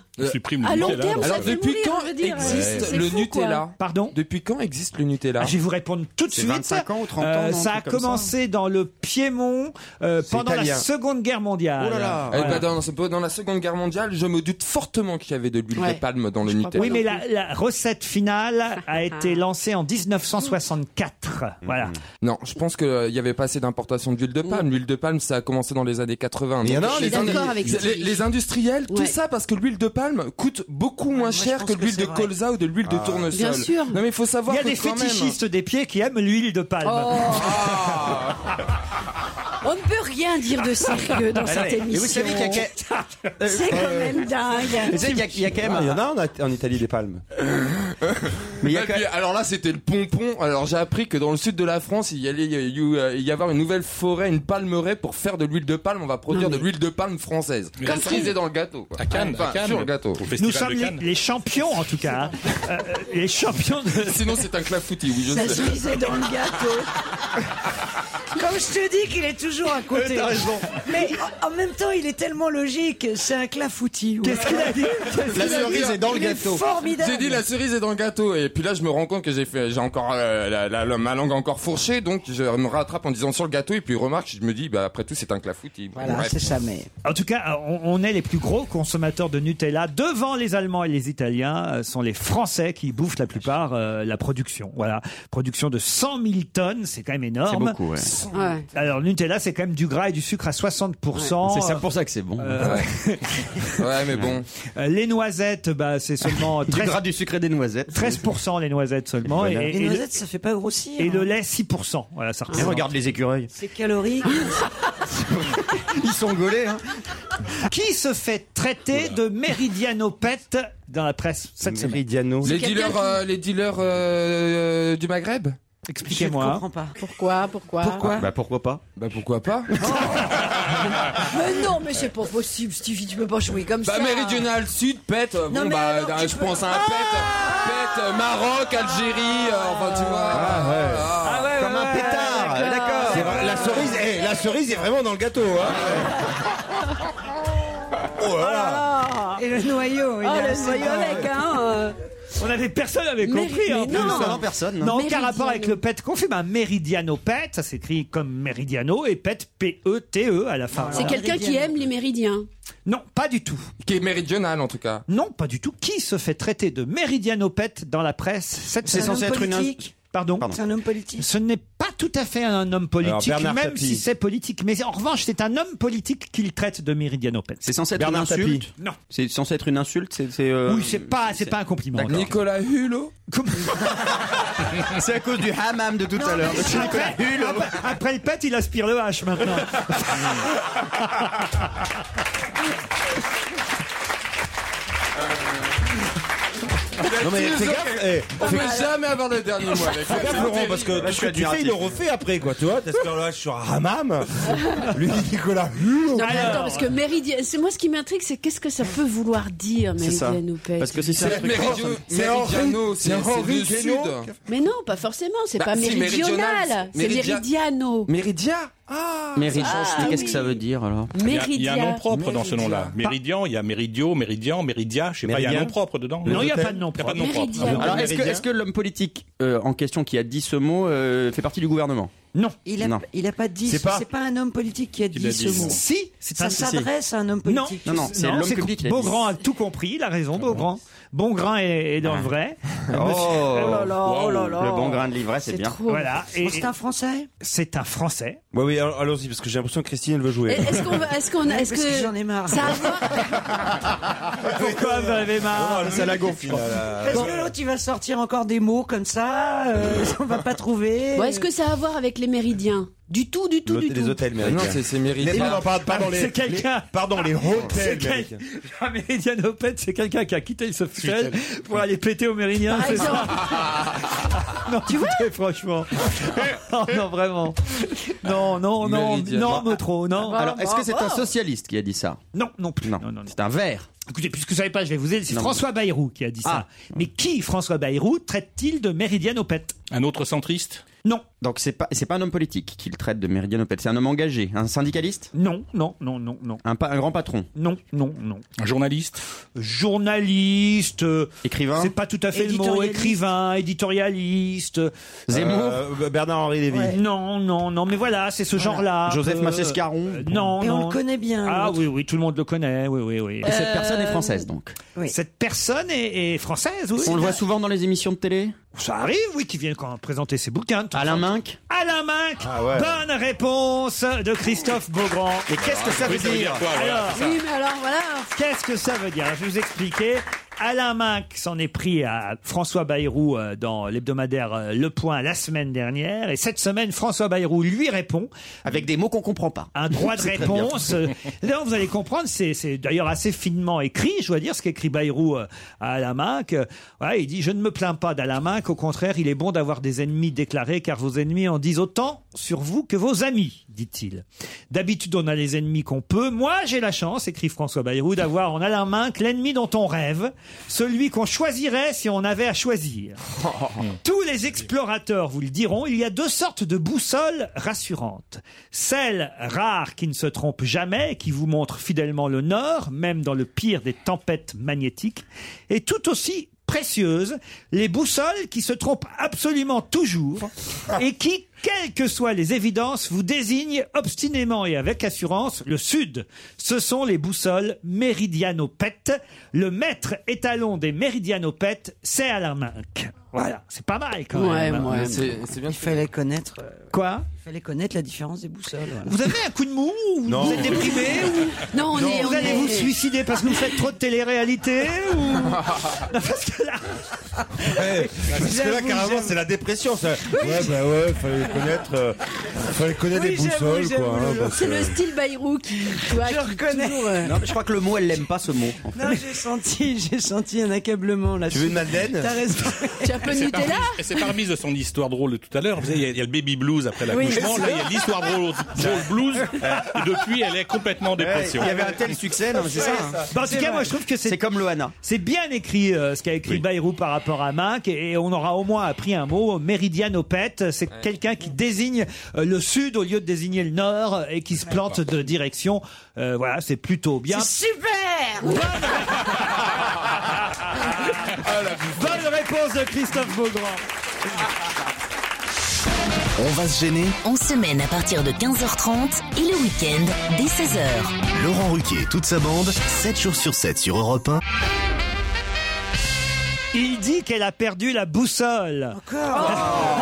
Speaker 8: à long terme, ça
Speaker 9: Alors,
Speaker 8: fait
Speaker 9: depuis
Speaker 8: mourir,
Speaker 9: quand
Speaker 8: je veux dire.
Speaker 9: existe
Speaker 8: C'est
Speaker 9: le
Speaker 8: fou,
Speaker 9: Nutella
Speaker 8: quoi.
Speaker 3: Pardon Ah,
Speaker 9: Depuis quand existe le Nutella
Speaker 3: Je vais vous répondre tout de
Speaker 9: C'est
Speaker 3: suite.
Speaker 9: 25 ans ou 30 ans,
Speaker 3: Euh,
Speaker 9: non,
Speaker 3: ça
Speaker 9: un
Speaker 3: a
Speaker 9: truc comme hein.
Speaker 3: commencé dans le Piémont euh,
Speaker 9: C'est
Speaker 3: pendant
Speaker 9: italien.
Speaker 3: la Seconde Guerre mondiale.
Speaker 9: Eh
Speaker 3: Euh, Voilà.
Speaker 9: ben, dans, dans la Seconde Guerre mondiale, je me doute fortement qu'il y avait de l'huile
Speaker 3: Ouais.
Speaker 9: de palme dans le Nutella.
Speaker 3: Oui, mais la, la recette finale a été lancée en 1964.
Speaker 9: Mm-hmm.
Speaker 3: Voilà. Mm.
Speaker 9: Non, je pense qu'il n'y avait pas assez d'importation d'huile de palme. L'huile de palme, ça a commencé dans les années 80.
Speaker 5: Il y en a,
Speaker 9: Donc,
Speaker 5: les
Speaker 9: les,
Speaker 5: Indiens-
Speaker 9: les- les- les industriels, tout
Speaker 5: Ouais.
Speaker 9: ça parce que l'huile de palme coûte beaucoup moins cher que l'huile de colza ou de l'huile de
Speaker 3: Ah.
Speaker 9: tournesol.
Speaker 3: Bien sûr.
Speaker 9: Non, mais il faut savoir
Speaker 3: Il y a
Speaker 9: que
Speaker 3: des
Speaker 9: quand même-
Speaker 3: fétichistes des pieds qui aiment l'huile de palme.
Speaker 9: Oh.
Speaker 3: [laughs]
Speaker 8: On ne peut rien dire de sérieux dans
Speaker 3: Ah,
Speaker 8: cette
Speaker 3: ouais. Et vous
Speaker 8: émission.
Speaker 3: savez qu'il y
Speaker 8: [laughs]
Speaker 3: a
Speaker 8: C'est quand même dingue.
Speaker 5: Mais Euh, tu sais qu'il y a- il y a quand même- Ah, il y en a en, Italie des palmes.
Speaker 9: Mais alors là, c'était le pompon. Alors j'ai appris que dans le sud de la France, il y allait il y a- il y avoir une nouvelle forêt, une palmeraie pour faire de l'huile de palme. On va produire de l'huile de palme française.
Speaker 4: Mais
Speaker 9: La
Speaker 4: Comme
Speaker 9: cerise
Speaker 4: tout.
Speaker 9: est dans le gâteau. quoi.
Speaker 4: À Cannes,
Speaker 9: Enfin,
Speaker 4: à Cannes.
Speaker 9: sur le gâteau.
Speaker 4: Au festival
Speaker 3: Nous sommes les, les champions, en
Speaker 9: [laughs]
Speaker 3: tout cas. hein. Euh, les champions de...
Speaker 9: Sinon, c'est un clafoutis, oui, je
Speaker 3: Ça
Speaker 9: sais.
Speaker 3: se disait
Speaker 1: dans le gâteau. Comme je te dis qu'il est toujours à côté.
Speaker 3: Euh, t'as raison.
Speaker 1: Mais en en même temps, il est tellement logique, c'est un clafoutis. Qu'est-ce qu'il a dit Qu'est-ce qu'il a dit Il Formidable.
Speaker 9: J'ai dit la cerise est dans le gâteau et puis là je me rends compte que j'ai fait j'ai encore euh, la, la- la- ma langue encore fourchée donc je me rattrape en disant sur le gâteau et puis remarque je me dis bah après tout Bah, c'est un clafoutis. Bref.
Speaker 1: mais.
Speaker 3: En tout cas, on, on est les plus gros consommateurs de Nutella. Devant les Allemands et les Italiens, euh, sont les Français qui bouffent la plupart euh, la production. Voilà, production de 100 000 tonnes, c'est quand même énorme.
Speaker 10: C'est beaucoup, ouais.
Speaker 3: Cent- Alors Nutella, c'est quand même du gras et du sucre à 60
Speaker 10: C'est ça pour ça que c'est
Speaker 3: [laughs]
Speaker 10: bon.
Speaker 9: ouais, mais bon.
Speaker 3: Euh, Les noisettes, bah, c'est seulement 13...
Speaker 10: gras, [laughs] du sucre et des noisettes.
Speaker 3: 13% les noisettes seulement. Et, et-
Speaker 1: Les
Speaker 3: et le-
Speaker 1: noisettes, Ah. ça fait pas grossir.
Speaker 3: et le lait, 6%. Voilà, ça représente.
Speaker 10: regarde les écureuils.
Speaker 1: C'est calorique.
Speaker 10: Ils sont gaulés. Hein.
Speaker 3: Qui se fait traiter de méridianopète dans la presse cette semaine Méridiano.
Speaker 9: Les dealers euh, les dealers euh, du Maghreb.
Speaker 3: Expliquez-moi. Je comprends
Speaker 1: pas.
Speaker 8: Pourquoi Pourquoi
Speaker 10: Bah pourquoi pas
Speaker 9: Bah pourquoi pas
Speaker 8: Mais non, mais c'est pas possible, Stevie, tu peux pas jouer comme
Speaker 9: Bah
Speaker 8: ça.
Speaker 9: méridional sud pète euh, bon
Speaker 8: mais
Speaker 9: bah euh, je pense à un pète pète euh, Maroc Algérie euh, enfin tu vois. Ah ouais.
Speaker 5: Comme un pétard, d'accord. C'est vrai, La cerise, eh, la cerise est vraiment dans le gâteau. Hein. oh là là.
Speaker 6: Ah.
Speaker 1: Et le noyau. il
Speaker 8: Oh,
Speaker 1: est
Speaker 8: le
Speaker 1: assez
Speaker 8: noyau
Speaker 1: grand.
Speaker 8: avec, hein, euh.
Speaker 3: On avait personne avait
Speaker 8: Méri-
Speaker 3: compris. hein,
Speaker 8: mais
Speaker 3: en plus.
Speaker 8: non. Non, non, personne, non.
Speaker 3: Non, aucun
Speaker 8: Méridiano.
Speaker 3: rapport avec le pet qu'on fait. Bah, méridiano pet, ça s'écrit comme méridiano et pet P-E-T-E E à la fin.
Speaker 8: C'est quelqu'un qui aime les méridiens.
Speaker 3: Non, pas du tout.
Speaker 9: Qui est méridional en tout cas.
Speaker 3: Non, pas du tout. Qui se fait traiter de méridianopète dans la presse cette
Speaker 1: C'est
Speaker 3: semaine
Speaker 1: censé être une politique.
Speaker 3: Pardon.
Speaker 1: C'est un homme politique.
Speaker 3: Ce n'est pas tout à fait un homme
Speaker 5: Alors,
Speaker 3: politique,
Speaker 5: Bernard
Speaker 3: même
Speaker 5: Tapie.
Speaker 3: si c'est politique. Mais en revanche, c'est un homme politique qu'il traite de méridianopète.
Speaker 10: C'est censé être
Speaker 3: Bernard
Speaker 10: une insulte.
Speaker 3: Tapie. Non.
Speaker 10: C'est censé être une insulte. C'est. c'est, euh,
Speaker 3: Oui, c'est pas, c'est pas un compliment.
Speaker 10: D'accord.
Speaker 3: encore.
Speaker 9: Nicolas Hulot.
Speaker 10: [laughs] C'est à cause du hammam de tout à l'heure. de Nicolas
Speaker 3: Après,
Speaker 10: Hulot.
Speaker 3: après- après le pet, il aspire le H
Speaker 1: [laughs]
Speaker 3: maintenant.
Speaker 5: Non, mais fais gaffe, eh,
Speaker 9: On peut jamais avoir le dernier mot avec
Speaker 5: Fais gaffe, Laurent, parce que tout ce que tu fais, il le refait après, quoi. Tu vois, t'espères là, je suis un hammam. Lui, Nicolas.
Speaker 8: Non, mais attends, parce que méridien. C'est moi ce qui m'intrigue, c'est qu'est-ce que ça peut vouloir dire,
Speaker 10: C'est ça.
Speaker 8: méridien ou pète
Speaker 10: Parce que c'est ça. le truc.
Speaker 9: Méridio-
Speaker 5: C'est Henri-
Speaker 9: Méridiano, c'est
Speaker 5: c'est
Speaker 9: c'est
Speaker 5: Henri
Speaker 9: du sud.
Speaker 5: Quénon.
Speaker 8: Mais non, pas forcément, c'est
Speaker 9: Bah,
Speaker 8: pas
Speaker 9: si, méridional,
Speaker 8: méridional, c'est
Speaker 9: méridia-
Speaker 8: méridiano.
Speaker 9: Méridia Ah
Speaker 10: Méridia,
Speaker 8: Ah,
Speaker 10: qu'est-ce
Speaker 8: oui.
Speaker 10: que ça veut dire alors
Speaker 4: Il y, a, il y a un nom
Speaker 8: Méridia.
Speaker 4: propre dans ce nom-là. Méridian, il y a Méridio, Méridian, Méridia, je sais pas, il y a un
Speaker 5: Méridien
Speaker 4: nom propre dedans.
Speaker 3: Non, il n'y a pas de nom
Speaker 4: Il y a pas
Speaker 3: propre.
Speaker 4: de nom propre.
Speaker 8: Méridien.
Speaker 4: Ah
Speaker 10: Alors est-ce que, est-ce que l'homme politique euh, en question qui a dit ce mot euh, fait partie du gouvernement
Speaker 3: Non.
Speaker 1: Il a,
Speaker 10: Non.
Speaker 1: il a pas dit.
Speaker 10: C'est
Speaker 1: C'est
Speaker 10: pas-
Speaker 1: pas... un homme politique qui a dit
Speaker 4: a
Speaker 1: ce
Speaker 4: dit,
Speaker 1: mot.
Speaker 4: non.
Speaker 3: Si, c'est
Speaker 1: Ça
Speaker 3: un- si, si.
Speaker 1: s'adresse à un homme
Speaker 3: Non,
Speaker 1: politique.
Speaker 10: Non, non, c'est l'homme public qui l'a dit. Ah
Speaker 3: Beaugrand a tout compris, il a raison, Beaugrand. Bongrain est, est dans le
Speaker 10: [laughs]
Speaker 3: vrai.
Speaker 10: Oh,
Speaker 1: Oh là là, oh là là.
Speaker 10: Le bon grain de livret, c'est
Speaker 1: C'est
Speaker 10: bien.
Speaker 1: trop.
Speaker 3: Voilà, et-
Speaker 1: Oh, c'est un Français
Speaker 3: C'est un Français.
Speaker 5: Ouais, oui, all- allons-y, parce que j'ai l'impression que Christine, elle veut jouer.
Speaker 8: Est-ce qu'on va- est-ce qu'on
Speaker 1: Ouais,
Speaker 8: est-ce
Speaker 1: parce que j'en ai marre.
Speaker 8: ça a à voir-
Speaker 3: Pourquoi vous en avez
Speaker 5: Ah,
Speaker 3: Ah, marre
Speaker 5: Ça la gonfle.
Speaker 1: Est-ce que l'autre, il va sortir encore des mots comme ça euh, [laughs] On va pas trouver.
Speaker 8: Bon, est-ce que ça a à voir avec les méridiens. Du tout, du tout,
Speaker 5: L'hôtel-
Speaker 8: du tout.
Speaker 5: les hôtels
Speaker 10: Ah,
Speaker 5: américains.
Speaker 9: Non, c'est- c'est Meridian.
Speaker 5: Les- non, non, pardon, pardon,
Speaker 3: Ah,
Speaker 5: les,
Speaker 3: c'est quelqu'un. Ah,
Speaker 5: les- pardon, les
Speaker 3: C'est
Speaker 5: hôtels
Speaker 3: quel-
Speaker 5: américains.
Speaker 3: La Méridianopète, c'est quelqu'un qui a quitté le Sofitel pour aller péter au Méridien,
Speaker 8: Par
Speaker 3: hein, c'est ça
Speaker 8: exemple.
Speaker 3: [laughs] Non, [laughs] tu vois Eh, Franchement. Oh, non, vraiment. Non, non, non,
Speaker 10: Méridien. Bah,
Speaker 3: non, me trop, non.
Speaker 10: Alors, est-ce que c'est un
Speaker 3: social
Speaker 10: socialiste qui a dit ça
Speaker 3: Oh. Non, non plus.
Speaker 10: Non, c'est un vert.
Speaker 3: Écoutez, puisque vous savez pas, je vais vous aider. C'est
Speaker 10: Non. Ah.
Speaker 3: François Bayrou qui a dit ça. Mais qui, François Bayrou, traite-t-il de méridianopète
Speaker 10: Un autre centriste
Speaker 3: Non.
Speaker 10: Donc c'est pas c'est pas un homme politique qu'il traite de méridianopète, c'est un homme engagé, un syndicaliste
Speaker 3: Non, non, non, non, non.
Speaker 10: Un, pa- un grand patron
Speaker 3: Non, non, non.
Speaker 10: Un journaliste
Speaker 3: Journaliste. euh,
Speaker 10: Écrivain
Speaker 3: C'est pas tout à fait le mot
Speaker 10: Éditorialiste.
Speaker 3: écrivain, éditorialiste.
Speaker 10: Zemmour
Speaker 5: Bernard-Henri Lévy.
Speaker 3: Non, non, non, mais voilà, c'est ce
Speaker 1: Voilà.
Speaker 3: genre-là.
Speaker 10: Joseph
Speaker 3: que-
Speaker 10: Massescaron
Speaker 3: Euh, Non,
Speaker 1: Et on
Speaker 3: non.
Speaker 1: le connaît bien,
Speaker 3: Ah
Speaker 1: l'autre.
Speaker 3: oui, oui, tout le monde le connaît, oui, oui, oui. Euh,
Speaker 10: Et cette personne est française donc.
Speaker 3: Cette personne est, est française, oui.
Speaker 10: On le voit souvent dans les émissions de télé
Speaker 3: Ça arrive, oui, qui vient quand présenter ses bouquins.
Speaker 10: Alain Minck
Speaker 3: Alain Minck
Speaker 10: Ah ouais.
Speaker 3: Bonne réponse de Christophe Beaugrand. Mais
Speaker 10: qu'est-ce que ça veut dire
Speaker 3: Alors,
Speaker 8: Oui, mais alors voilà.
Speaker 3: Qu'est-ce que ça veut dire Je vais vous expliquer. Alain Minck s'en est pris à François Bayrou euh, dans l'hebdomadaire euh, Le Point la semaine dernière. Et cette semaine, François Bayrou lui répond.
Speaker 10: Avec des mots qu'on comprend pas.
Speaker 3: Un droit de
Speaker 10: [laughs] C'est très bien.
Speaker 3: réponse. Euh, [laughs] Là, vous allez comprendre, c'est c'est d'ailleurs assez finement écrit, je dois dire, ce qu'écrit Bayrou euh, à Alain Minck. Euh, voilà, il dit « Je ne me plains pas d'Alain Minck, au contraire, il est bon d'avoir des ennemis déclarés, car vos ennemis en disent autant sur vous que vos amis, dit-il. D'habitude, on a les ennemis qu'on peut. Moi, j'ai la chance, écrit François Bayrou, d'avoir en Alain Minck l'ennemi dont on rêve, celui qu'on choisirait si on avait à choisir. Tous les explorateurs vous le diront, il y a deux sortes de boussoles rassurantes. Celle rare qui ne se trompe jamais, qui vous montre fidèlement le nord, même dans le pire des tempêtes magnétiques, et tout aussi précieuses, les boussoles qui se trompent absolument toujours et qui, quelles que soient les évidences, vous désignent obstinément et avec assurance le sud. Ce sont les boussoles méridianopètes. Le maître étalon des méridianopètes, c'est Alain Minck. Voilà, c'est pas mal quand même.
Speaker 1: Il fallait connaître. euh,
Speaker 3: Quoi
Speaker 1: Il fallait connaître la différence des boussoles.
Speaker 3: Vous avez un coup de mou ou
Speaker 1: Non.
Speaker 3: Vous êtes déprimé ou
Speaker 1: Non, on
Speaker 3: vous
Speaker 1: est- on
Speaker 3: allez
Speaker 1: est-
Speaker 3: vous suicider parce que vous faites trop de télé-réalité [laughs] ou Non, parce que là,
Speaker 5: Ouais, parce que là,
Speaker 3: J'avoue,
Speaker 5: carrément,
Speaker 3: j'avoue.
Speaker 5: c'est la dépression. ça. Ouais, bah ouais, fallait connaître, euh, fallait connaître les
Speaker 8: Oui, j'avoue,
Speaker 5: boussoles,
Speaker 8: j'avoue,
Speaker 5: quoi. hein, parce
Speaker 8: C'est
Speaker 5: que-
Speaker 8: le style Bayrou qui, tu vois, qui toujours, euh,
Speaker 10: Non, mais je crois que le mot, elle l'aime pas ce mot. en fait.
Speaker 1: [laughs] Non, j'ai senti, j'ai senti un accablement là.
Speaker 10: Tu veux une madeleine
Speaker 1: T'as raison.
Speaker 8: Tu as un peu de
Speaker 4: C'est par-
Speaker 8: Nutella
Speaker 4: et C'est parmi de son histoire drôle de tout à l'heure. Vous savez, Il y, a- il y a le baby blues après l'accouchement.
Speaker 5: Oui,
Speaker 4: là, il y a l'histoire
Speaker 3: [laughs]
Speaker 4: drôle, drôle blues. Et depuis, elle est complètement en dépression.
Speaker 10: Eh, il y avait un tel succès, non, mais c'est ça. hein.
Speaker 3: Bah, en tout cas, moi, je trouve que c'est
Speaker 10: C'est comme Loana.
Speaker 3: c'est bien écrit euh, ce qu'a écrit Bayrou par rapport à Mac et, et on aura au moins appris un mot méridianopète c'est quelqu'un qui désigne euh, le sud au lieu de désigner le nord euh, et qui se plante de direction Euh, voilà c'est plutôt bien
Speaker 1: Super
Speaker 6: [laughs] Oh,
Speaker 3: bonne réponse de Christophe Beaugrand
Speaker 2: On va se gêner
Speaker 13: En semaine à partir de 15h30 et le week-end dès 16h.
Speaker 2: Laurent Ruquier et toute sa bande, 7 jours sur 7 sur Europe 1.
Speaker 3: il dit qu'elle a perdu la boussole
Speaker 10: Oh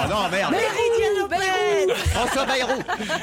Speaker 10: non, merde. François Bayrou.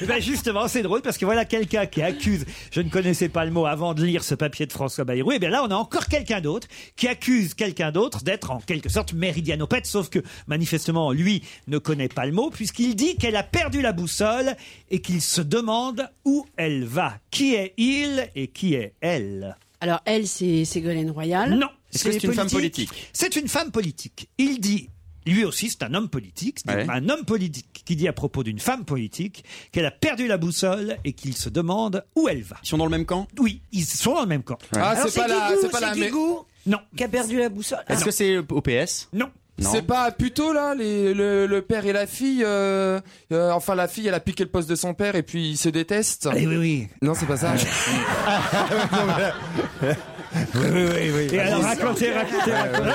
Speaker 3: Eh ben justement, c'est drôle parce que voilà quelqu'un qui accuse, je ne connaissais pas le mot avant de lire ce papier de François Bayrou, et bien là on a encore quelqu'un d'autre qui accuse quelqu'un d'autre d'être en quelque sorte méridianopète, sauf que manifestement lui ne connaît pas le mot puisqu'il dit qu'elle a perdu la boussole et qu'il se demande où elle va. Qui est il et qui est elle
Speaker 8: Alors, elle, c'est Ségolène Royal.
Speaker 3: Non.
Speaker 10: Est-ce que c'est
Speaker 3: les
Speaker 10: une femme
Speaker 3: politiques.
Speaker 10: politique
Speaker 3: C'est une femme politique. Il dit, lui aussi, c'est un homme politique. C'est
Speaker 10: Ouais.
Speaker 3: un homme politique qui dit à propos d'une femme politique qu'elle a perdu la boussole et qu'il se demande où elle va.
Speaker 10: Ils sont dans le même camp
Speaker 3: Oui, ils sont dans le même camp.
Speaker 10: Ah,
Speaker 1: Alors,
Speaker 9: c'est pas la-
Speaker 1: Guigou,
Speaker 9: c'est pas la- mais-
Speaker 1: Guigou
Speaker 3: Non,
Speaker 1: qui a perdu la boussole.
Speaker 10: Est-ce que c'est au PS
Speaker 3: Ah non.
Speaker 10: Non.
Speaker 9: C'est pas plutôt là les- le, le père et la fille. euh, euh, enfin, la fille, elle a piqué le poste de son père et puis ils se détestent.
Speaker 3: Eh oui, oui. Ah,
Speaker 9: Non, c'est pas ça. [laughs]
Speaker 5: Oui, oui, oui, oui.
Speaker 3: Et alors, racontez, racontez, racontez.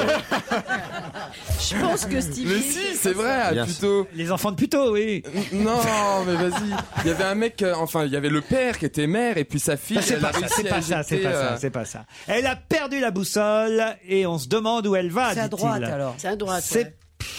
Speaker 8: Je pense que Stevie.
Speaker 9: Mais si, c'est vrai,
Speaker 5: Bien
Speaker 9: plutôt.
Speaker 3: Les enfants de puto, oui.
Speaker 9: Non, mais vas-y. Il y avait un mec, euh, enfin, il y avait le père qui était mère et puis sa fille.
Speaker 3: Ah, C'est
Speaker 9: elle a
Speaker 3: pas ça,
Speaker 9: réussi
Speaker 3: c'est
Speaker 9: à
Speaker 3: pas ça, c'est
Speaker 9: éjecter,
Speaker 3: pas ça,
Speaker 9: euh,
Speaker 3: c'est pas ça. [laughs] Elle a perdu la boussole et on se demande où elle va.
Speaker 1: C'est à
Speaker 3: dit-il.
Speaker 1: droite alors.
Speaker 8: C'est à droite. ouais.
Speaker 3: C'est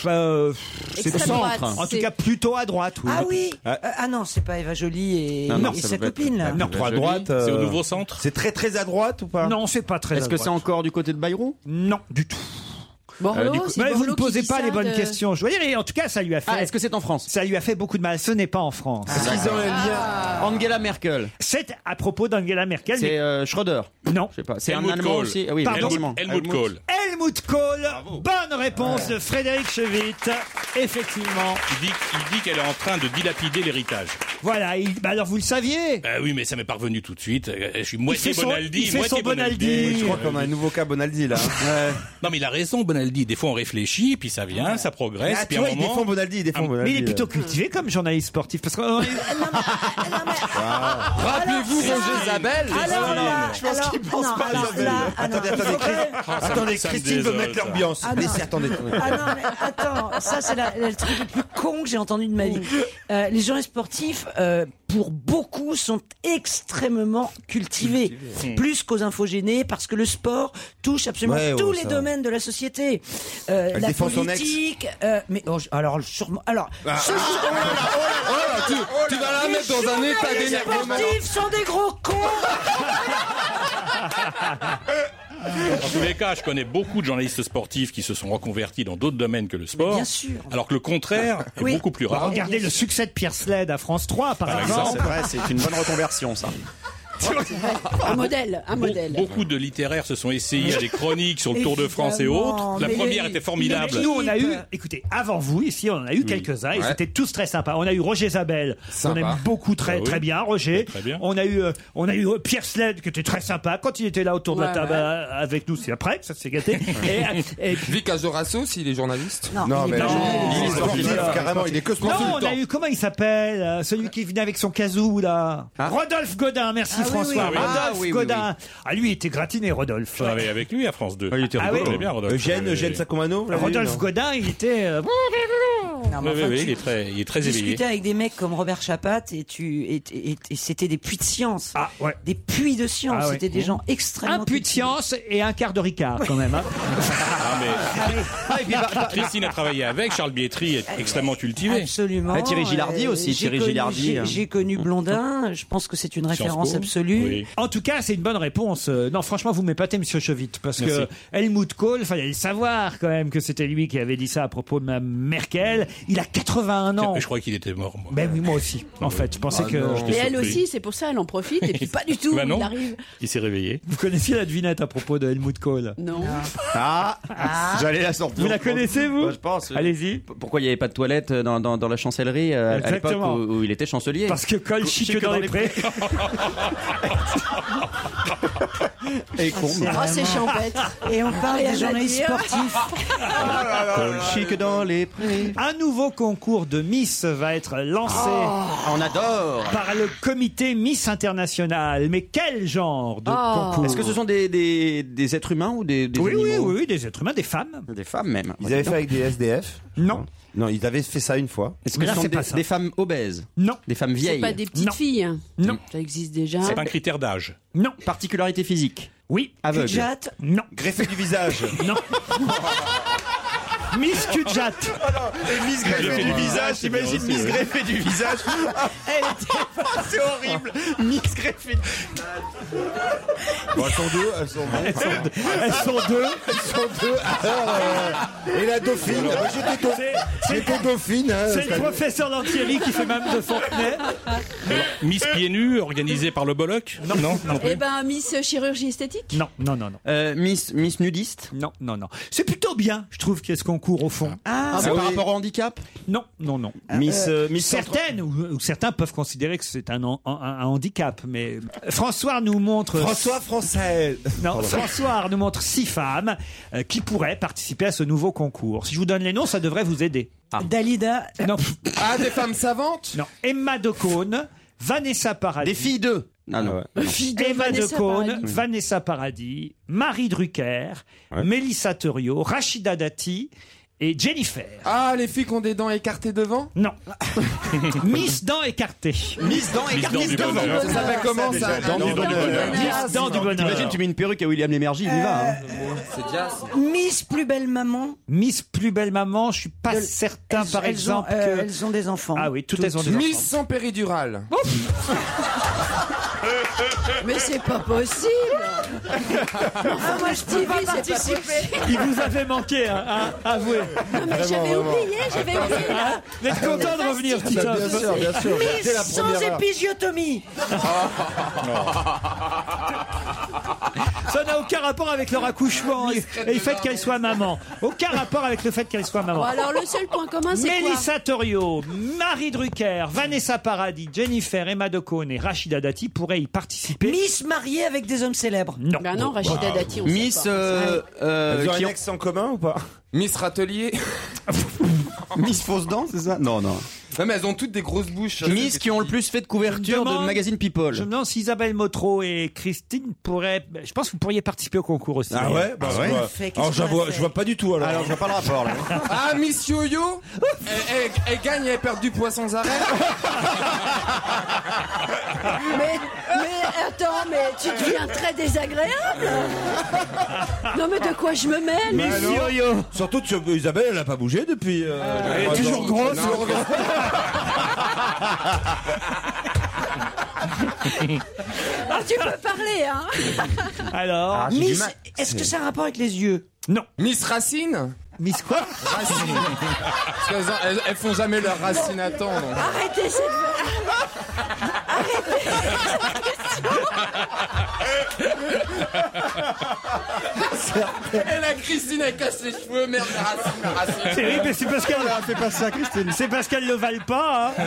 Speaker 3: euh, c'est
Speaker 8: Extrême
Speaker 3: au
Speaker 8: droite,
Speaker 3: centre. En tout
Speaker 8: c'est-
Speaker 3: cas, plutôt à droite. Oui.
Speaker 1: Ah oui
Speaker 5: Ah.
Speaker 1: Euh, Ah non, c'est pas Eva Jolie et,
Speaker 10: Non, non,
Speaker 1: et
Speaker 10: ça
Speaker 1: sa
Speaker 10: peut être-
Speaker 1: copine là.
Speaker 3: Non.
Speaker 5: Trois
Speaker 9: Joli.
Speaker 5: droites.
Speaker 4: C'est au
Speaker 5: euh,
Speaker 4: nouveau centre.
Speaker 5: C'est très très à droite ou pas
Speaker 3: Non, c'est pas très.
Speaker 10: Est-ce
Speaker 3: à
Speaker 10: que
Speaker 3: droite.
Speaker 10: c'est encore du côté de Bayrou
Speaker 3: Non, du tout. Euh,
Speaker 8: Borloo,
Speaker 3: du coup-
Speaker 8: c'est
Speaker 3: Mais vous ne
Speaker 8: Borloo qui
Speaker 3: posez
Speaker 8: dit
Speaker 3: pas
Speaker 8: ça
Speaker 3: les bonnes
Speaker 8: de-
Speaker 3: questions. Je veux dire, et en tout cas, ça lui a fait. Ah, Est-ce que c'est en France Ça lui a fait beaucoup de mal. Ce n'est pas en France.
Speaker 10: Ah.
Speaker 3: Ah.
Speaker 10: Angela Merkel.
Speaker 3: C'est à propos d'Angela Merkel.
Speaker 10: C'est euh, Schröder.
Speaker 3: Non.
Speaker 10: Je sais pas. C'est un
Speaker 3: Helmut
Speaker 10: Allemand
Speaker 3: Kohl.
Speaker 10: aussi. Ah oui,
Speaker 3: Pardon
Speaker 10: forcément.
Speaker 3: Helmut Kohl. Helmut Kohl. Bonne réponse de Frédéric Chevitte. Effectivement.
Speaker 4: Il dit, il dit qu'elle est en train de dilapider l'héritage.
Speaker 3: Voilà. il- bah alors vous le saviez.
Speaker 4: Bah oui, mais ça m'est pas revenu tout de suite. Euh, Je suis moitié
Speaker 3: fait son-
Speaker 4: Bonaldi,
Speaker 3: il fait
Speaker 4: moitié
Speaker 3: son Bonaldi.
Speaker 5: Euh, Oui, je crois qu'on a un nouveau cas Bonaldi là.
Speaker 4: Non, mais il a raison, Bonaldi. Des fois, on réfléchit, puis ça vient, ça progresse,
Speaker 5: Ah,
Speaker 4: puis
Speaker 5: tu
Speaker 4: à
Speaker 5: vois,
Speaker 4: un
Speaker 5: il
Speaker 4: moment...
Speaker 5: défend Bonaldi, il défend
Speaker 3: Mais
Speaker 5: Bonaldi.
Speaker 3: il euh. est plutôt cultivé comme journaliste sportif parce que.
Speaker 9: Rappelez-vous Roger Zabel.
Speaker 1: Alors là,
Speaker 5: Je pense
Speaker 1: alors,
Speaker 5: qu'il pense
Speaker 1: non,
Speaker 5: pas à
Speaker 1: alors
Speaker 5: Isabelle.
Speaker 1: là, ah non,
Speaker 5: Attendez,
Speaker 1: il
Speaker 5: attendez,
Speaker 1: faudrait-
Speaker 5: Christ- attendez,
Speaker 1: Ah, ça me
Speaker 5: Christine veut
Speaker 1: désole,
Speaker 5: mettre
Speaker 1: ça.
Speaker 5: l'ambiance.
Speaker 1: Ah non.
Speaker 5: Laissez- attendez, attendez.
Speaker 1: Ah non, mais attends, ça c'est la- la- le truc le plus con que j'ai entendu de ma vie. Euh, les journalistes sportifs, euh, pour beaucoup, sont extrêmement cultivés,
Speaker 17: Cultivés.
Speaker 1: plus qu'aux infogénés, parce que le sport touche absolument
Speaker 17: Ouais,
Speaker 1: tous
Speaker 17: ouais,
Speaker 1: les
Speaker 17: ça.
Speaker 1: domaines de la société. Euh,
Speaker 17: Elle
Speaker 1: la
Speaker 17: défend son ex.
Speaker 1: politique, euh, mais oh, je- alors sûrement, alors.
Speaker 17: Ah.
Speaker 1: ce-
Speaker 17: Ah, oh là là, oh là là,
Speaker 9: oh là, tu- tu vas la
Speaker 1: Les
Speaker 9: mettre dans un état
Speaker 1: journalistes
Speaker 9: d'énervement.
Speaker 1: sportifs sont des gros
Speaker 6: [laughs]
Speaker 1: cons.
Speaker 4: En tous les cas, je connais beaucoup de journalistes sportifs qui se sont reconvertis dans d'autres domaines que le sport.
Speaker 3: bien sûr. Bah,
Speaker 4: Alors que le contraire est beaucoup plus rare.
Speaker 3: Regardez le succès de Pierre Sled à France 3, par,
Speaker 4: Par exemple,
Speaker 3: exemple.
Speaker 4: c'est vrai, c'est une bonne
Speaker 10: reconversion, ça.
Speaker 9: Ah,
Speaker 8: Un modèle, un modèle.
Speaker 4: Beaucoup de littéraires se sont essayés à des chroniques
Speaker 3: [laughs]
Speaker 4: sur le Tour de France et
Speaker 3: Évidemment,
Speaker 4: autres. La
Speaker 3: mais
Speaker 4: première
Speaker 3: le-
Speaker 4: était formidable.
Speaker 3: mais Nous, on a eu, écoutez, avant vous, ici, on en a eu quelques-uns. Ils
Speaker 4: Ouais.
Speaker 3: étaient tous très sympas. On a eu Roger Zabel, qu'on aime beaucoup, très,
Speaker 4: Ah oui.
Speaker 3: très bien, Roger. On a eu, euh, on a eu euh, Pierre Sled, qui était très sympa. Quand il était là autour de
Speaker 9: Ouais,
Speaker 3: la table
Speaker 9: ouais.
Speaker 3: euh, avec nous, c'est après que ça
Speaker 4: [laughs]
Speaker 3: s'est gâté. et, et-
Speaker 9: Vic Azorasso, s'il est journaliste.
Speaker 3: Ah,
Speaker 5: Non, mais il est sportif, carrément, il est que sportif.
Speaker 3: Non, on a eu, comment il s'appelle euh, Celui qui venait avec son kazoo, là.
Speaker 5: Ah.
Speaker 3: Rodolphe Godin, merci
Speaker 4: Ah oui, oui.
Speaker 3: François. Rodolphe
Speaker 4: Ah oui, oui,
Speaker 3: Godin. Ah, lui, il était gratiné, Rodolphe.
Speaker 4: Je travaillais avec lui à France 2.
Speaker 3: il était
Speaker 4: Ah
Speaker 3: rigolo.
Speaker 4: oui. bien, Rodolphe.
Speaker 5: Eugène,
Speaker 4: Oui, oui,
Speaker 5: Eugène
Speaker 4: oui.
Speaker 5: Sacomano
Speaker 3: Rodolphe Godin, il était. euh,
Speaker 4: Oui, oui, oui, il est très, il est très éveillé.
Speaker 1: discutais avec des mecs comme Robert Chapat et tu et, et- et c'était des puits de science. Des puits de science,
Speaker 3: Ah ouais.
Speaker 1: c'était des gens extrêmement
Speaker 3: Un puits de science et un quart de Ricard, quand même. hein.
Speaker 4: Ah, mais-
Speaker 1: et puis, bah, bah,
Speaker 4: Christine a travaillé avec, Charles Bietri est extrêmement cultivé.
Speaker 1: Absolument.
Speaker 5: Ah,
Speaker 10: Thierry Gilardi
Speaker 1: Euh,
Speaker 10: aussi,
Speaker 1: j'ai
Speaker 10: Thierry
Speaker 1: connu-
Speaker 10: Gilardi,
Speaker 1: j'ai-
Speaker 5: hein.
Speaker 10: euh.
Speaker 1: J'ai connu Blondin, je pense que c'est une référence
Speaker 3: Po.
Speaker 1: absolue. Ah,
Speaker 3: En tout cas, c'est une bonne réponse. Euh, Non, franchement, vous m'épatez, monsieur Chevite, parce
Speaker 4: Merci.
Speaker 3: que Helmut Kohl, fallait le savoir quand même que c'était lui qui avait dit ça à propos de Mme Merkel. Il a 81 ans.
Speaker 4: Je crois qu'il était mort, moi.
Speaker 3: Ben oui, moi aussi. En fait, je pensais
Speaker 4: Ah
Speaker 3: que.
Speaker 4: non.
Speaker 8: Et elle
Speaker 4: surpris.
Speaker 8: aussi, c'est pour ça, elle en profite, et puis pas
Speaker 3: [laughs]
Speaker 8: du tout,
Speaker 3: Bah non.
Speaker 8: il arrive.
Speaker 4: Il s'est réveillé.
Speaker 3: Vous connaissiez la devinette à propos de Helmut Kohl
Speaker 8: Non.
Speaker 10: Ah,
Speaker 5: j'allais la sortir. Bah,
Speaker 10: Vous la
Speaker 3: connaissez, vous
Speaker 10: Je pense.
Speaker 3: Allez-y.
Speaker 10: Pourquoi il n'y avait pas de toilette dans, dans, dans la chancellerie euh, à l'époque
Speaker 3: Exactement.
Speaker 10: où, où il était chancelier
Speaker 3: Parce que Kohl chie que dans les prés.
Speaker 10: Et
Speaker 8: Oh,
Speaker 10: con.
Speaker 1: Ah,
Speaker 3: [laughs]
Speaker 1: c'est champêtre. Ah, Et on parle
Speaker 8: Rien à
Speaker 1: des journalistes
Speaker 8: dire.
Speaker 1: sportifs.
Speaker 10: Kohl chie que dans les prés.
Speaker 3: Un nouveau concours de Miss va être lancé.
Speaker 10: Ah, on adore.
Speaker 3: Par le comité Miss International. Mais quel genre de concours
Speaker 10: Ah. Est-ce que ce sont des, des, des êtres humains ou des, des
Speaker 3: oui, oui,
Speaker 10: animaux
Speaker 3: oui, oui, des êtres humains, des femmes.
Speaker 10: Des femmes même.
Speaker 5: Ils avaient fait avec des SDF
Speaker 3: Non.
Speaker 5: Non, ils avaient fait ça une fois.
Speaker 10: Est-ce que ce sont des, des femmes obèses
Speaker 3: Non.
Speaker 10: Des femmes
Speaker 8: C'est
Speaker 10: vieilles
Speaker 8: pas des petites filles. hein.
Speaker 3: Non.
Speaker 8: Ça existe déjà.
Speaker 10: C'est pas un
Speaker 4: Critère d'âge.
Speaker 3: Non.
Speaker 10: Particularité physique
Speaker 3: Oui.
Speaker 10: Aveugle.
Speaker 1: Jatte.
Speaker 3: Non.
Speaker 5: Greffé du visage
Speaker 3: Non. Miss Kudjat.
Speaker 5: Et Miss Greffé du visage, t'imagines Miss Greffé du [laughs] visage
Speaker 1: Elle était
Speaker 5: C'est horrible Miss Greffé du Bon, elles sont deux, elles sont
Speaker 6: Ah,
Speaker 5: deux.
Speaker 3: Elles sont deux.
Speaker 5: Elles sont deux. Alors, euh, et la dauphine. Moi, J'étais dau- j'étais dauphine. hein,
Speaker 3: C'est le
Speaker 5: ça-
Speaker 3: professeur Lantieri qui fait même de
Speaker 5: [laughs]
Speaker 3: Fontenay.
Speaker 4: Alors, Miss Pieds Nus, organisée par le Bolloc Non, non,
Speaker 8: Eh ben, Miss Chirurgie Esthétique
Speaker 3: Non, non, non, non.
Speaker 10: Euh, Miss, Miss Nudiste
Speaker 3: Non, non, non. C'est plutôt bien, je trouve, qu'il y ait ce concours au fond.
Speaker 1: Ah,
Speaker 10: C'est par rapport au handicap
Speaker 3: Non, non, non.
Speaker 5: Miss, euh, Miss
Speaker 3: Certaines ou, ou certains peuvent considérer que c'est un, han- un- un handicap, mais François nous montre.
Speaker 5: François Français.
Speaker 3: Non,
Speaker 5: Pardon.
Speaker 3: François nous montre six femmes euh, qui pourraient participer à ce nouveau concours. Si je vous donne les noms, ça devrait vous aider.
Speaker 1: Dalida.
Speaker 3: Non.
Speaker 9: Ah, des femmes savantes
Speaker 3: Non. Emma Decaune, Vanessa Paradis. Des filles d'eux. Ah
Speaker 10: Non, non.
Speaker 8: Fille de
Speaker 3: Emma
Speaker 8: Vanessa
Speaker 3: Decaune,
Speaker 8: Paradis.
Speaker 3: Vanessa Paradis, Marie Drucker, Mélissa Theriot, Rachida Dati et Jennifer.
Speaker 9: Ah, les filles qui ont des dents écartées devant
Speaker 3: Non. [laughs] Miss Dents écartées.
Speaker 10: Miss Dents
Speaker 9: écartées Miss Dents du devant. bonheur. Ça s'appelle comment, ça Dents du bonheur.
Speaker 3: Miss Dents du
Speaker 10: T'imagines,
Speaker 3: bonheur.
Speaker 10: tu mets une perruque à William Lémergie, il y va. hein.
Speaker 9: C'est Diaz.
Speaker 1: Miss plus belle maman.
Speaker 3: Miss Plus Belle Maman, je suis pas certain
Speaker 1: elles-
Speaker 3: par
Speaker 1: elles ont,
Speaker 3: exemple
Speaker 1: euh,
Speaker 3: que...
Speaker 1: elles ont des enfants.
Speaker 3: Ah oui, toutes, elles ont des enfants.
Speaker 9: Miss sans péridurale.
Speaker 8: Mais c'est pas possible
Speaker 3: [laughs]
Speaker 1: Ah, moi, je peux
Speaker 8: TV,
Speaker 1: pas
Speaker 8: c'est pas
Speaker 1: participer.
Speaker 8: possible.
Speaker 3: Il vous avait manqué, hein, hein, avoué.
Speaker 8: mais Vraiment, j'avais vraiment. oublié, j'avais oublié, là.
Speaker 3: Hein, Vous êtes content de revenir,
Speaker 5: Bah, bien
Speaker 3: Titoff
Speaker 5: sûr, bien sûr.
Speaker 1: Oui,
Speaker 5: Dès la
Speaker 1: sans
Speaker 5: première heure.
Speaker 1: épigiotomie.
Speaker 3: Ça n'a aucun rapport avec leur accouchement et et le fait qu'elle soit maman. Aucun rapport avec le fait qu'elle soit maman.
Speaker 8: Bon, alors le seul point commun, c'est quoi
Speaker 3: Mélissa Torio, Marie Drucker, Vanessa Paradis, Jennifer, Emma Decaune et Rachida Dati pourraient y participer.
Speaker 1: Miss mariée avec des hommes célèbres.
Speaker 3: Non.
Speaker 10: Ben
Speaker 8: Bah non, Rachida Dati, on sait pas.
Speaker 5: euh, Elles ont
Speaker 10: euh, qui
Speaker 5: un
Speaker 10: ont-
Speaker 5: ex en commun ou pas
Speaker 9: Miss Râtelier.
Speaker 10: [laughs] Miss Fausse Dent, c'est ça Non, non.
Speaker 9: Non, mais elles ont toutes des grosses
Speaker 5: hein,
Speaker 9: bouches.
Speaker 10: Miss qui ont le plus fait de couverture de
Speaker 3: Demande-
Speaker 10: magazine People.
Speaker 3: Je me demande si Isabelle Motro et Christine pourraient. ben, Je pense que vous pourriez participer au concours aussi.
Speaker 5: Ah ouais, bah, ouais. Alors je vois, je vois pas du tout alors.
Speaker 10: Alors, je vois pas le rapport, là.
Speaker 5: [laughs]
Speaker 9: Ah, Miss Yo-Yo elle, elle- elle gagne et elle perd du poids sans arrêt.
Speaker 8: Mais, mais attends, mais tu deviens très désagréable Non mais de quoi je me mêle
Speaker 5: Bah non. Surtout que Isabelle, elle a pas bougé depuis. euh,
Speaker 8: Elle est
Speaker 5: trois
Speaker 8: toujours
Speaker 5: ans.
Speaker 8: grosse.
Speaker 5: Non.
Speaker 8: Ah, Tu peux parler, hein
Speaker 3: Alors,
Speaker 9: Ah, j'ai du
Speaker 1: Miss,
Speaker 9: mal.
Speaker 1: est-ce que
Speaker 9: C'est-
Speaker 1: ça a un rapport avec les yeux
Speaker 3: Non.
Speaker 9: Miss Racine
Speaker 3: Miss quoi
Speaker 9: Racine. Parce qu'elles ont- elles, elles font jamais leur racine à temps. donc.
Speaker 8: Arrêtez cette... Arrêtez
Speaker 9: Elle a Christine, elle casse les cheveux, merde, la racine, la racine.
Speaker 3: [laughs] C'est horrible, mais c'est parce qu'elle.
Speaker 4: Ah,
Speaker 10: fait pas ça, Christine.
Speaker 3: C'est parce qu'elle le valent pas. hein.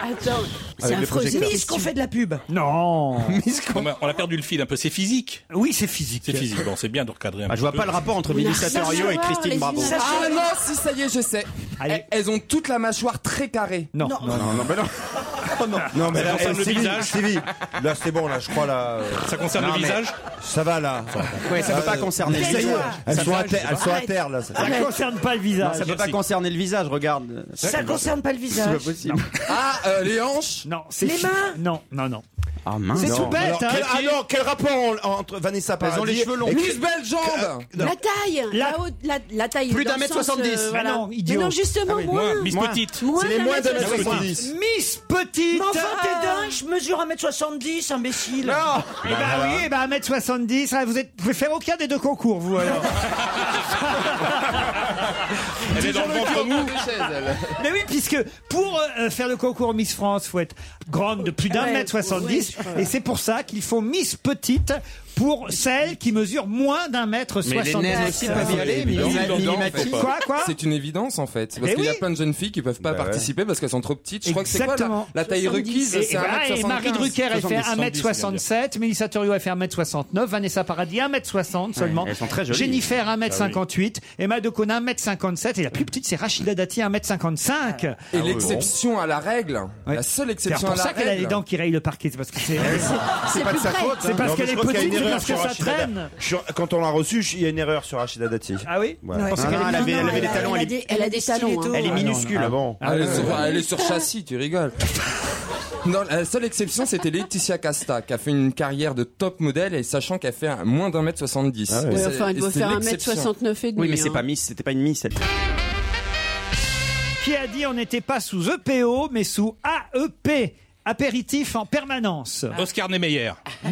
Speaker 4: Ah,
Speaker 8: Attends,
Speaker 1: C'est affreux. Miss qu'on fait de la pub.
Speaker 3: Non.
Speaker 4: [laughs] On a, on a perdu le fil un peu. C'est physique.
Speaker 3: Oui, c'est physique.
Speaker 4: C'est physique. Bon, c'est bien de recadrer un
Speaker 10: Ah, je vois pas le rapport entre Mélissa
Speaker 8: ça,
Speaker 10: Thériault
Speaker 8: ça
Speaker 10: et
Speaker 8: va,
Speaker 10: Christine
Speaker 8: les
Speaker 10: Bravo.
Speaker 8: images.
Speaker 9: Ah non, si, ça y est, je sais. Elles, elles ont toute la mâchoire très carrée.
Speaker 3: Non. non.
Speaker 5: Non, non, mais non. Oh, non. [laughs] non, mais
Speaker 4: Ça
Speaker 5: là,
Speaker 4: concerne
Speaker 5: eh,
Speaker 4: le
Speaker 5: Stevie,
Speaker 4: visage.
Speaker 5: Stevie, là c'est bon, là, je crois, là. euh,
Speaker 4: Ça concerne
Speaker 10: Non,
Speaker 4: le
Speaker 10: mais-
Speaker 4: visage
Speaker 5: Ça va, là.
Speaker 10: Ouais, ça peut pas
Speaker 5: euh,
Speaker 10: concerner le
Speaker 5: Ça y est,
Speaker 10: visage.
Speaker 5: elles
Speaker 10: Ça
Speaker 5: sont, à
Speaker 10: peut-
Speaker 5: terre, elles sont à
Speaker 1: Arrête.
Speaker 5: terre, là. ça-
Speaker 3: Ça ne concerne pas le visage.
Speaker 10: Ça peut pas
Speaker 4: Merci.
Speaker 10: concerner le visage, regarde.
Speaker 1: Ça concerne pas le
Speaker 10: C'est pas
Speaker 1: visage.
Speaker 10: possible.
Speaker 9: Ah, euh, les hanches
Speaker 3: Non, c'est
Speaker 1: Les mains
Speaker 3: Non, non, non.
Speaker 10: Ah mince.
Speaker 3: C'est
Speaker 5: Non.
Speaker 3: tout bête,
Speaker 5: Alors,
Speaker 3: hein.
Speaker 5: quel, ah non, quel rapport en- entre Vanessa Paradis
Speaker 10: ont les cheveux longs.
Speaker 5: et- euh,
Speaker 9: Miss Belle Jambe
Speaker 8: La taille
Speaker 3: La-
Speaker 8: la... haute- la, la taille
Speaker 10: Plus
Speaker 8: dans
Speaker 10: d'un
Speaker 8: le
Speaker 10: mètre
Speaker 8: sens,
Speaker 10: 70.
Speaker 8: euh,
Speaker 10: Ah
Speaker 8: voilà.
Speaker 3: non, idiot.
Speaker 8: Mais non, justement, moins.
Speaker 4: Moins, Miss
Speaker 10: Moins.
Speaker 4: Petite.
Speaker 8: Moins
Speaker 5: C'est les
Speaker 8: d'un
Speaker 5: moins de
Speaker 8: mètre
Speaker 5: 1m70.
Speaker 3: Miss Petite.
Speaker 1: Mais enfin,
Speaker 3: Ah.
Speaker 1: t'es dingue, je mesure 1m70, imbécile.
Speaker 3: Eh ben
Speaker 4: Ah,
Speaker 3: oui, eh ben 1m70, ah, vous, êtes, vous pouvez faire aucun des deux concours, vous alors.
Speaker 4: [laughs] Elle est dans le ventre mou.
Speaker 3: Mais oui, puisque pour euh, faire le concours Miss France, faut être grande de plus d'un
Speaker 8: Ouais,
Speaker 3: mètre 70,
Speaker 8: ouais,
Speaker 3: et c'est pour ça qu'ils font Miss Petite pour celles qui mesurent moins d'un mètre Ah,
Speaker 10: Mais les
Speaker 3: 70.
Speaker 10: naines aussi peuvent y aller,
Speaker 9: Oui,
Speaker 10: Mimi-
Speaker 9: dedans,
Speaker 10: Mimi
Speaker 9: en fait.
Speaker 10: Mati.
Speaker 9: pas.
Speaker 3: Quoi, quoi
Speaker 9: C'est une évidence en fait. Parce
Speaker 3: Eh
Speaker 9: qu'il y a
Speaker 3: oui.
Speaker 9: plein de jeunes filles qui peuvent pas
Speaker 5: Bah ouais.
Speaker 9: participer parce qu'elles sont trop petites. Je crois que c'est quoi la,
Speaker 3: Exactement.
Speaker 9: la taille
Speaker 8: 70.
Speaker 9: requise
Speaker 3: Et,
Speaker 9: C'est
Speaker 3: et voilà,
Speaker 9: 1m75.
Speaker 3: et Marie Drucker, elle fait
Speaker 4: 70, c'est bien
Speaker 3: 1m67, Mélissa Thuriot, elle fait 1m69, Vanessa Paradis, 1m60 seulement.
Speaker 10: elles sont très jolies.
Speaker 3: Jennifer, 1m58, Emma Decaune, 1m57, et la plus petite, c'est Rachida Dati,
Speaker 5: Ah
Speaker 3: 1m55.
Speaker 9: Ah. Et l'exception à la règle,
Speaker 3: Ouais.
Speaker 9: la seule
Speaker 3: C'est
Speaker 9: exception
Speaker 3: pour
Speaker 9: à la
Speaker 3: ça qu'elle a les
Speaker 9: règle.
Speaker 3: dents qui rayent le parquet, c'est parce que c'est... [laughs]
Speaker 8: C'est
Speaker 5: Ah, pas de
Speaker 8: plus
Speaker 5: sa
Speaker 8: près.
Speaker 5: faute. hein.
Speaker 3: C'est parce
Speaker 5: Non, mais
Speaker 3: qu'elle
Speaker 5: je
Speaker 3: est
Speaker 5: crois qu'il y a
Speaker 3: petite,
Speaker 5: une
Speaker 3: c'est
Speaker 5: erreur
Speaker 3: parce que
Speaker 5: sur
Speaker 3: ça
Speaker 5: Rachida Dati.
Speaker 3: traîne.
Speaker 5: Sur- Quand on l'a reçue, je- il y a une erreur sur Rachida Dati.
Speaker 3: Ah oui
Speaker 5: Voilà.
Speaker 1: Ouais.
Speaker 10: Ah non, elle avait- elle avait des talons,
Speaker 8: Elle a
Speaker 10: elle est-
Speaker 8: des, elle a des talons. hein.
Speaker 10: Elle est minuscule.
Speaker 5: Ah bon
Speaker 9: Ah, elle, est sur, elle est sur châssis, tu rigoles. Non, la seule exception, c'était Laetitia Casta, qui a fait une carrière de top modèle et sachant qu'elle fait un- moins d'un mètre 70.
Speaker 5: Ah ouais.
Speaker 9: Et
Speaker 8: Ouais,
Speaker 9: c'est-
Speaker 8: enfin, elle doit
Speaker 9: et c'est
Speaker 8: faire 1m69
Speaker 9: l'exception.
Speaker 8: et demi.
Speaker 10: Oui, mais c'est pas
Speaker 8: hein.
Speaker 10: Miss, c'était pas une Miss. elle.
Speaker 3: qui a dit on n'était pas sous EPO mais sous AEP apéritif en permanence.
Speaker 4: Oscar Niemeyer.
Speaker 10: [laughs]
Speaker 9: Et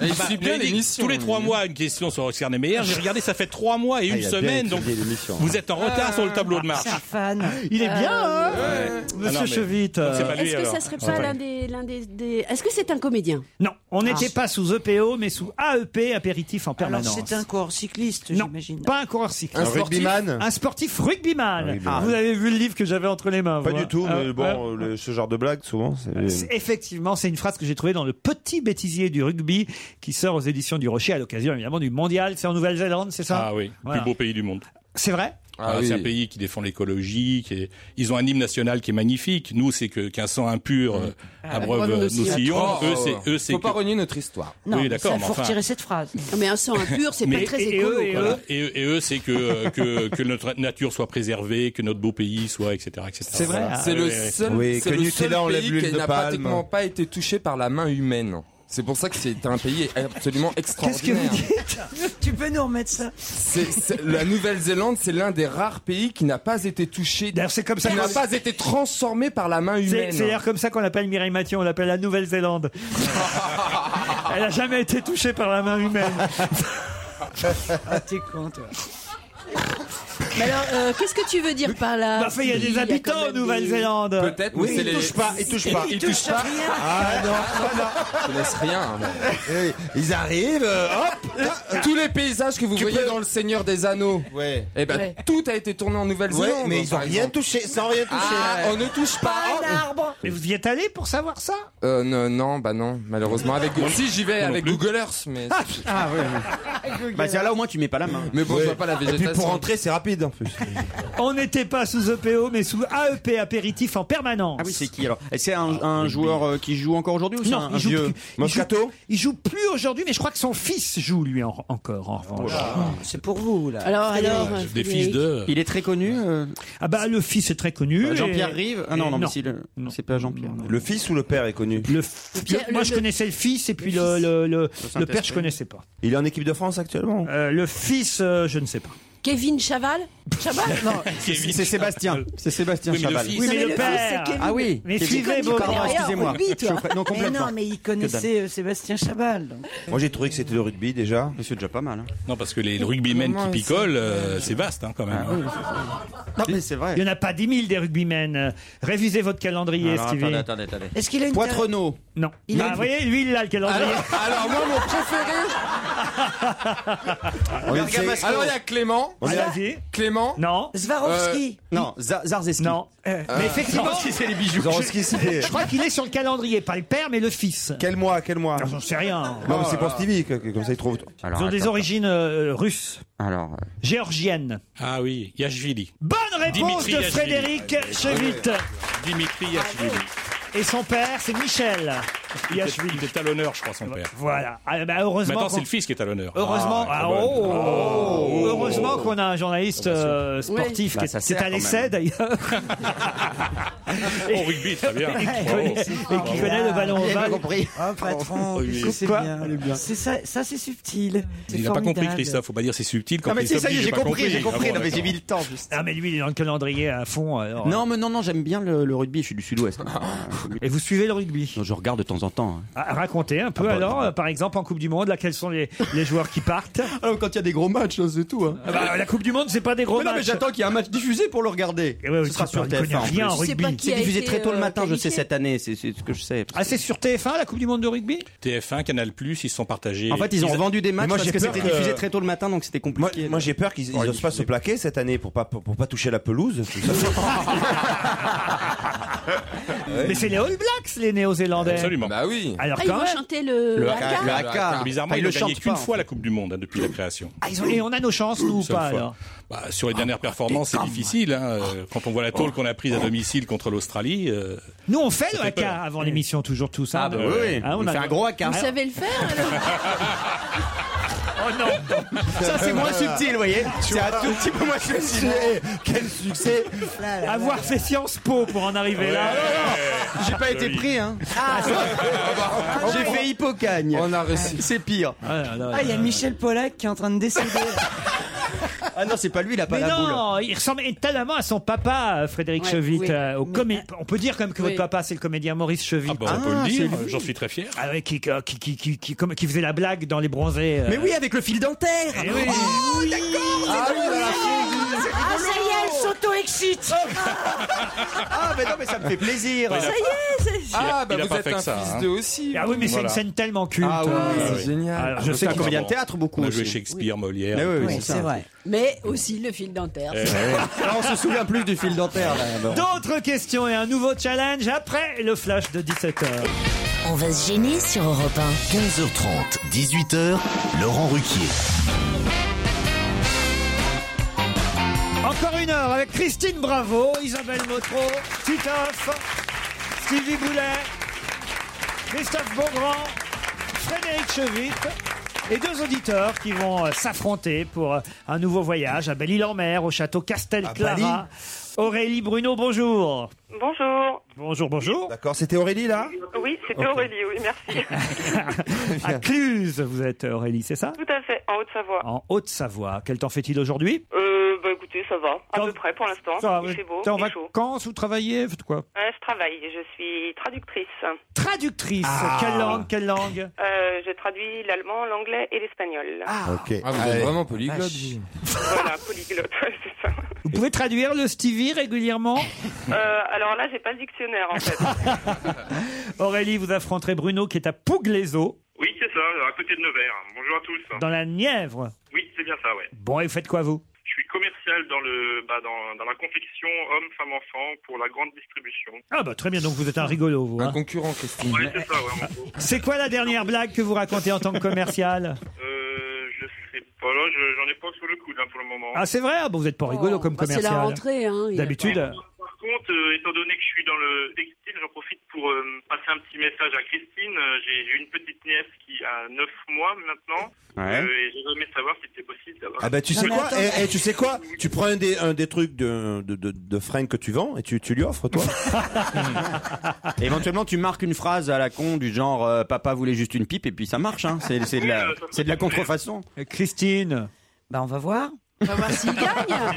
Speaker 9: il suit bien
Speaker 4: J'ai dit
Speaker 9: l'émission.
Speaker 4: tous les trois mois une question sur Oscar Niemeyer. J'ai regardé, ça fait trois mois et
Speaker 5: Ah,
Speaker 4: une
Speaker 5: il a bien
Speaker 4: semaine. Donc
Speaker 5: étudié l'émission.
Speaker 4: vous êtes en retard sur le tableau de marche.
Speaker 1: C'est un fan. Euh,
Speaker 3: Il est bien, hein
Speaker 4: Ah
Speaker 3: Monsieur
Speaker 4: non, mais-
Speaker 3: Chevite.
Speaker 4: Donc, c'est
Speaker 3: euh,
Speaker 4: pas lui,
Speaker 8: Est-ce que
Speaker 4: alors.
Speaker 8: ça serait pas l'un des, l'un des, des- Est-ce que c'est un comédien
Speaker 3: Non, on n'était pas sous EPO mais sous AEP apéritif en
Speaker 1: Alors,
Speaker 3: permanence.
Speaker 1: c'est un corps cycliste,
Speaker 3: non,
Speaker 1: j'imagine.
Speaker 3: pas un coureur cycliste.
Speaker 5: Un
Speaker 9: sportif.
Speaker 5: rugbyman
Speaker 3: Un sportif rugbyman. Ah,
Speaker 5: Un rugbyman.
Speaker 3: Vous avez vu le livre que j'avais entre les mains.
Speaker 5: Pas
Speaker 3: vous, hein.
Speaker 5: du tout,
Speaker 3: Euh,
Speaker 5: mais
Speaker 3: euh,
Speaker 5: bon, le- ce genre de blague, souvent, c'est.
Speaker 3: c'est- Effectivement, c'est une phrase que j'ai trouvée dans le petit bêtisier du rugby qui sort aux éditions du Rocher à l'occasion évidemment du mondial. C'est en Nouvelle-Zélande, c'est ça
Speaker 4: Ah oui,
Speaker 3: Voilà.
Speaker 4: plus beau pays du monde.
Speaker 3: C'est vrai
Speaker 9: Ah
Speaker 4: Ah,
Speaker 9: oui.
Speaker 4: C'est un pays qui défend l'écologie. qui est- Ils ont un hymne national qui est magnifique. Nous, c'est que qu'un sang impur euh, abreuve
Speaker 8: abreuve
Speaker 4: euh,
Speaker 8: nos
Speaker 4: nos
Speaker 8: sillons.
Speaker 4: sillons.
Speaker 9: Oh,
Speaker 4: Eux,
Speaker 9: oh, oh.
Speaker 4: c'est eux, c'est
Speaker 9: Faut pas
Speaker 4: que-
Speaker 9: renier notre histoire.
Speaker 1: Non,
Speaker 4: Oui,
Speaker 1: mais
Speaker 4: d'accord,
Speaker 1: ça,
Speaker 4: mais
Speaker 1: faut
Speaker 4: enfin-
Speaker 1: retirer cette phrase.
Speaker 8: Non, mais un sang impur, c'est pas
Speaker 4: Mais-
Speaker 8: très
Speaker 3: et- et
Speaker 8: écolo.
Speaker 3: eux, et
Speaker 8: quoi.
Speaker 3: eux,
Speaker 4: Et, eux- et eux, c'est que, euh, que que notre nature soit préservée, que notre beau pays soit, etc., etc.
Speaker 3: C'est vrai.
Speaker 4: Voilà.
Speaker 9: C'est
Speaker 4: Ah,
Speaker 9: le
Speaker 4: oui, oui.
Speaker 9: seul,
Speaker 5: Oui,
Speaker 9: c'est
Speaker 5: que
Speaker 9: le
Speaker 5: Nutella
Speaker 9: seul
Speaker 5: enlève
Speaker 9: pays
Speaker 5: l'huile
Speaker 9: qui
Speaker 5: de
Speaker 9: n'a
Speaker 5: palme.
Speaker 9: pratiquement pas été touché par la main humaine. C'est pour ça que c'est un pays absolument
Speaker 1: Qu'est-ce que
Speaker 9: extraordinaire.
Speaker 1: vous dites Tu peux nous remettre ça
Speaker 9: C'est- c'est- la Nouvelle-Zélande, c'est l'un des rares pays qui n'a pas été touché.
Speaker 3: D'ailleurs, c'est comme ça
Speaker 9: Qui n'a
Speaker 3: qu'on-
Speaker 9: pas été transformé par la main
Speaker 3: C'est
Speaker 9: humaine.
Speaker 3: c'est d'ailleurs comme ça qu'on l'appelle Mireille Mathieu, on l'appelle
Speaker 4: [laughs]
Speaker 3: la Nouvelle-Zélande. Elle n'a jamais été touchée par la main humaine.
Speaker 1: Ah, t'es con, toi.
Speaker 8: Mais alors, euh, qu'est-ce que tu veux dire par là
Speaker 3: Bah, enfin, il y a des
Speaker 8: quand
Speaker 3: habitants
Speaker 8: même
Speaker 3: en Nouvelle-Zélande.
Speaker 9: Peut-être, mais
Speaker 3: Oui,
Speaker 9: c'est
Speaker 3: ils
Speaker 9: les...
Speaker 3: touchent pas, ils touchent
Speaker 5: pas.
Speaker 9: Ils
Speaker 5: Ils
Speaker 9: touchent
Speaker 5: touchent
Speaker 9: pas.
Speaker 5: rien. Ah, non,
Speaker 9: Je laisse rien. hein,
Speaker 5: Eh, Ils arrivent, euh, hop
Speaker 9: Tous les paysages que vous voyez dans Le Seigneur des Anneaux,
Speaker 5: Ouais.
Speaker 9: eh ben,
Speaker 5: Ouais.
Speaker 9: tout a été tourné en Nouvelle-Zélande. hein,
Speaker 5: Ouais, mais ils ont
Speaker 9: par
Speaker 5: rien
Speaker 9: exemple.
Speaker 5: touché, sans rien toucher.
Speaker 9: Ah, on ne touche pas.
Speaker 1: arbre
Speaker 3: Mais vous y êtes allé pour savoir ça
Speaker 9: Euh, non, non, bah non, malheureusement. Avec... Si, j'y vais
Speaker 10: Moi non
Speaker 9: avec
Speaker 10: plus.
Speaker 9: Google Earth, [laughs] mais...
Speaker 10: Ah ouais. Bah c'est là au moins tu mets pas la main.
Speaker 9: Mais bon,
Speaker 5: Ouais.
Speaker 9: je vois pas la végétation.
Speaker 5: Et puis pour rentrer, c'est rapide en plus.
Speaker 3: On n'était pas sous EPO, mais sous AEP, apéritif en permanence.
Speaker 10: Ah oui, c'est qui alors Est-ce que c'est un, un joueur euh, qui joue encore aujourd'hui ou c'est
Speaker 3: Non,
Speaker 10: un,
Speaker 3: il
Speaker 10: un
Speaker 3: joue
Speaker 10: vieux
Speaker 3: plus. Il joue, il joue plus aujourd'hui, mais je crois que son fils joue lui en- encore en revanche.
Speaker 1: C'est pour vous, là.
Speaker 8: Alors,
Speaker 1: Frédéric.
Speaker 8: alors,
Speaker 3: Des fils de-
Speaker 10: Il est très connu. euh,
Speaker 3: Ah bah le fils est très connu.
Speaker 10: euh, Jean-Pierre
Speaker 3: et-
Speaker 10: Rive. Ah non, non,
Speaker 3: et
Speaker 10: mais si le- c'est pas Jean-Pierre. non.
Speaker 5: Le fils ou le père est connu
Speaker 3: Le Moi je connaissais le fils et puis le, le, le, le père je connaissais pas.
Speaker 5: Il est en équipe de France actuellement
Speaker 3: Euh, le fils euh, je ne sais pas.
Speaker 8: Kevin Chaval Chaval
Speaker 3: [laughs]
Speaker 8: Non.
Speaker 10: C'est c'est Sébastien. C'est Sébastien
Speaker 3: Oui, mais le
Speaker 10: Chaval.
Speaker 3: fils- Euh, Oui, mais le père.
Speaker 10: Ah oui.
Speaker 3: Mais
Speaker 10: Kevin.
Speaker 3: suivez vos
Speaker 10: Pardon, excusez-moi. Je suis au fra- Non,
Speaker 1: mais
Speaker 10: complètement.
Speaker 1: non, mais il
Speaker 10: Que
Speaker 1: connaissait euh, Sébastien Chabal. donc.
Speaker 5: Moi j'ai trouvé que c'était le rugby déjà.
Speaker 10: C'est déjà pas mal.
Speaker 4: Non, parce que les rugbymen qui
Speaker 1: Comment
Speaker 4: picolent, euh, c'est vaste hein, quand même.
Speaker 3: Ah.
Speaker 10: Non, mais c'est Ah vrai.
Speaker 3: Il n'y en a pas 10 000 des rugbymen. Révisez votre calendrier,
Speaker 10: Alors,
Speaker 3: Stevie.
Speaker 10: attendez, attendez, attendez.
Speaker 1: Est-ce qu'il a une
Speaker 10: Poitrenaud.
Speaker 3: Non.
Speaker 1: Il
Speaker 3: Bah,
Speaker 1: a-
Speaker 3: Vous voyez, lui, il a le calendrier.
Speaker 9: Alors,
Speaker 6: Ah,
Speaker 9: alors, moi, mon préféré...
Speaker 10: On essaie-
Speaker 9: Alors, il y a Clément.
Speaker 10: On est
Speaker 3: Alors-
Speaker 10: allé-
Speaker 9: Clément.
Speaker 3: Non.
Speaker 1: Swarovski.
Speaker 10: Euh, Non, Za- Zarzeski.
Speaker 3: Non. Euh, [laughs] mais effectivement,
Speaker 10: Zarzeski, c'est les bijoux.
Speaker 5: Zorowski, c'était.
Speaker 3: je crois qu'il est sur le calendrier, pas le père, mais le fils.
Speaker 5: Quel mois Quel mois
Speaker 3: Alors, J'en sais rien. Ah.
Speaker 5: Non, mais c'est pour Stevie, que- que- comme ça il trouve.
Speaker 10: Alors,
Speaker 3: Ils ont des
Speaker 10: attends.
Speaker 3: origines euh, russes,
Speaker 10: Alors, euh,
Speaker 3: géorgiennes.
Speaker 4: Ah oui, Yashvili.
Speaker 3: Bonne réponse
Speaker 4: Dimitri
Speaker 3: de
Speaker 4: Yachvili. Ah
Speaker 3: Frédéric Chevit.
Speaker 4: Dimitri Yashvili.
Speaker 3: Et son père, c'est Michel
Speaker 4: Il était-
Speaker 3: Yachvili.
Speaker 4: il était à l'honneur, je crois, son père.
Speaker 3: Voilà. Ah, bah, heureusement.
Speaker 4: Maintenant,
Speaker 3: qu'on-
Speaker 4: c'est le fils qui est à l'honneur.
Speaker 3: Heureusement,
Speaker 4: Ah,
Speaker 3: ah,
Speaker 4: quand même.
Speaker 3: oh, heureusement qu'on a un
Speaker 4: Oh,
Speaker 3: journaliste
Speaker 4: bah,
Speaker 3: euh, sportif
Speaker 10: Bah,
Speaker 3: qui est,
Speaker 10: ça
Speaker 3: qui est
Speaker 10: sert
Speaker 3: à
Speaker 10: quand
Speaker 3: l'essai
Speaker 10: même.
Speaker 3: d'ailleurs
Speaker 4: Ah, Au rugby, très bien.
Speaker 3: [laughs] et qui
Speaker 4: Bravo.
Speaker 3: connaît, et qui connaît le ballon
Speaker 1: Bien
Speaker 3: ovale.
Speaker 10: compris.
Speaker 1: Oh, patron,
Speaker 4: Oh, oui.
Speaker 1: qu'est-ce que c'est
Speaker 3: Quoi
Speaker 1: bien. C'est ça, ça c'est subtil. C'est
Speaker 4: Il n'a pas compris,
Speaker 1: formidable.
Speaker 4: Christophe. Faut pas dire c'est subtil quand
Speaker 10: Non, mais si,
Speaker 4: Christophe
Speaker 10: ça y
Speaker 4: dit,
Speaker 10: est, j'ai compris, j'ai compris.
Speaker 4: Ah bon,
Speaker 10: Non, mais j'ai
Speaker 4: d'accord.
Speaker 10: mis le temps juste.
Speaker 3: Ah mais lui il est dans le calendrier à fond. euh, alors.
Speaker 10: Non, mais non, non, j'aime bien le, le rugby, je suis du sud-ouest.
Speaker 3: Oh [laughs] Et vous suivez le rugby
Speaker 10: Non, je regarde de temps en temps. hein.
Speaker 3: Ah, Racontez un peu
Speaker 10: Ah, bah,
Speaker 3: alors,
Speaker 10: bah.
Speaker 3: euh, par exemple en Coupe du Monde, là quels sont les, les joueurs qui
Speaker 10: [laughs]
Speaker 3: partent
Speaker 10: Alors quand il y a des gros matchs, hein, c'est tout. hein.
Speaker 3: Ah bah, La Coupe du Monde c'est pas des gros
Speaker 10: Mais non, mais
Speaker 3: matchs.
Speaker 10: j'attends qu'il y ait un match diffusé pour le regarder.
Speaker 3: Eh ouais,
Speaker 10: Ce sera
Speaker 3: c'est
Speaker 10: sur
Speaker 3: sûr, il connaît
Speaker 10: TF1. en
Speaker 3: rien
Speaker 10: plus.
Speaker 3: en
Speaker 8: Tu sais
Speaker 3: rugby.
Speaker 8: pas qui
Speaker 10: C'est
Speaker 8: a
Speaker 10: diffusé
Speaker 8: été,
Speaker 10: très tôt le
Speaker 4: [laughs]
Speaker 8: euh,
Speaker 10: matin, je sais
Speaker 8: qualifié
Speaker 10: cette année, c'est c'est ce que je sais.
Speaker 3: Ah c'est sur TF1 la Coupe du Monde de rugby
Speaker 4: TF1, Canal+, ils se sont partagés.
Speaker 10: En fait, ils ont vendu des matchs
Speaker 5: moi,
Speaker 10: parce
Speaker 5: j'ai
Speaker 10: que
Speaker 5: peur
Speaker 10: c'était
Speaker 5: que-
Speaker 10: diffusé très tôt le matin, donc c'était
Speaker 5: Moi,
Speaker 10: compliqué.
Speaker 5: moi, j'ai peur qu'ils
Speaker 10: Oh,
Speaker 5: n'osent
Speaker 10: il-
Speaker 5: pas se plaquer cette année pour pas, pour, pour pas toucher la pelouse. tout ça.
Speaker 3: Mais c'est les All Blacks les Néo-Zélandais.
Speaker 4: Absolument.
Speaker 9: Bah oui.
Speaker 3: Alors
Speaker 8: Ah, ils
Speaker 3: quand
Speaker 8: vont
Speaker 3: même,
Speaker 8: chanter le,
Speaker 10: le
Speaker 8: haka
Speaker 10: haka, le haka.
Speaker 4: Bizarrement,
Speaker 10: Enfin,
Speaker 4: ils
Speaker 10: le
Speaker 4: n'ont gagné
Speaker 10: chantent
Speaker 4: qu'une
Speaker 10: pas,
Speaker 4: fois la Coupe du Monde hein, depuis la création.
Speaker 3: ah, ils ont- et on a nos chances nous ou
Speaker 4: Seule
Speaker 3: pas
Speaker 4: fois.
Speaker 3: alors
Speaker 4: Bah, Sur les dernières performances, c'est difficile. hein, euh, Quand on voit la tôle qu'on a prise à domicile contre l'Australie, euh,
Speaker 3: Nous on fait le
Speaker 4: fait
Speaker 3: haka
Speaker 4: peur.
Speaker 3: avant l'émission toujours tout ça.
Speaker 10: Ah bah oui, oui.
Speaker 3: Ah,
Speaker 10: on fait
Speaker 3: a-
Speaker 10: un gros haka.
Speaker 8: Vous savez le faire alors
Speaker 3: Oh non
Speaker 10: Ça c'est moins subtil, vous voyez. C'est un tout petit peu moins subtil.
Speaker 5: Quel succès
Speaker 3: Avoir fait Sciences Po pour en arriver là.
Speaker 10: J'ai pas été pris, hein.
Speaker 1: Ah,
Speaker 6: Ah,
Speaker 10: Ah, J'ai fait hypocagne.
Speaker 9: On a réussi.
Speaker 10: [laughs] C'est pire.
Speaker 3: Ah, là, là,
Speaker 1: Ah, il y a Michel Pollack qui est en train de décéder.
Speaker 10: Ah non, c'est pas lui, il a pas
Speaker 3: Mais
Speaker 10: la boule.
Speaker 3: non, il ressemble étonnamment à son papa, euh, Frédéric
Speaker 8: Ouais,
Speaker 3: Chevit.
Speaker 8: oui.
Speaker 3: euh, au comé- On peut dire quand même que
Speaker 8: Oui.
Speaker 3: votre papa, c'est le comédien Maurice Chevit.
Speaker 4: ah bah, on peut le
Speaker 10: c'est
Speaker 4: dire, j'en suis très fier.
Speaker 3: Ah ouais, qui, qui, qui, qui, qui- comme- qui faisait la blague dans Les Bronzés. euh.
Speaker 10: Mais oui, avec le fil dentaire.
Speaker 3: Eh oui.
Speaker 10: Ah oui, voilà.
Speaker 1: ah, ça y est, elle s'auto-excite.
Speaker 10: Ah, mais non, mais ça me fait [laughs] plaisir.
Speaker 8: Ça y est, c'est-
Speaker 9: Ah, bah
Speaker 4: il a
Speaker 9: vous
Speaker 4: pas
Speaker 9: êtes
Speaker 4: fait
Speaker 9: un
Speaker 4: que ça,
Speaker 9: fils
Speaker 4: hein.
Speaker 9: d'eux aussi.
Speaker 3: Ah oui, mais
Speaker 4: Voilà.
Speaker 3: c'est une scène tellement culte.
Speaker 10: Ah ouais,
Speaker 3: Euh,
Speaker 9: c'est génial.
Speaker 3: alors, je sais
Speaker 10: un
Speaker 3: qu'il
Speaker 10: comédien de théâtre beaucoup
Speaker 4: Ah, On a joué
Speaker 10: aussi.
Speaker 4: Shakespeare, Molière. Euh,
Speaker 10: Mais oui, oui,
Speaker 1: Oui,
Speaker 10: c'est ça.
Speaker 1: c'est vrai.
Speaker 8: Mais aussi le fil dentaire.
Speaker 10: Là, on se souvient plus du fil dentaire. là.
Speaker 3: D'autres questions et un nouveau challenge après le flash de 17h.
Speaker 13: On va se gêner sur Europe
Speaker 2: 15h30, 18h, Laurent Ruquier.
Speaker 3: Encore une heure avec Christine Bravo, Isabelle Motro, Titoff, Stevie Boulet, Christophe Beaugrand, Frédéric Chevit et deux auditeurs qui vont euh, s'affronter pour euh, un nouveau voyage à Belle-Île-en-Mer, au château Castel-Clara, Aurélie Bruno, bonjour.
Speaker 11: Bonjour.
Speaker 3: Bonjour, bonjour.
Speaker 5: D'accord, c'était Aurélie là
Speaker 11: Oui, c'était
Speaker 3: Ok.
Speaker 11: Aurélie, oui, merci.
Speaker 3: [laughs] À Cluse, vous êtes euh, Aurélie, c'est ça
Speaker 11: Tout à fait, en Haute-Savoie.
Speaker 3: En Haute-Savoie. Quel temps fait-il aujourd'hui
Speaker 11: Euh, bah écoutez, ça va, à peu près pour l'instant.
Speaker 3: Ça va,
Speaker 11: Il fait beau,
Speaker 3: T'es en
Speaker 11: il fait chaud.
Speaker 3: vacances ou travaillez faites quoi
Speaker 11: Euh, je travaille, je suis traductrice.
Speaker 3: Traductrice.
Speaker 11: Ah.
Speaker 3: Quelle langue Quelle langue
Speaker 11: Euh, je traduis l'allemand, l'anglais et l'espagnol.
Speaker 3: Ok.
Speaker 9: Ah, vous êtes vraiment polyglotte.
Speaker 11: Voilà, polyglotte, ouais, c'est ça.
Speaker 3: Vous pouvez traduire le Stevie
Speaker 9: [laughs]
Speaker 3: régulièrement [laughs]
Speaker 11: Euh, alors là, j'ai pas le dictionnaire en fait.
Speaker 3: Aurélie, vous affronterez Bruno qui est à Pouglézo,
Speaker 17: [laughs] Oui, c'est ça, à côté de Nevers. Bonjour à tous. hein.
Speaker 3: dans la Nièvre.
Speaker 17: Oui, c'est bien ça, ouais.
Speaker 3: Bon, et vous faites quoi vous
Speaker 17: Je suis commercial dans, le, bah, dans, dans la confection homme-femme-enfant pour la grande distribution.
Speaker 3: Ah bah très bien, donc vous êtes un rigolo vous. Un concurrent, Christine.
Speaker 17: Ouais, c'est ça, ouais, en gros.
Speaker 3: [laughs] C'est quoi la dernière blague que vous racontez en tant que commercial
Speaker 17: Euh, je sais pas, là, je- j'en ai pas sous le coude hein, pour le moment.
Speaker 3: Ah c'est vrai Ah, bah, Vous êtes pas rigolo comme
Speaker 17: bah, c'est la
Speaker 3: commercial.
Speaker 17: rentrée, hein, il y a
Speaker 3: D'habitude.
Speaker 17: pas- Par contre, euh, étant donné que je suis dans le textile, j'en profite pour euh, passer un petit message à Christine. Euh, J'ai j'ai une petite nièce qui a 9 mois maintenant.
Speaker 5: Ouais.
Speaker 17: Euh, et j'aimerais savoir si c'était possible d'avoir.
Speaker 5: Ah bah tu sais quoi Eh, eh, Tu sais quoi Tu prends un des, un des trucs de, de, de, de fringues que tu vends et tu, tu lui offres toi
Speaker 10: Et éventuellement, tu marques une phrase à la con du genre euh, Papa voulait juste une pipe, et puis ça marche. Hein. C'est c'est de, la- c'est de la contrefaçon.
Speaker 3: Christine
Speaker 1: Bah on va voir.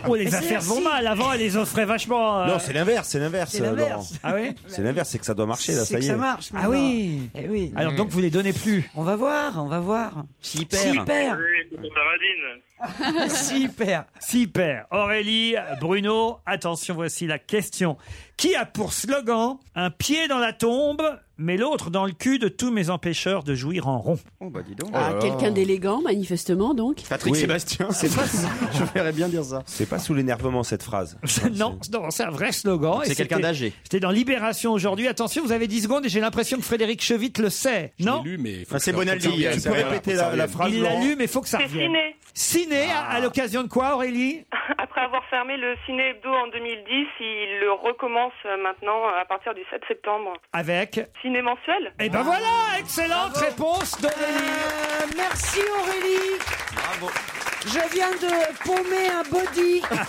Speaker 3: Oh, les affaires vont mal. Avant, elle les offrait vachement. euh,
Speaker 5: Non, c'est l'inverse, c'est l'inverse.
Speaker 3: C'est l'inverse.
Speaker 5: Laurent.
Speaker 3: Ah ouais
Speaker 5: C'est l'inverse, c'est que ça
Speaker 1: [laughs]
Speaker 5: doit marcher là,
Speaker 1: C'est
Speaker 5: ça
Speaker 1: que
Speaker 5: y est.
Speaker 1: ça marche.
Speaker 3: Ah oui.
Speaker 1: Eh oui.
Speaker 3: Alors donc vous les donnez plus.
Speaker 1: On va voir, on va voir.
Speaker 3: Mmh.
Speaker 10: S'il
Speaker 1: perd. S'il perd.
Speaker 17: Oui, c'est pour ta radine.
Speaker 1: [laughs] Super.
Speaker 3: Super. Aurélie, Bruno, attention, voici la question. Qui a pour slogan un pied dans la tombe, mais l'autre dans le cul de tous mes empêcheurs de jouir en rond
Speaker 10: Oh bah dis donc.
Speaker 8: Ah, quelqu'un d'élégant, manifestement, donc.
Speaker 10: Patrick
Speaker 5: Oui.
Speaker 10: Sébastien.
Speaker 5: C'est pas-
Speaker 10: Je verrais bien dire ça.
Speaker 5: C'est pas sous l'énervement cette phrase.
Speaker 3: [laughs] non, non, c'est un vrai slogan. Et
Speaker 5: C'est
Speaker 3: c'était-
Speaker 5: quelqu'un d'âgé.
Speaker 3: C'était dans Libération aujourd'hui. Attention, vous avez 10 secondes et j'ai l'impression que Frédéric Chevitte le sait. non
Speaker 4: lu, mais
Speaker 5: Ah, c'est Bonaldi, hein, c'est vrai, faut que ça revienne.
Speaker 3: Il l'a lu, mais faut que ça
Speaker 11: C'est
Speaker 3: revienne.
Speaker 11: Ciné.
Speaker 3: Ciné, à-
Speaker 10: Ah.
Speaker 3: à l'occasion de quoi, Aurélie
Speaker 11: Après avoir fermé le ciné hebdo en 2010, il le recommence euh, maintenant à partir du 7 septembre.
Speaker 3: Avec
Speaker 11: Ciné mensuel
Speaker 3: Et ben voilà, excellente réponse d'Aurélie.
Speaker 1: Euh, merci Aurélie. Je viens de
Speaker 11: [laughs]
Speaker 1: paumer un
Speaker 10: [laughs]
Speaker 1: body.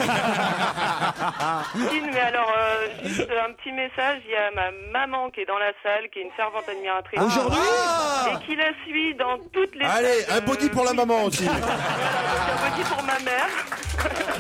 Speaker 11: Christine, mais alors, euh, juste un petit message, il y a ma maman qui est dans la salle, qui est une fervente admiratrice.
Speaker 3: Ah.
Speaker 5: Aujourd'hui
Speaker 11: Et qui la suit dans toutes les...
Speaker 5: Allez,
Speaker 11: [laughs]
Speaker 5: un body pour la maman aussi.
Speaker 10: Ah,
Speaker 11: Un petit pour ma mère.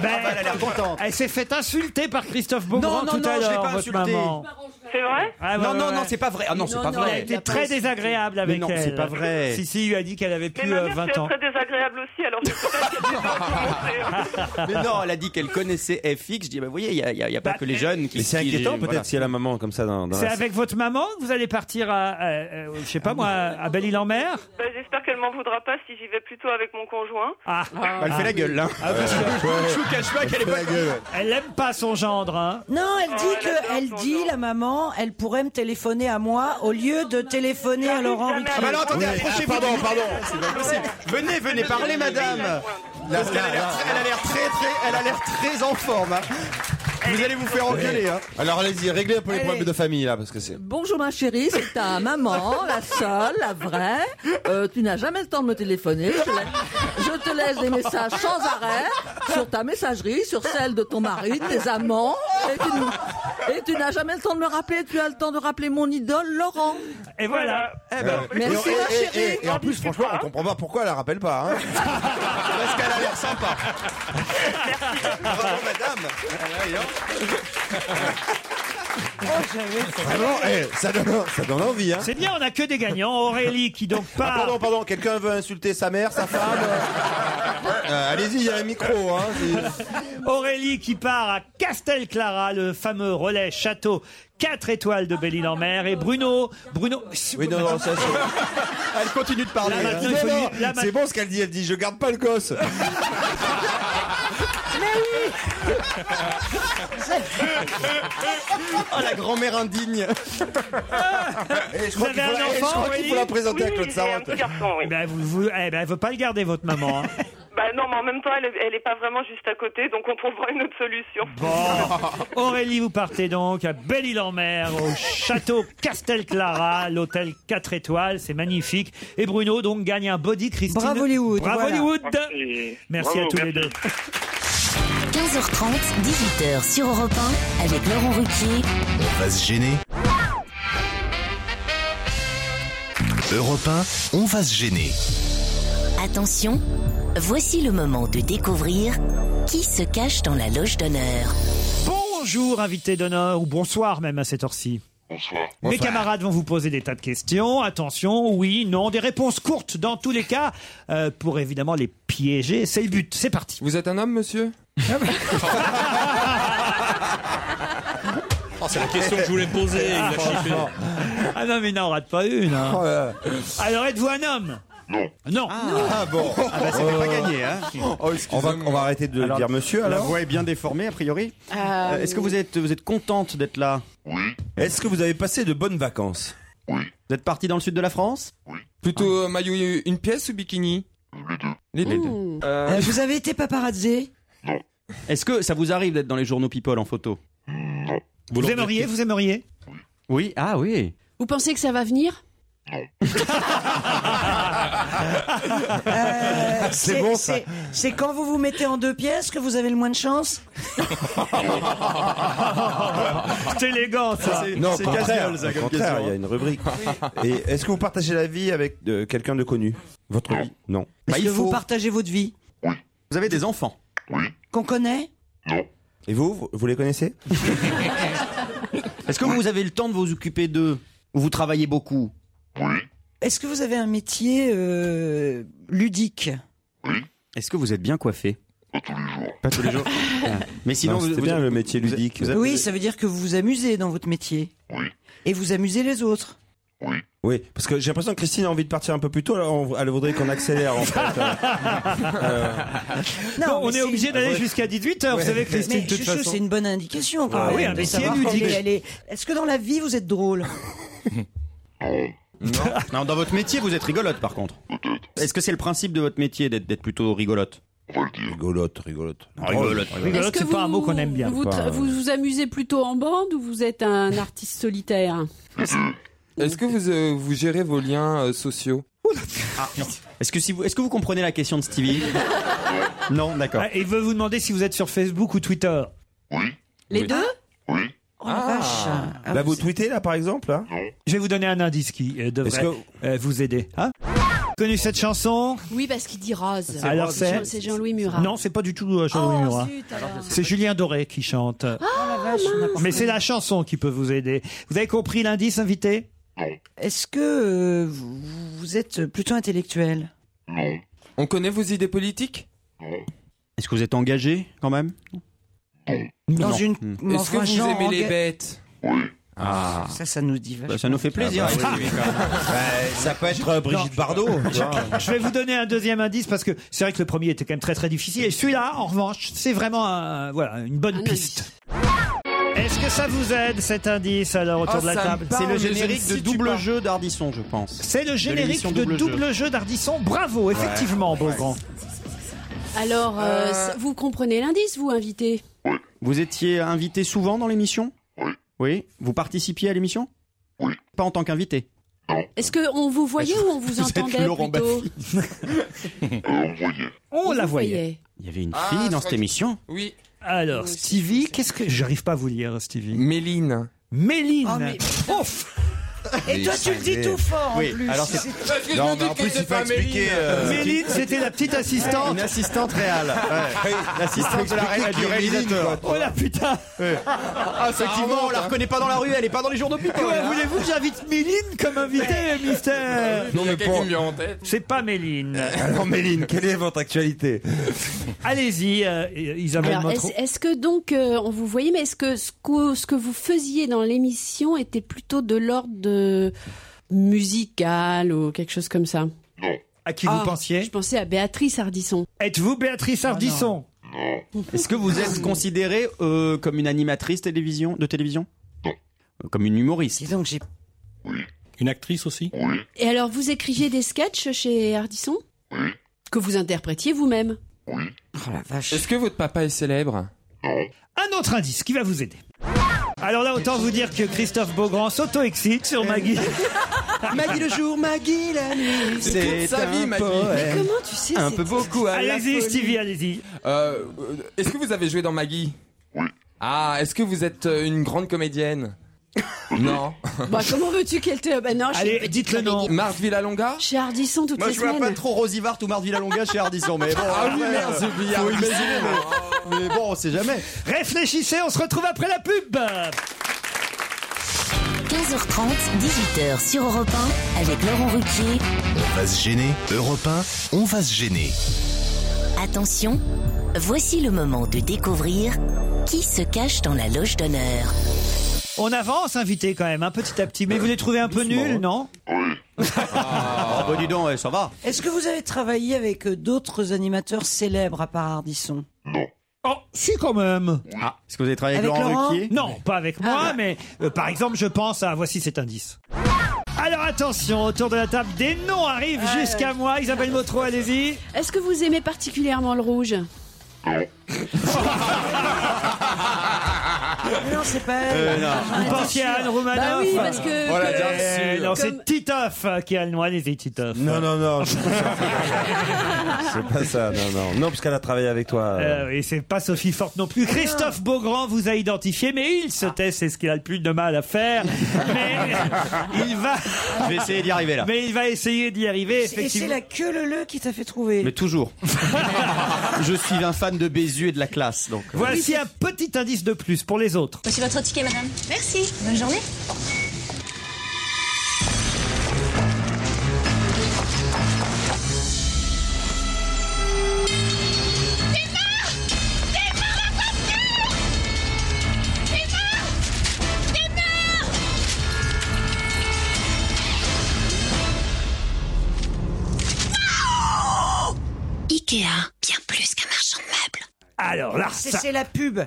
Speaker 3: Ben,
Speaker 10: bah,
Speaker 3: Elle s'est fait insulter par Christophe Beaugrand
Speaker 10: Non, non,
Speaker 3: tout à
Speaker 10: non, je l'ai
Speaker 3: l'heure,
Speaker 10: pas
Speaker 3: votre
Speaker 10: insulté.
Speaker 3: maman.
Speaker 11: C'est vrai
Speaker 3: Ah, ouais,
Speaker 10: non,
Speaker 3: ouais,
Speaker 10: non,
Speaker 3: ouais.
Speaker 10: non, c'est pas vrai. Ah non, c'est pas vrai.
Speaker 3: Elle a été très désagréable avec
Speaker 10: non,
Speaker 3: elle.
Speaker 10: c'est pas vrai.
Speaker 3: Si, si, il lui a dit qu'elle avait
Speaker 11: Mais
Speaker 3: plus
Speaker 11: ma
Speaker 3: euh,
Speaker 11: mère,
Speaker 3: 20
Speaker 11: c'est
Speaker 3: ans.
Speaker 11: très désagréable aussi, alors je sais pas si elle s'est pas
Speaker 3: [laughs]
Speaker 5: Ah,
Speaker 11: encore montrée.
Speaker 10: Mais non, elle a dit qu'elle connaissait FX. Je dis, bah, vous voyez, il n'y a, il y a- il y a pas que les jeunes qui.
Speaker 5: Mais c'est
Speaker 10: qui-
Speaker 5: inquiétant
Speaker 10: voilà.
Speaker 5: peut-être si elle a la maman comme ça dans, dans
Speaker 3: C'est
Speaker 5: la
Speaker 3: avec votre maman que vous allez partir à, à- euh, je sais
Speaker 10: Ah,
Speaker 3: pas moi, à Belle-Île-en-Mer
Speaker 11: Ben, J'espère qu'elle m'en voudra pas si j'y vais plutôt avec mon conjoint.
Speaker 3: Ah,
Speaker 5: Bah,
Speaker 10: Elle fait la gueule, là. Je vous cache pas qu'elle est pas.
Speaker 3: Elle aime pas son gendre, hein.
Speaker 1: Non, elle dit que, elle dit la maman, elle pourrait me téléphoner à moi au lieu de téléphoner à Laurent Ruquier.
Speaker 10: Ah bah alors, attendez, approchez-vous. Pardon, pardon. Ah, Venez, venez, parlez, madame. Parce qu'elle a l'air très- elle a l'air très, très, elle a l'air très en forme. hein. Vous allez vous faire engueuler. hein.
Speaker 5: Alors allez-y, réglez un peu les problèmes de famille là parce que c'est.
Speaker 18: Bonjour ma chérie, c'est ta maman, la seule, la vraie. Euh, tu n'as jamais le temps de me téléphoner. Je, la- je te laisse des messages sans arrêt sur ta messagerie, sur celle de ton mari, de tes amants. Et tu, n- et tu n'as jamais le temps de me rappeler. Tu as le temps de rappeler mon idole, Laurent.
Speaker 3: Et voilà. ben,
Speaker 18: Merci
Speaker 5: et,
Speaker 18: ma
Speaker 5: et-
Speaker 18: chérie.
Speaker 5: et- et en plus, franchement, on comprend pas pourquoi elle la rappelle pas. hein. Parce qu'elle a l'air sympa. Bravo, madame. Vraiment, eh, ça, donne, ça donne envie. Hein.
Speaker 3: C'est bien, on a que des gagnants. Aurélie qui donc
Speaker 5: Ah,
Speaker 3: part.
Speaker 5: pardon, pardon, quelqu'un veut insulter sa mère, sa femme euh Euh, Allez-y, il y a un micro. Hein,
Speaker 3: [laughs]
Speaker 5: c'est-
Speaker 3: Aurélie qui part à Castelclara, le fameux relais château 4 étoiles de Belle-Île-en-Mer. Et Bruno, Bruno.
Speaker 5: Oui, non, non, ça, c'est-
Speaker 10: [laughs] Elle continue de parler.
Speaker 3: Là,
Speaker 10: hein.
Speaker 3: maintenant, il
Speaker 5: Non,
Speaker 3: faut
Speaker 5: non,
Speaker 3: lui- là,
Speaker 5: c'est bon ce qu'elle dit, elle dit je garde pas le gosse.
Speaker 6: [laughs]
Speaker 10: Oh, la grand-mère indigne.
Speaker 5: Et je
Speaker 3: Vous avez
Speaker 5: crois qu'il faut,
Speaker 3: un
Speaker 5: la- eh, je
Speaker 3: enfant,
Speaker 5: crois qu'il faut
Speaker 3: Aurélie
Speaker 5: la présenter à
Speaker 11: Oui,
Speaker 5: Claude
Speaker 11: j'ai un
Speaker 5: Sarotte.
Speaker 11: petit garçon, oui.
Speaker 3: Eh ben, vous, vous- eh ben, elle veut pas le garder, votre maman. hein.
Speaker 11: Bah non, mais en même temps, elle, elle est pas vraiment juste à côté, donc on trouvera une autre solution. [laughs]
Speaker 3: Bon. Aurélie, vous partez donc à Belle-Île-en-Mer, au château Castelclara, l'hôtel 4 étoiles, c'est magnifique. Et Bruno, donc, gagne un body Christine.
Speaker 1: Bravo Hollywood,
Speaker 3: Bravo
Speaker 1: voilà.
Speaker 3: Hollywood. Merci à
Speaker 17: Bravo,
Speaker 3: tous les deux.
Speaker 13: 15h30, 18h sur Europe 1 avec Laurent Ruquier.
Speaker 2: On va se gêner. Europe 1, on va se gêner.
Speaker 13: Attention, voici le moment de découvrir qui se cache dans la loge d'honneur.
Speaker 3: Bonjour, invité d'honneur, ou bonsoir même à cette heure-ci.
Speaker 19: Bonsoir.
Speaker 3: Mes camarades vont vous poser des tas de questions. Attention, oui, non, des réponses courtes dans tous les cas, euh, pour évidemment les piéger. C'est le but. C'est parti.
Speaker 9: Vous êtes un homme, monsieur
Speaker 4: Oh, c'est la question que je voulais poser. Il l'a chiffé.
Speaker 3: Ah non, mais il n'en rate pas une. hein.
Speaker 4: Oh là
Speaker 3: Alors, êtes-vous un homme
Speaker 19: Non.
Speaker 3: Non.
Speaker 10: Ah bon. Ah bah, ça
Speaker 6: [laughs]
Speaker 10: fait pas gagner, hein.
Speaker 8: Oh,
Speaker 5: on, va, on va arrêter de
Speaker 10: Alors,
Speaker 5: dire monsieur
Speaker 10: La
Speaker 5: alors.
Speaker 10: voix est bien déformée, a priori.
Speaker 5: Euh,
Speaker 3: Ah,
Speaker 10: Euh, Est-ce que vous êtes, vous êtes contente d'être là
Speaker 5: Est-ce que vous avez passé de bonnes vacances
Speaker 10: Vous êtes partie dans le sud de la France Ah.
Speaker 9: Plutôt euh, maillot une pièce ou bikini Les deux.
Speaker 1: Euh, vous avez été paparazzi
Speaker 10: Est-ce que ça vous arrive d'être dans les journaux People en photo
Speaker 3: Vous, aimeriez, vous aimeriez
Speaker 10: Oui, ah oui.
Speaker 8: Vous pensez que ça va venir
Speaker 1: Euh,
Speaker 10: [laughs] C'est bon, ça.
Speaker 1: c'est- C'est quand vous vous mettez en deux pièces que vous avez le moins de
Speaker 10: [laughs]
Speaker 1: chance
Speaker 3: C'est élégant
Speaker 1: Ah,
Speaker 3: ça.
Speaker 5: Non, au contraire, au contraire, il y a une rubrique. hein. Et est-ce que vous partagez la vie avec euh, quelqu'un de connu Votre vie Non. Bah,
Speaker 9: Bah,
Speaker 1: Est-ce que vous partagez votre vie
Speaker 10: Vous avez des enfants
Speaker 1: Qu'on connaît
Speaker 5: Et vous, vous, vous les connaissez
Speaker 10: [laughs] Est-ce que vous avez le temps de vous occuper d'eux Ou vous travaillez beaucoup
Speaker 1: Est-ce que vous avez un métier euh, ludique
Speaker 10: Est-ce que vous êtes bien coiffé Pas tous les [laughs] jours. Pas tous les jours. Mais sinon,
Speaker 5: Non,
Speaker 10: vous,
Speaker 5: c'était
Speaker 10: vous-
Speaker 5: bien le métier
Speaker 10: vous-
Speaker 5: ludique.
Speaker 10: vous-
Speaker 1: Oui, ça veut dire que vous vous amusez dans votre métier. Et vous amusez les autres.
Speaker 5: Oui, parce que j'ai l'impression que Christine a envie de partir un peu plus tôt, alors on- elle voudrait qu'on accélère en [laughs] fait. Euh,
Speaker 3: Non,
Speaker 1: Non,
Speaker 3: on
Speaker 1: mais
Speaker 3: est
Speaker 1: c'est-
Speaker 3: obligé d'aller
Speaker 5: Ah, Ouais.
Speaker 3: jusqu'à 18h, vous
Speaker 5: Ouais.
Speaker 3: savez, Christine,
Speaker 1: Mais
Speaker 3: de toute
Speaker 1: Chouchou,
Speaker 3: façon.
Speaker 1: c'est une bonne indication quand
Speaker 3: Ah
Speaker 1: même.
Speaker 3: oui, un
Speaker 1: de
Speaker 3: métier
Speaker 1: savoir
Speaker 3: ludique.
Speaker 1: elle est- elle est- Est-ce que dans la vie vous êtes
Speaker 9: [laughs]
Speaker 1: drôle
Speaker 9: Euh.
Speaker 10: Non. Non, dans votre métier, vous êtes rigolote par contre. Est-ce que c'est le principe de votre métier d'être d'être plutôt rigolote
Speaker 5: Rigolote, rigolote.
Speaker 10: Rigolote,
Speaker 3: Rigolote,
Speaker 20: Est-ce que
Speaker 3: c'est pas un mot qu'on aime bien.
Speaker 20: Vous, tra- vous vous amusez plutôt en bande ou vous êtes un artiste
Speaker 3: [coughs]
Speaker 20: solitaire
Speaker 9: Est-ce que vous, euh, vous gérez vos liens euh, sociaux
Speaker 10: Ah, Est-ce que, si vous, est-ce que vous comprenez la question de Stevie Non, d'accord.
Speaker 3: Ah, Il veut vous demander si vous êtes sur Facebook ou Twitter.
Speaker 20: Les deux
Speaker 1: Oh, Ah,
Speaker 5: Là, Ah. Bah, vous tweetez là par exemple hein
Speaker 3: Je vais vous donner un indice qui euh, devrait
Speaker 5: Est-ce que-
Speaker 3: euh, vous aider. Hein Connu cette chanson
Speaker 20: Oui, parce qu'il dit Rose.
Speaker 3: Alors c'est
Speaker 20: Jean- Jean-Louis Murat.
Speaker 3: Non, c'est pas du tout
Speaker 1: Oh,
Speaker 3: euh, Jean-Louis Murat. C'est Julien Doré qui chante. Mais c'est la chanson qui peut vous aider. Vous avez compris l'indice, invité
Speaker 1: Est-ce que euh, vous, vous êtes plutôt intellectuel
Speaker 9: On connaît vos idées politiques
Speaker 10: Est-ce que vous êtes engagé quand même
Speaker 1: Dans
Speaker 10: Non.
Speaker 1: une.
Speaker 10: Hmm.
Speaker 1: mais
Speaker 9: Est-ce que
Speaker 1: enfin,
Speaker 9: vous
Speaker 1: genre
Speaker 9: aimez les
Speaker 1: enga-
Speaker 9: bêtes
Speaker 10: Ah.
Speaker 1: Ça, ça nous dit vachement.
Speaker 10: Bah, ça nous fait plaisir.
Speaker 5: Ah bah oui, oui, quand même. [laughs] Bah, ça peut être euh, Brigitte Bardot. tu vois.
Speaker 3: Je vais vous donner un deuxième indice parce que c'est vrai que le premier était quand même très très difficile. Et celui-là, en revanche, c'est vraiment un- voilà, une bonne piste. Est-ce que ça vous aide cet indice alors autour
Speaker 10: Ah,
Speaker 3: de la
Speaker 10: ça
Speaker 3: table
Speaker 10: me C'est le générique de double
Speaker 3: parles.
Speaker 10: jeu d'Ardisson, je pense.
Speaker 3: C'est le générique
Speaker 10: l'émission
Speaker 3: de double, jeu, d'Ardisson. Bravo, effectivement, Beaugrand.
Speaker 20: Alors, euh, c- vous comprenez l'indice, vous, invité
Speaker 10: Vous étiez invité souvent dans l'émission Oui. Oui. Vous participiez à l'émission Oui. Pas en tant qu'invité.
Speaker 20: Est-ce qu'on vous voyait ou on
Speaker 3: [laughs]
Speaker 20: vous,
Speaker 10: Vous êtes
Speaker 20: entendait
Speaker 10: Laurent
Speaker 20: plutôt
Speaker 10: Euh,
Speaker 3: On la
Speaker 20: Vous
Speaker 3: voyait.
Speaker 20: voyez.
Speaker 10: Il y avait une
Speaker 9: Ah,
Speaker 10: fille
Speaker 9: je
Speaker 10: dans
Speaker 9: crois
Speaker 10: cette
Speaker 9: que-
Speaker 10: émission.
Speaker 9: Oui.
Speaker 3: Alors, Stevie, qu'est-ce que. J'arrive pas à vous lire, Stevie.
Speaker 9: Méline.
Speaker 3: Méline
Speaker 1: Oh, mais-
Speaker 3: Ouf
Speaker 1: Et toi, tu le dis tout fort
Speaker 10: Oui,
Speaker 1: en plus.
Speaker 10: alors c'est-
Speaker 9: Parce que je me doute que c'est pas Méline.
Speaker 5: euh,
Speaker 3: Méline, c'était la
Speaker 5: [laughs]
Speaker 3: petite assistante.
Speaker 10: Une
Speaker 6: [laughs]
Speaker 10: assistante réelle. Ouais. L'assistante de la ré- du réalisateur.
Speaker 3: Oh la putain
Speaker 10: Ah, effectivement, on la reconnaît pas dans la rue, elle est pas dans les journaux people.
Speaker 3: Comment voulez-vous que j'invite Méline comme invitée, mystère
Speaker 9: Non, mais quelqu'un me vient en tête.
Speaker 3: C'est pas Méline.
Speaker 5: Alors Méline, quelle est votre actualité
Speaker 3: Allez-y, euh, Isabelle
Speaker 20: Alors, est-ce
Speaker 3: Motro.
Speaker 20: est-ce que donc euh, on vous voyait, mais est-ce que ce, que ce que vous faisiez dans l'émission était plutôt de l'ordre de musical ou quelque chose comme ça
Speaker 3: À qui
Speaker 20: Ah,
Speaker 3: vous pensiez
Speaker 20: Je pensais à Béatrice Ardisson.
Speaker 3: Êtes-vous Béatrice Ardisson
Speaker 10: [laughs] Est-ce que vous êtes considérée euh, comme une animatrice télévision, de télévision Non. Comme une humoriste
Speaker 1: Dis donc, j'ai.
Speaker 4: Une actrice aussi
Speaker 20: Et alors, vous écriviez des sketchs chez Ardisson Que vous interprétiez vous-même
Speaker 1: Oh la vache.
Speaker 9: Est-ce que votre papa est célèbre
Speaker 3: Un autre indice qui va vous aider. Alors là, autant vous dire que Christophe Beaugrand s'auto-excite sur Maggie.
Speaker 1: [laughs] Maggie le jour, Maggie la nuit.
Speaker 9: C'est toute sa
Speaker 1: un
Speaker 9: vie, Maggie.
Speaker 1: poème. Mais comment tu sais
Speaker 9: Un
Speaker 1: c'est-
Speaker 9: peu beaucoup. hein, la
Speaker 1: Allez-y,
Speaker 9: folie.
Speaker 3: Stevie, allez-y.
Speaker 9: Euh, euh, Est-ce que vous avez joué dans Maggie Oui. Ah, est-ce que vous êtes euh, une grande comédienne Non.
Speaker 20: Bah, comment veux-tu qu'elle te. Bah, non, je suis une petite comédienne.
Speaker 9: Marthe Villalonga
Speaker 20: Chez Ardisson toutes
Speaker 10: Moi,
Speaker 20: les
Speaker 10: je vois
Speaker 20: semaines.
Speaker 10: pas trop Rosivart ou Marthe Villalonga chez
Speaker 3: [laughs]
Speaker 10: Ardisson, mais bon.
Speaker 9: Ah oui,
Speaker 10: après,
Speaker 9: merde,
Speaker 10: euh,
Speaker 9: j'ai oublié
Speaker 10: faut
Speaker 9: Ardisson.
Speaker 10: imaginer,
Speaker 3: Ah,
Speaker 10: mais, mais bon, on
Speaker 3: [laughs]
Speaker 10: sait jamais.
Speaker 3: Réfléchissez, on se retrouve après la pub.
Speaker 13: 15h30, 18h sur Europe 1 avec Laurent Ruquier.
Speaker 2: On va se gêner. Europe 1, on va se gêner.
Speaker 13: Attention, voici le moment de découvrir qui se cache dans la loge d'honneur.
Speaker 3: On avance, invité quand même, un petit à petit. Mais vous les trouvez un peu nuls, non
Speaker 10: Ah, bah dis donc, ouais, ça va.
Speaker 1: Est-ce que vous avez travaillé avec euh, d'autres animateurs célèbres à part Ardisson
Speaker 3: Oh, si quand même.
Speaker 10: Est-ce que vous avez travaillé
Speaker 1: avec Avec Laurent Laurent Ruquier
Speaker 3: Non, pas avec moi,
Speaker 1: Ah.
Speaker 3: mais euh, par exemple, je pense à voici cet indice. Alors attention, autour de la table, des noms arrivent
Speaker 1: Ah,
Speaker 20: Euh,
Speaker 3: jusqu'à moi. Isabelle Motro, allez-y.
Speaker 20: Est-ce que vous aimez particulièrement le rouge
Speaker 1: Ah, Non, c'est pas elle.
Speaker 3: Euh, non. Vous pensiez à Anne Roumanoff
Speaker 20: Bah oui, parce que-
Speaker 10: Voilà,
Speaker 3: Eh,
Speaker 10: bien sûr.
Speaker 3: Non, c'est Titoff qui a le nom. Allez-y, Titoff.
Speaker 5: Non, non, non. je- C'est pas ça, non, non. Non, parce qu'elle a travaillé avec toi.
Speaker 3: [laughs] Euh, et c'est pas Sophie Forte non
Speaker 1: Ah,
Speaker 3: plus. Christophe Beaugrand vous a identifié, mais il se tait, c'est ce qu'il a le plus de mal
Speaker 1: [laughs]
Speaker 3: à faire. Mais il va.
Speaker 10: Je vais essayer d'y arriver, là.
Speaker 3: Mais il va essayer d'y arriver,
Speaker 1: Et c'est
Speaker 3: effectivement.
Speaker 1: la queue le le qui t'a fait trouver.
Speaker 3: [laughs]
Speaker 10: Mais toujours. je suis un fan de Bézu et de la classe, donc. euh,
Speaker 3: Voici un petit indice de plus pour les
Speaker 10: [laughs]
Speaker 3: autres.
Speaker 19: Voici votre ticket, madame. Merci. Bonne journée.
Speaker 13: Ikea, bien plus qu'un marchand de meubles.
Speaker 3: Alors là,
Speaker 1: c'est
Speaker 3: ça-
Speaker 1: c'est la pub.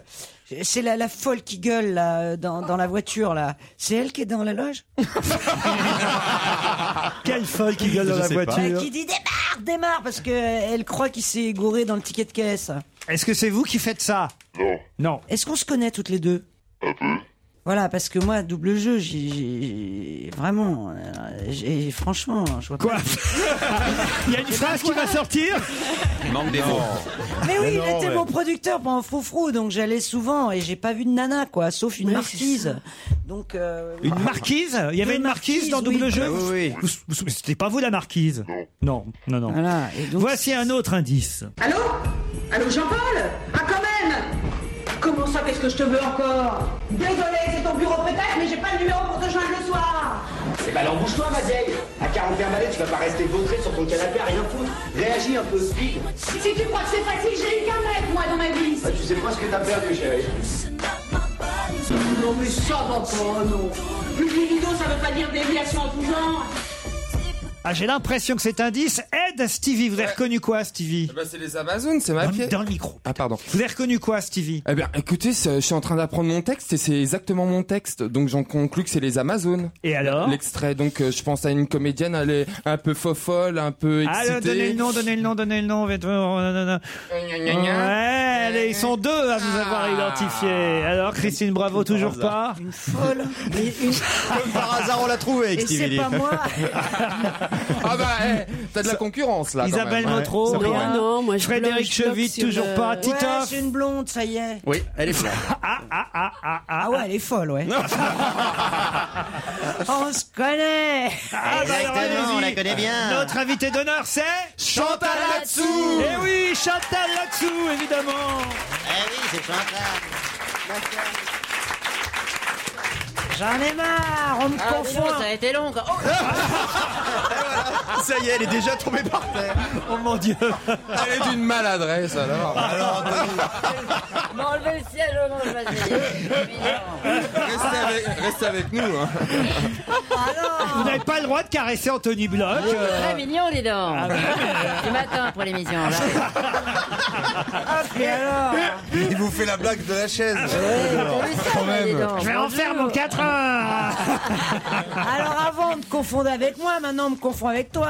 Speaker 1: C'est la, la folle qui gueule là, euh, dans, dans la voiture là. C'est elle qui est dans la loge.
Speaker 3: Quelle folle qui gueule dans la
Speaker 1: Bah,
Speaker 3: voiture.
Speaker 1: qui dit démarre, démarre parce que euh, elle croit qu'il s'est gouré dans le ticket de caisse.
Speaker 3: Est-ce que c'est vous qui faites ça Non. Non.
Speaker 1: Est-ce qu'on se connaît toutes les deux Voilà, parce que moi, double jeu, j'ai- j'ai vraiment, euh, j'ai franchement, je vois pas.
Speaker 3: Il y a une phrase qui va sortir.
Speaker 9: Manque des mots.
Speaker 1: Mais oui,
Speaker 9: Mais
Speaker 1: il
Speaker 9: non,
Speaker 1: était
Speaker 9: ouais.
Speaker 1: mon producteur pendant Froufrou, donc j'allais souvent et j'ai pas vu de nana, quoi, sauf une marquise. Donc, euh,
Speaker 3: Une marquise Il y avait
Speaker 1: Deux
Speaker 3: une marquise dans Double
Speaker 1: oui.
Speaker 9: Ah
Speaker 3: Jeu Vous- vous- vous- C'était pas vous la marquise Non, non, non. Voici un autre indice.
Speaker 21: Allô Allô, Jean-Paul Ah, quand même Comment ça, qu'est-ce que je te veux encore Désolé, c'est ton bureau peut-être, mais j'ai pas le numéro pour te joindre le soir
Speaker 22: Eh ben alors bouge-toi ma vieille À 41 balais tu vas pas rester vautré sur ton canapé à rien foutre Réagis un peu speed
Speaker 21: Si tu crois que c'est facile, j'ai eu qu'un mec, moi, dans ma vie
Speaker 22: Bah, Tu sais pas ce que t'as perdu chérie
Speaker 21: Non, mais ça va pas, non Plus libido, ça veut pas dire déviation en tout
Speaker 1: hein.
Speaker 21: genre
Speaker 3: Ah, j'ai l'impression que cet indice aide Stevie. Vous avez reconnu quoi, Stevie
Speaker 9: Eh ben, c'est les Amazones, c'est ma pièce.
Speaker 3: Dans le micro.
Speaker 9: Ah pardon.
Speaker 3: Vous avez reconnu quoi, Stevie
Speaker 9: Eh bien, écoutez, c'est- je suis en train d'apprendre mon texte et c'est exactement mon texte, donc j'en conclus que c'est les Amazones.
Speaker 3: Et alors
Speaker 9: L'extrait, donc euh, je pense à une comédienne, elle est un peu fofolle, un peu excitée.
Speaker 3: Alors, Ah, euh, donnez le nom, donnez le nom, donnez le nom. vite, euh,
Speaker 9: gna,
Speaker 3: euh, euh,
Speaker 9: Ah. gna.
Speaker 3: Ouais, allez, ils sont deux à vous avoir identifié. Alors, Christine Bravo, toujours pas
Speaker 1: folle. [laughs] Mais une-
Speaker 10: Comme par hasard, on l'a trouvé avec
Speaker 1: Et c'est
Speaker 10: Stevie
Speaker 1: pas
Speaker 3: [laughs]
Speaker 10: Lee.
Speaker 1: moi.
Speaker 9: Ah bah, eh, t'as de la concurrence là. quand
Speaker 3: Isabelle
Speaker 9: même.
Speaker 3: Motro,
Speaker 9: Ça
Speaker 3: rien.
Speaker 9: pourrait.
Speaker 20: Non, moi, je
Speaker 3: Frédéric
Speaker 20: bloque, je bloque
Speaker 3: Chevite,
Speaker 20: sur
Speaker 3: toujours
Speaker 20: le-
Speaker 3: pas.
Speaker 1: euh, Ouais,
Speaker 3: Titoff
Speaker 1: c'est une blonde, ça y est.
Speaker 10: Oui, elle
Speaker 9: [laughs]
Speaker 10: est folle.
Speaker 3: Ah, ah, ah, ah, ah.
Speaker 1: Ah ouais, elle est folle, ouais. [laughs] On se connaît.
Speaker 3: Ah, bah alors, allez-y. Notre invité d'honneur, c'est
Speaker 1: Chantal
Speaker 3: Latsou.
Speaker 1: Latsou.
Speaker 3: Eh oui, Chantal Latsou, évidemment.
Speaker 22: Eh oui c'est Chantal
Speaker 1: J'en ai marre, on me
Speaker 22: Ah, dis
Speaker 1: confond.
Speaker 22: donc, ça a
Speaker 1: été [laughs] long.
Speaker 10: [laughs]
Speaker 22: Oh.
Speaker 10: Ça y est, elle est déjà tombée par terre.
Speaker 3: Oh mon dieu.
Speaker 9: Elle est d'une maladresse alors.
Speaker 19: M'enlever le siège au nom de
Speaker 3: [laughs]
Speaker 9: Restez avec, restez avec nous. hein.
Speaker 1: Ah
Speaker 3: Vous n'avez pas le droit de caresser Anthony Bloch. euh,
Speaker 19: Très mignon, les dents.
Speaker 3: Ah
Speaker 19: Tu m'attends pour l'émission. là.
Speaker 1: alors
Speaker 5: Il vous fait la blague de la chaise.
Speaker 19: T'as vu ça, les dents
Speaker 3: Je vais en
Speaker 19: Bonjour.
Speaker 3: faire mon 4 heures. Ah
Speaker 1: Alors avant, on me confondait avec moi, maintenant Ah on me confond avec toi.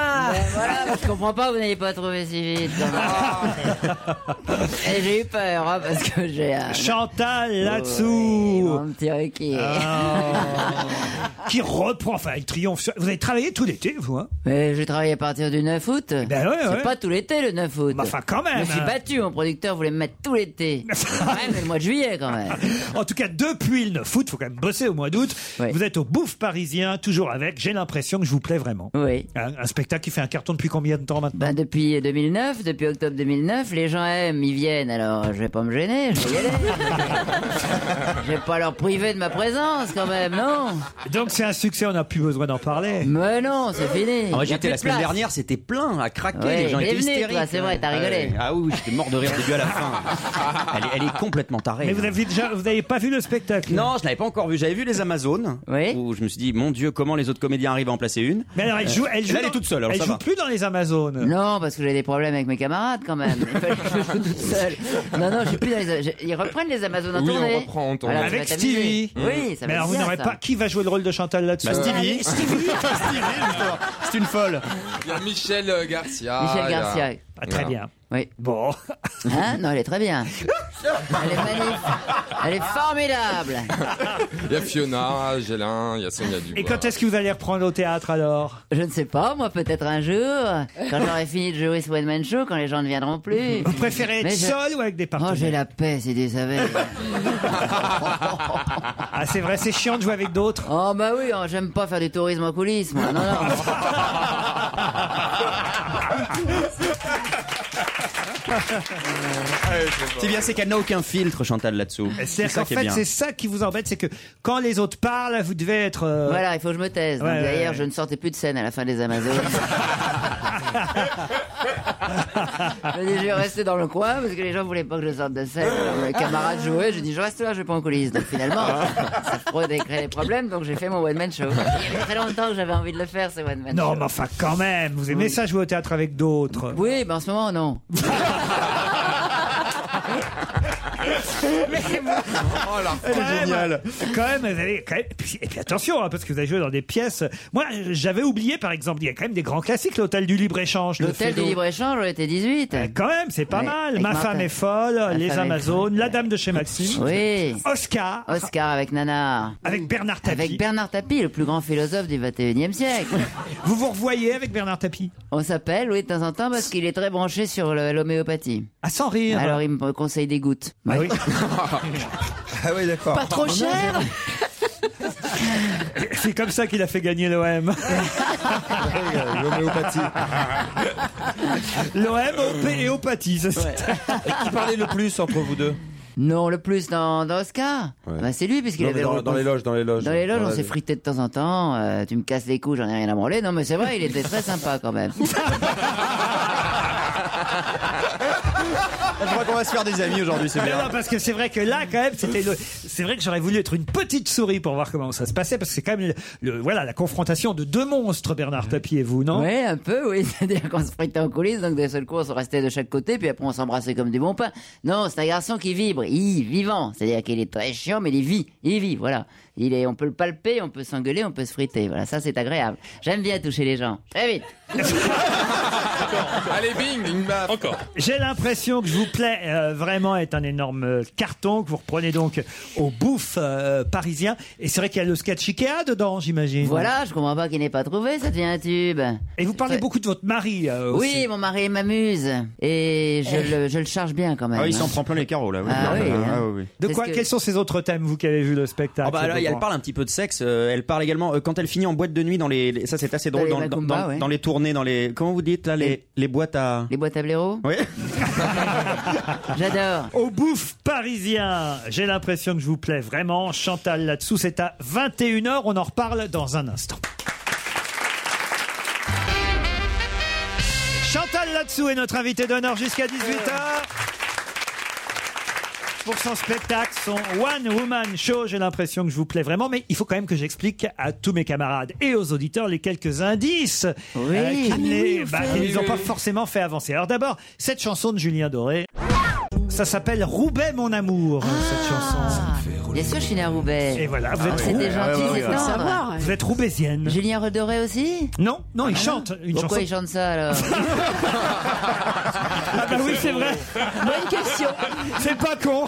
Speaker 19: Voilà, je comprends pas, vous n'avez pas trouvé si vite.
Speaker 1: [laughs]
Speaker 19: Et j'ai eu peur, hein, parce que j'ai un...
Speaker 3: Chantal là-dessous. Ah. qui reprend, enfin, elle triomphe. sur- Vous avez travaillé tout l'été, vous, hein
Speaker 19: Mais j'ai travaillé à partir du 9 août.
Speaker 3: Ben ouais,
Speaker 19: c'est
Speaker 3: ouais.
Speaker 19: pas tout l'été le 9 août.
Speaker 3: Mais enfin, quand même,
Speaker 19: Je me suis
Speaker 3: hein.
Speaker 19: battu, mon producteur voulait me mettre tout l'été. ouais, mais le mois de juillet quand même.
Speaker 3: [laughs] En tout cas, depuis le 9 août, faut quand même bosser au mois d'août. Vous êtes au Bouffe Parisien, toujours avec. J'ai l'impression que je vous plais vraiment.
Speaker 19: Oui.
Speaker 3: Un, un spectacle qui fait un carton depuis combien de temps maintenant
Speaker 19: Ben depuis 2009, depuis octobre 2009, les gens aiment, ils viennent, alors je vais pas me gêner, je
Speaker 1: [laughs]
Speaker 19: vais y aller. je vais pas leur priver de ma présence quand même, non
Speaker 3: Donc c'est un succès, on n'a plus besoin d'en parler.
Speaker 19: Mais non, c'est fini.
Speaker 23: Ah, moi,
Speaker 19: Y a
Speaker 23: j'étais
Speaker 19: plus
Speaker 23: la
Speaker 19: de
Speaker 23: semaine
Speaker 19: place.
Speaker 23: dernière, c'était plein à craquer.
Speaker 19: Ouais,
Speaker 23: les gens
Speaker 19: mais
Speaker 23: étaient
Speaker 19: venez, toi,
Speaker 23: hystériques.
Speaker 19: c'est vrai, t'as
Speaker 23: Ah ouais.
Speaker 19: rigolé.
Speaker 23: Ah oui, j'étais mort de rire du début à la
Speaker 3: [laughs]
Speaker 23: fin. Elle est, elle est complètement tarée. hein.
Speaker 3: Mais vous avez déjà, vous n'avez pas vu le spectacle
Speaker 23: Non, je l'avais pas encore vu. J'avais vu les Amazones, où je me suis dit, mon Dieu, comment les autres comédiens arrivent à en placer une.
Speaker 3: Mais alors, elle joue, elle
Speaker 23: Et
Speaker 3: joue
Speaker 23: là, elle
Speaker 3: dans-
Speaker 23: est toute seule. Alors,
Speaker 3: elle
Speaker 23: ça
Speaker 3: joue
Speaker 23: va.
Speaker 3: plus dans les Amazones.
Speaker 19: Non, parce que j'ai des problèmes avec mes camarades quand
Speaker 3: [laughs]
Speaker 19: même. Il fallait que je joue toute seule. Non, non, je suis plus dans les. je- Ils reprennent les Amazones en
Speaker 3: Oui, on
Speaker 19: tournée.
Speaker 3: reprend en tournée. Mm.
Speaker 19: Voilà, tu
Speaker 3: Avec
Speaker 19: vas t'amuser.
Speaker 3: Stevie.
Speaker 19: Oui, ça va
Speaker 3: Mais alors, vous n'aurez pas. Qui va jouer le rôle de Chantal là-dessus
Speaker 23: Bah, Stevie.
Speaker 19: [laughs]
Speaker 23: C'est une folle.
Speaker 9: Il y a Michel euh, Garcia.
Speaker 19: Michel
Speaker 9: il y a-
Speaker 19: Garcia.
Speaker 3: Ah, très
Speaker 9: Voilà.
Speaker 3: bien.
Speaker 19: Oui.
Speaker 3: Bon.
Speaker 19: Hein non, elle est très bien. Elle est magnifique. Elle est formidable.
Speaker 9: Il y a Fiona, Gélin, il y a Sonia Dubois.
Speaker 3: Et quand est-ce que vous allez reprendre au théâtre alors
Speaker 19: Je ne sais pas, moi peut-être un jour, quand j'aurai fini de jouer ce one man show, quand les gens ne viendront plus.
Speaker 3: Vous préférez être
Speaker 19: Mais je-
Speaker 3: seul ou avec des partenaires
Speaker 19: Oh, j'ai la paix, si tu savais.
Speaker 3: Ah, c'est vrai, c'est chiant de jouer avec d'autres.
Speaker 19: [laughs] Oh, bah oui, oh, j'aime pas faire du tourisme en coulisses, moi. Non, non.
Speaker 3: [laughs]
Speaker 23: C'est bien, c'est qu'elle n'a aucun filtre, Chantal, là-dessous. C'est
Speaker 3: C'est-à-dire
Speaker 23: ça
Speaker 3: qu'en
Speaker 23: qui est
Speaker 3: fait,
Speaker 23: bien.
Speaker 3: c'est ça qui vous embête, c'est que quand les autres parlent, vous devez être. euh,
Speaker 19: Voilà, il faut que je me taise. Donc,
Speaker 3: Ouais, ouais,
Speaker 19: D'ailleurs,
Speaker 3: ouais.
Speaker 19: je ne sortais plus de scène à la fin des
Speaker 3: [laughs]
Speaker 19: Amazones. je dis, je vais rester dans le coin parce que les gens voulaient pas que je sorte de scène. Alors, mes camarades jouaient, je dis, je reste là, je vais pas en coulisses. Donc
Speaker 3: [laughs]
Speaker 19: finalement, ça pourrait créer des problèmes, donc j'ai fait mon one-man show. Il y a très longtemps que j'avais envie de le faire, ce one-man show.
Speaker 3: Non, mais enfin, quand même, vous aimez ça jouer au théâtre avec d'autres.
Speaker 19: Oui, mais en ce moment,
Speaker 3: [laughs]
Speaker 19: non.
Speaker 9: Oh la
Speaker 3: Quand même, Quand même, vous avez- quand même- et, puis, et puis attention, hein, parce que vous avez joué dans des pièces. Moi, j'avais oublié, par exemple, il y a quand même des grands classiques, l'hôtel du libre-échange. de
Speaker 19: L'hôtel du
Speaker 3: Feydeau.
Speaker 19: libre-échange, j'aurais été 18.
Speaker 3: Quand même, c'est pas
Speaker 19: Ouais,
Speaker 3: mal.
Speaker 19: avec
Speaker 3: Ma
Speaker 19: Martin.
Speaker 3: femme est folle,
Speaker 19: Ma
Speaker 3: Les
Speaker 19: femme est
Speaker 3: Amazones, La Dame de chez Maxime.
Speaker 19: Oui.
Speaker 3: Oscar.
Speaker 19: Oscar avec Nanar.
Speaker 3: Avec Bernard Tapie.
Speaker 19: Avec Bernard Tapie, le plus grand philosophe du 21e siècle.
Speaker 3: [laughs] Vous vous revoyez avec Bernard Tapie
Speaker 19: On s'appelle, oui, de temps en temps, parce qu'il est très branché sur le- l'homéopathie.
Speaker 3: Ah, sans rire.
Speaker 19: Alors il me conseille des gouttes.
Speaker 3: Ah oui.
Speaker 5: Ah oui, d'accord.
Speaker 19: Pas trop cher
Speaker 3: [laughs] C'est comme ça qu'il a fait
Speaker 19: [laughs]
Speaker 3: gagner Euh, l'OM.
Speaker 5: L'homéopathie.
Speaker 3: L'OM et opathie, ça c'est.
Speaker 5: Qui parlait le plus entre vous deux
Speaker 19: [laughs] Non, le plus dans, dans Oscar Bah, C'est lui, puisqu'il
Speaker 5: Non,
Speaker 19: avait
Speaker 5: mais
Speaker 19: le
Speaker 5: dans,
Speaker 19: rôle
Speaker 5: dans les
Speaker 19: qu'on-
Speaker 5: loges, dans les loges.
Speaker 19: Dans les loges, on
Speaker 5: la-
Speaker 19: s'est frité de temps en temps. euh, tu me casses les couilles, j'en ai rien à branler. Non, mais c'est vrai, il était très sympa quand
Speaker 3: [laughs]
Speaker 19: même.
Speaker 23: Je crois qu'on va se faire des amis aujourd'hui, c'est
Speaker 3: Mais
Speaker 23: bien.
Speaker 3: non, parce que c'est vrai que là, quand même, c'était le... C'est vrai que j'aurais voulu être une petite souris pour voir comment ça se passait, parce que c'est quand même le, le- voilà, la confrontation de deux monstres, Bernard Tapie et vous, non
Speaker 19: Oui, un peu, oui. [laughs] C'est-à-dire qu'on se fritait en coulisses, donc des seuls cours, on se restait de chaque côté, puis après on s'embrassait comme des bons pains. Non, c'est un garçon qui vibre, il est vivant. C'est-à-dire qu'il est très chiant, mais il vit, il vit, voilà. Il est, on peut le palper, on peut s'engueuler, on peut se friter. Voilà, ça c'est agréable. J'aime bien toucher les gens.
Speaker 9: [laughs]
Speaker 19: Très vite.
Speaker 9: Allez, bing, bing, bap. Encore.
Speaker 3: J'ai l'impression que je vous plais euh, vraiment est un énorme euh, carton que vous reprenez donc au bouffe euh, parisien. Et c'est vrai qu'il y a le sketch Ikea dedans, j'imagine.
Speaker 19: Voilà, je comprends pas qu'il n'ait pas trouvé, ça devient un tube.
Speaker 23: Euh,
Speaker 3: Et vous parlez beaucoup de votre mari euh,
Speaker 19: Oui,
Speaker 3: aussi.
Speaker 19: mon mari m'amuse. Et je, le, je le charge bien quand même.
Speaker 23: Eh. Ah, il
Speaker 19: hein.
Speaker 23: s'en prend plein les carreaux, là. oui.
Speaker 19: Ah oui, hein.
Speaker 23: ah oui.
Speaker 3: De
Speaker 19: Parce
Speaker 3: quoi
Speaker 19: que-
Speaker 3: Quels sont ces autres thèmes, vous qui avez vu le spectacle
Speaker 23: Ah bah là,
Speaker 3: Laurent
Speaker 23: elle parle un petit peu de sexe. euh, elle parle également euh, quand elle finit en boîte de nuit dans les. les- ça c'est assez drôle
Speaker 19: les
Speaker 23: dans, dans-
Speaker 19: Macumba,
Speaker 23: dans-
Speaker 19: ouais.
Speaker 23: dans les tournées, dans les. Comment vous dites là les les boîtes à.
Speaker 19: Les boîtes à blaireaux
Speaker 23: Oui. [laughs]
Speaker 19: J'adore.
Speaker 3: Au bouffe parisien, j'ai l'impression que je vous plais vraiment. Chantal là-dessous, c'est à 21h. On en reparle dans un instant. Chantal là-dessous est notre invitée d'honneur jusqu'à 18h. Pour son spectacle, son One Woman Show, j'ai l'impression que je vous plais vraiment, mais il faut quand même que j'explique à tous mes camarades et aux auditeurs les quelques indices euh, qui
Speaker 19: Ah,
Speaker 3: ne
Speaker 19: mais
Speaker 3: les
Speaker 19: oui,
Speaker 3: bah,
Speaker 19: enfin.
Speaker 3: qui ne
Speaker 19: Oui,
Speaker 3: les ont
Speaker 19: oui,
Speaker 3: pas
Speaker 19: oui.
Speaker 3: forcément fait avancer. Alors d'abord, cette
Speaker 19: Ah.
Speaker 3: chanson de Julien Doré, ça s'appelle Roubaix mon amour, cette chanson.
Speaker 19: Bien sûr, je suis née à Roubaix.
Speaker 3: Et voilà, vous
Speaker 19: Ah,
Speaker 3: êtes
Speaker 19: C'était
Speaker 3: roux.
Speaker 19: gentil, c'est tendre.
Speaker 3: Vous êtes roubaisienne.
Speaker 19: Julien Redoré aussi Ah,
Speaker 3: Non, non, il chante une
Speaker 19: Pourquoi
Speaker 3: chanson.
Speaker 19: il chante ça
Speaker 3: [laughs]
Speaker 19: alors
Speaker 3: Ah bah oui, c'est vrai.
Speaker 19: Bonne question.
Speaker 3: C'est pas con.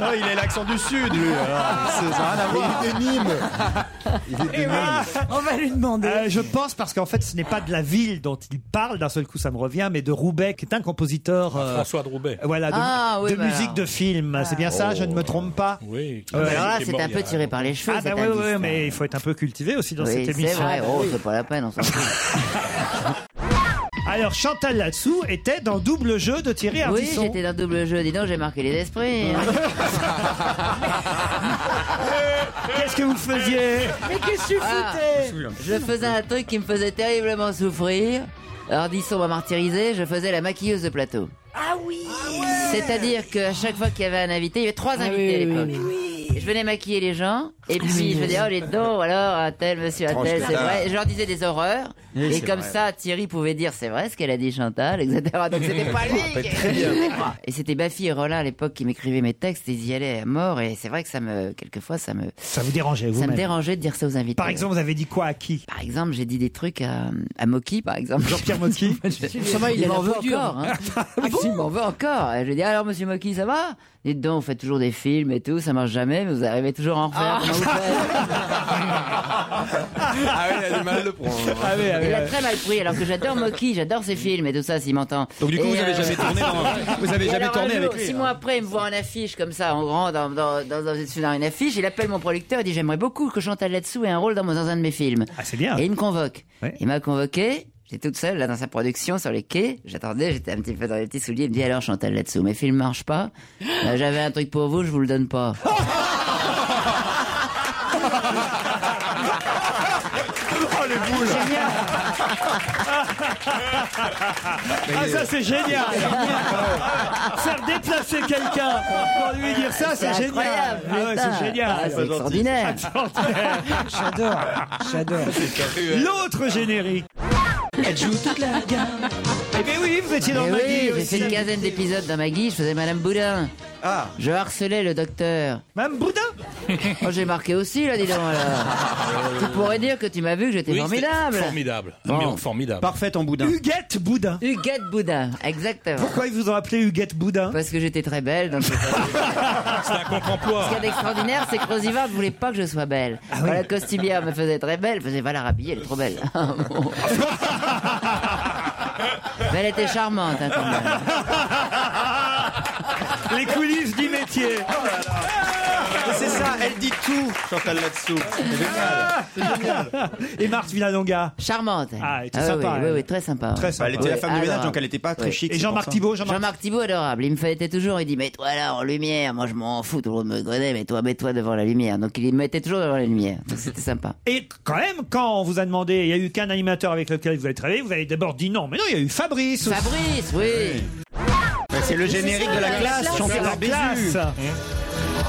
Speaker 10: Non, il a l'accent du sud, lui. alors, c'est- Ça n'a rien à voir.
Speaker 3: Il est Eh ben, on va lui demander. Euh, je pense parce qu'en fait, ce n'est pas de la ville dont il parle, d'un seul coup ça me revient, mais de Roubaix, qui est un compositeur. euh,
Speaker 4: Ah, François de Roubaix.
Speaker 3: Voilà, de,
Speaker 19: Ah, oui,
Speaker 3: de
Speaker 19: bah
Speaker 3: musique
Speaker 19: alors.
Speaker 3: de film. C'est bien ça, je ne me trompe pas Euh,
Speaker 4: Oui.
Speaker 19: Ah, bah alors là, c'est un peu tiré par les cheveux.
Speaker 3: Ah, bah
Speaker 19: cet
Speaker 3: oui,
Speaker 19: indice,
Speaker 3: oui,
Speaker 19: là.
Speaker 3: mais il faut être un peu cultivé aussi dans
Speaker 19: Oui,
Speaker 3: cette émission.
Speaker 19: C'est vrai, oh, c'est pas la peine, on s'en fout.
Speaker 3: [laughs] Alors, Chantal Latsou était dans Double Jeu de Thierry
Speaker 19: Oui,
Speaker 3: Ardisson.
Speaker 19: j'étais dans double jeu, dis donc, j'ai marqué les esprits. hein.
Speaker 3: [laughs] Qu'est-ce que vous faisiez
Speaker 19: Mais qu'est-ce que tu Ah, Je faisais un truc qui me faisait terriblement souffrir. Ardisson m'a martyrisé, je faisais la maquilleuse de plateau.
Speaker 21: Ah oui
Speaker 19: C'est-à-dire qu'à chaque fois qu'il y avait un invité, il y avait
Speaker 21: Ah
Speaker 19: trois invités à l'époque. Je venais maquiller les gens, et puis
Speaker 21: oui,
Speaker 19: je me disais, oh les dons, alors, un tel monsieur, un
Speaker 21: Tranche
Speaker 19: tel, c'est
Speaker 21: pétard.
Speaker 19: vrai. Et Je leur disais des horreurs,
Speaker 21: Oui,
Speaker 19: et
Speaker 21: c'est
Speaker 19: comme
Speaker 21: vrai.
Speaker 19: ça, Thierry pouvait dire, c'est vrai ce qu'elle a dit Chantal, etc. Donc c'était
Speaker 21: [laughs]
Speaker 19: pas lui
Speaker 21: Très
Speaker 19: qui-
Speaker 21: bien.
Speaker 19: c'était moi. Et c'était Baffy et Rollin à l'époque qui m'écrivaient mes textes, et ils y allaient à mort, et c'est vrai que ça me, quelquefois, ça me...
Speaker 3: Ça vous dérangeait, vous
Speaker 19: Ça me dérangeait de dire ça aux invités.
Speaker 3: Par exemple, vous avez dit quoi à qui
Speaker 19: euh, Par exemple, j'ai dit des trucs à, à Moki, par exemple.
Speaker 3: Jean-Pierre
Speaker 19: [laughs]
Speaker 3: Ah, Mocky
Speaker 21: Sûrement, il
Speaker 19: il
Speaker 21: a la
Speaker 19: m'en veut
Speaker 21: peau dure.
Speaker 19: encore. Hein. il m'en veut encore. Et Je lui dis alors Monsieur Moki, ça va Dites donc, vous faites toujours des films et tout, ça marche jamais, mais vous arrivez toujours à en refaire. comment vous faites
Speaker 9: [laughs] Ah oui, elle a du mal à le prendre.
Speaker 3: [laughs] Ah oui, ah oui,
Speaker 19: Il
Speaker 3: ah
Speaker 19: a
Speaker 3: oui.
Speaker 19: très mal pris, alors que j'adore Moki, j'adore ses films et tout ça, s'il m'entend.
Speaker 9: Donc, du coup,
Speaker 19: Et, euh,
Speaker 9: vous avez jamais tourné
Speaker 19: [laughs]
Speaker 9: dans- vous avez
Speaker 19: et
Speaker 9: jamais
Speaker 19: alors,
Speaker 9: tourné
Speaker 19: un jour,
Speaker 9: avec lui,
Speaker 19: Six
Speaker 9: hein.
Speaker 19: mois après, il me voit en affiche comme ça, en grand, dans, dans, dans, dans une- dans une affiche. Il appelle mon producteur, il dit J'aimerais beaucoup que Chantal là-dessous ait un rôle dans, mon- dans un de mes films.
Speaker 3: Ah, c'est bien.
Speaker 19: Et il me convoque. Il m'a convoqué. J'étais toute seule là dans sa production sur les quais. J'attendais, j'étais un petit peu dans les petits souliers. Il me dit alors Chantal là-dessous, mes films marchent pas. Euh, J'avais un truc pour vous, je vous le donne pas.
Speaker 21: Oh les boules
Speaker 3: Ah ça c'est génial [laughs] Faire déplacer quelqu'un pour lui dire ça c'est
Speaker 21: C'est
Speaker 3: génial
Speaker 21: incroyable,
Speaker 3: Ah ouais,
Speaker 21: putain.
Speaker 3: c'est génial
Speaker 21: Ah, c'est extraordinaire.
Speaker 3: Extraordinaire. [laughs] J'adore J'adore L'autre générique Elle joue toute la gamme Eh bien oui vous étiez dans
Speaker 19: Eh
Speaker 3: ma
Speaker 19: oui, j'ai fait
Speaker 3: aussi
Speaker 19: une quinzaine d'épisodes dans Maggie, je faisais Madame Boudin. Ah. Je harcelais le docteur.
Speaker 3: Madame Boudin
Speaker 19: [laughs] oh, J'ai marqué aussi, là, dis
Speaker 4: [laughs]
Speaker 19: donc. alors. tu pourrais dire que tu m'as vu que j'étais
Speaker 4: Oui, c'était
Speaker 19: formidable.
Speaker 4: Formidable.
Speaker 19: Bon.
Speaker 4: Mais formidable.
Speaker 19: Parfait en boudin.
Speaker 3: Huguette Boudin.
Speaker 19: Huguette Boudin, exactement.
Speaker 3: Pourquoi ils vous ont appelé Huguette Boudin
Speaker 19: Parce que j'étais très belle.
Speaker 4: [laughs]
Speaker 19: Donc c'est
Speaker 4: un contre-emploi.
Speaker 19: Ce qu'il y a d'extraordinaire, c'est que Rosiva ne voulait pas que je sois belle.
Speaker 3: Ah
Speaker 19: Voilà, Costumière me faisait très belle, faisait va la rhabiller, elle est trop
Speaker 3: [laughs]
Speaker 19: belle. [laughs] Bon. Mais elle était charmante, hein, quand même.
Speaker 3: Les coulisses du métier
Speaker 10: C'est ça, elle dit tout, Chantal là-dessous. C'est génial.
Speaker 3: Et Marthe Villalonga
Speaker 19: Charmante.
Speaker 3: Ah, elle était
Speaker 19: Ah oui,
Speaker 3: sympa.
Speaker 19: oui,
Speaker 3: elle.
Speaker 19: oui, très sympa.
Speaker 3: Très sympa.
Speaker 10: Bah, Elle était la femme de ménage,
Speaker 19: adorable.
Speaker 10: donc elle était pas très chic,
Speaker 3: Et
Speaker 10: c'est
Speaker 3: Jean-Marc
Speaker 10: pour ça.
Speaker 3: Thibault, Jean-Marc
Speaker 19: Jean-Marc Thibault, adorable. Il me fêtait toujours. Il dit Mets-toi là en lumière. Moi, je m'en fous. Tout le monde me connaît. Mets-toi, mets-toi devant la lumière. Donc, il me mettait toujours devant la lumière. Donc, C'était sympa.
Speaker 3: Et quand même, quand on vous a demandé, il n'y a eu qu'un animateur avec lequel vous avez travaillé, vous avez d'abord dit non. Mais non, il y a eu Fabrice. aussi.
Speaker 19: Fabrice, oui.
Speaker 10: C'est le générique de la classe,
Speaker 3: C'est
Speaker 10: Chantal
Speaker 3: la classe.
Speaker 10: Bézu.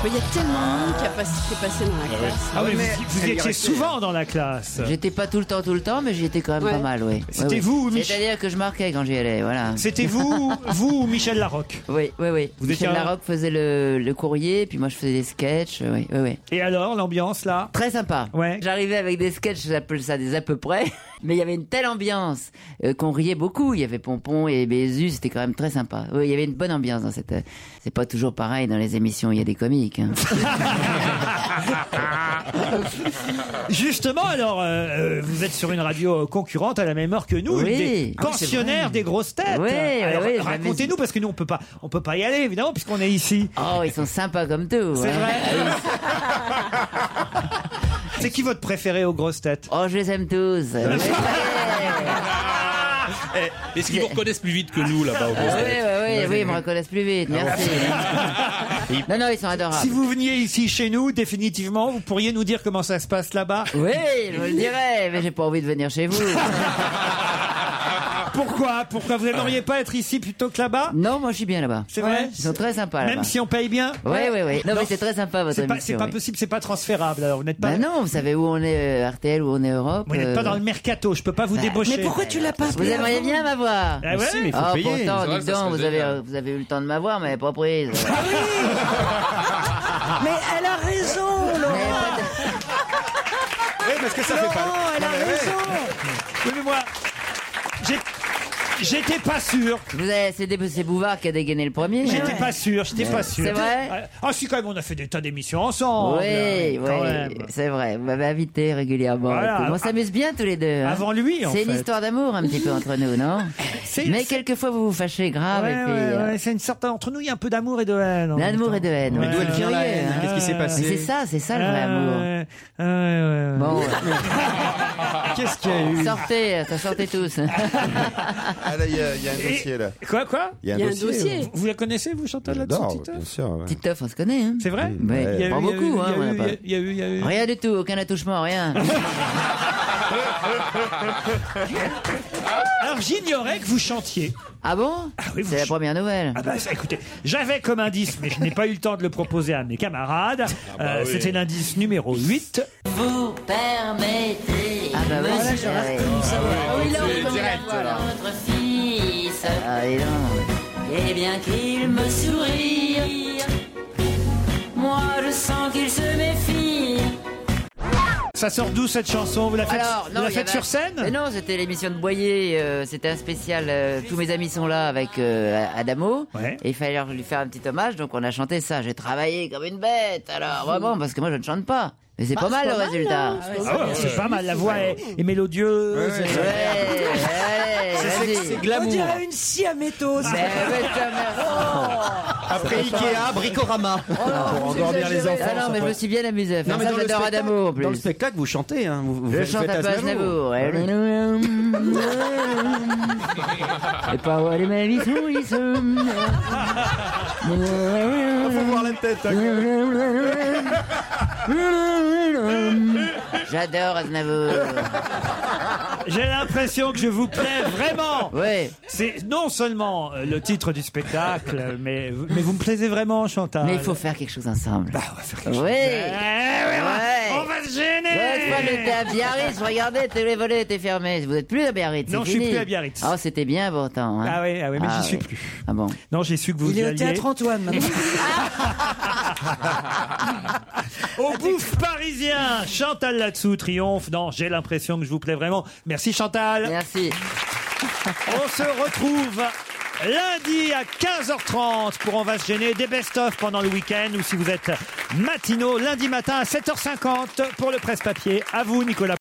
Speaker 20: Mais il y a tellement de monde qui, a passé, qui est passé dans la classe.
Speaker 3: Ah oui, vous, vous étiez souvent dans la classe.
Speaker 19: J'étais pas tout le temps, tout le temps, mais j'y étais quand même
Speaker 3: Ouais.
Speaker 19: pas mal, oui. Oui,
Speaker 3: C'était
Speaker 19: oui.
Speaker 3: vous, Mich-
Speaker 19: C'est-à-dire que je marquais quand j'y allais, voilà. [laughs]
Speaker 3: C'était
Speaker 10: [laughs]
Speaker 3: vous, vous ou Michel Larocque
Speaker 19: Oui, oui, oui.
Speaker 3: Vous étiez
Speaker 19: Michel
Speaker 3: un-
Speaker 19: Larocque faisait le, le courrier, puis moi je faisais des sketchs, euh, oui, oui, oui.
Speaker 3: Et alors, [laughs] l'ambiance là
Speaker 19: Très sympa.
Speaker 3: Ouais.
Speaker 19: J'arrivais avec des sketchs, j'appelle ça des à peu près, [laughs] mais il y avait une telle ambiance euh, qu'on riait beaucoup. Il y avait Pompon et Bézu, c'était quand même très sympa. Oui, il y avait une bonne ambiance dans cette. euh, C'est pas toujours pareil dans les émissions, où il y a des comiques.
Speaker 3: [laughs]
Speaker 19: hein.
Speaker 3: Justement, alors, euh, euh, vous êtes sur une radio euh, concurrente à la même heure que nous,
Speaker 19: Oui.
Speaker 3: une des
Speaker 19: Ah oui, c'est
Speaker 3: pensionnaires
Speaker 19: vrai.
Speaker 3: des grosses têtes.
Speaker 19: Oui, oui,
Speaker 3: Alors,
Speaker 19: oui, je
Speaker 3: Racontez-nous, parce que nous, on peut pas, on peut pas y aller, évidemment, puisqu'on est ici.
Speaker 19: Oh, ils sont sympas comme tout.
Speaker 3: C'est
Speaker 19: hein.
Speaker 3: vrai [laughs] C'est qui votre préféré aux grosses têtes
Speaker 19: Oh, je les aime tous.
Speaker 4: Eh, Est-ce qu'ils vous reconnaissent plus vite que nous là-bas au
Speaker 19: Ah oui,
Speaker 4: Conseil
Speaker 19: oui, oui, oui, ils me reconnaissent plus vite, merci.
Speaker 3: [laughs]
Speaker 19: Non, non, ils sont adorables.
Speaker 3: Ah Si vous veniez ici chez nous, définitivement, vous pourriez nous dire comment ça se passe là-bas
Speaker 19: Oui, je vous le dirais, mais j'ai pas envie de venir chez vous.
Speaker 3: [laughs] Pourquoi Pourquoi vous n'aimeriez pas être ici plutôt que là-bas
Speaker 19: Non, moi je suis bien là-bas.
Speaker 3: C'est vrai
Speaker 19: Ils sont très sympas là-bas.
Speaker 3: Même si on paye bien
Speaker 19: Oui, oui, oui. Non, mais c'est très sympa votre
Speaker 3: C'est pas,
Speaker 19: émission.
Speaker 3: c'est pas
Speaker 19: oui.
Speaker 3: possible, c'est pas transférable. Alors vous n'êtes pas,
Speaker 19: Bah non, vous savez où on est, euh, RTL, où on est Europe. euh,
Speaker 3: vous n'êtes pas dans le mercato. Je peux pas vous
Speaker 19: bah,
Speaker 3: débaucher.
Speaker 19: mais pourquoi
Speaker 3: tu l'as
Speaker 19: pas Vous aimeriez bien m'avoir.
Speaker 3: Ah ouais Si, mais faut
Speaker 19: oh,
Speaker 3: payer.
Speaker 19: pourtant,
Speaker 3: C'est vrai
Speaker 19: dis
Speaker 3: que ça
Speaker 19: donc,
Speaker 3: serait
Speaker 19: vous avez,
Speaker 3: [laughs] génial.
Speaker 19: vous avez eu le temps de m'avoir, mais pas prise.
Speaker 1: Mais elle a raison, Laurent.
Speaker 10: Oui, parce que ça fait pas.
Speaker 1: Laurent, elle a
Speaker 10: Ouais, ouais.
Speaker 1: raison.
Speaker 3: Oui, mais moi, j'étais pas sûr.
Speaker 19: C'est des- c'est Bouvard qui a dégainé le premier.
Speaker 3: J'étais pas sûr, j'étais
Speaker 19: Ouais.
Speaker 3: pas sûr.
Speaker 19: C'est vrai
Speaker 3: Ah, Ah, si, quand même, on a fait des tas d'émissions ensemble.
Speaker 19: Oui,
Speaker 3: quand
Speaker 19: oui,
Speaker 3: même.
Speaker 19: c'est vrai. Vous m'avez invité régulièrement.
Speaker 3: Voilà.
Speaker 19: et tout. On s'amuse bien tous les deux. hein.
Speaker 3: Avant lui, en
Speaker 19: C'est
Speaker 3: fait.
Speaker 19: une histoire d'amour un petit peu entre nous,
Speaker 3: [laughs]
Speaker 19: non Mais quelquefois vous vous fâchez grave.
Speaker 3: Ouais,
Speaker 19: et puis,
Speaker 3: ouais,
Speaker 19: euh,
Speaker 3: ouais, c'est une sorte. Entre nous, il y a un peu d'amour et de haine. en même
Speaker 19: L'amour
Speaker 3: temps.
Speaker 19: et de haine.
Speaker 3: Ouais.
Speaker 19: ouais. Furieux, hein. Mais C'est ça, c'est ça le vrai amour. Bon.
Speaker 3: Qu'est-ce qu'il y a eu
Speaker 19: Sortez, ça sortait tous.
Speaker 5: Ah là, il y, a- il y a un
Speaker 3: Et-
Speaker 5: dossier là.
Speaker 3: Quoi, quoi
Speaker 5: Il y a un Il y a un dossier. dossier.
Speaker 3: Vous, vous la connaissez, vous, Chantal, là-dessus,
Speaker 5: J'adore,
Speaker 3: Tito
Speaker 5: bien sûr. ouais.
Speaker 19: Titeuf, on se connaît. Hein.
Speaker 3: C'est vrai
Speaker 19: Ouais,
Speaker 5: Ouais.
Speaker 19: il y a
Speaker 5: Pas
Speaker 19: eu-
Speaker 5: beaucoup,
Speaker 19: il y a
Speaker 5: hein,
Speaker 19: eu-
Speaker 5: on a
Speaker 19: il y a
Speaker 5: pas-
Speaker 19: eu- Rien du tout, aucun attouchement, rien.
Speaker 3: Alors j'ignorais que [laughs] vous chantiez.
Speaker 19: Ah bon C'est la première nouvelle.
Speaker 3: Ah bah ça, écoutez, j'avais comme indice, mais je n'ai pas eu le temps de le proposer à mes camarades. Euh,
Speaker 19: oui.
Speaker 3: C'était l'indice numéro 8.
Speaker 19: Vous permettez. Ah bah
Speaker 21: Monsieur-
Speaker 19: voilà, je reste comme ça.
Speaker 21: Ah oui, là, on
Speaker 19: C'est
Speaker 21: reconnaît
Speaker 19: direct,
Speaker 21: la voix, là.
Speaker 19: Votre fils. Ah et non. Eh bien qu'il me sourie. Moi je sens qu'il se méfie.
Speaker 3: Ça sort d'où cette chanson Vous la faites,
Speaker 19: Alors, non,
Speaker 3: vous la
Speaker 19: il y
Speaker 3: faites
Speaker 19: avait-
Speaker 3: sur scène
Speaker 19: Mais Non, c'était l'émission de Boyer. euh, c'était un spécial. euh, Tous mes amis sont là avec euh, Adamo. Et il fallait lui faire un petit hommage. Donc on a chanté ça. J'ai travaillé comme une bête. Alors vraiment, parce que moi je ne chante pas. Mais c'est
Speaker 3: Bah,
Speaker 19: pas mal
Speaker 3: c'est
Speaker 19: le
Speaker 3: pas mal,
Speaker 19: résultat.
Speaker 3: hein, c'est pas Ah ouais, mal. c'est pas mal, la voix est- est mélodieuse.
Speaker 19: Ouais,
Speaker 3: Ouais.
Speaker 19: ouais,
Speaker 3: C'est sexy,
Speaker 19: vas-y.
Speaker 3: c'est glamour.
Speaker 1: On dirait une scie à métaux. ça. oh.
Speaker 10: Après Ikea, Bricorama.
Speaker 19: Oh
Speaker 23: Ah,
Speaker 19: Pour
Speaker 10: endormir les enfants.
Speaker 19: Ah non, mais je me suis bien amusé. à faire ça, j'adore Adamo en plus.
Speaker 23: Dans le spectacle, vous chantez. Hein. Vous, vous
Speaker 19: Je
Speaker 23: vous
Speaker 19: chante
Speaker 23: faites
Speaker 19: un peu Aznavour. Et pas où aller ma vie sourisse. Faut voir la tête.
Speaker 3: hein.
Speaker 19: J'adore Aznavour.
Speaker 3: J'ai l'impression que je vous plais vraiment. C'est non seulement euh, le titre du spectacle, mais, mais vous me plaisez vraiment, Chantal.
Speaker 19: Mais il faut faire quelque chose ensemble.
Speaker 3: Bah, on va faire
Speaker 19: Oui.
Speaker 3: quelque
Speaker 19: Eh Ouais.
Speaker 3: On va se gêner.
Speaker 19: Ouais, toi, t'étais à Biarritz, regardez, tous les volets étaient fermés. Vous n'êtes plus à Biarritz.
Speaker 3: Non,
Speaker 19: c'est
Speaker 3: je suis
Speaker 19: fini.
Speaker 3: plus à Biarritz.
Speaker 19: Ah, c'était bien pourtant. hein.
Speaker 3: Ah oui, ah oui, mais
Speaker 19: Ah
Speaker 3: j'y suis
Speaker 19: oui.
Speaker 3: plus.
Speaker 19: Ah bon
Speaker 3: Non, j'ai su que vous
Speaker 1: Il est
Speaker 3: y
Speaker 1: au
Speaker 3: alliez.
Speaker 1: théâtre Antoine maintenant.
Speaker 3: Au bouffe parisien, Chantal là-dessous triomphe. Non, j'ai l'impression que je vous plais vraiment. Merci Chantal.
Speaker 19: Merci.
Speaker 3: On se retrouve lundi à 15h30 pour On va se gêner des best-of pendant le week-end ou si vous êtes matinaux, lundi matin à 7h50 pour le presse-papier. À vous, Nicolas.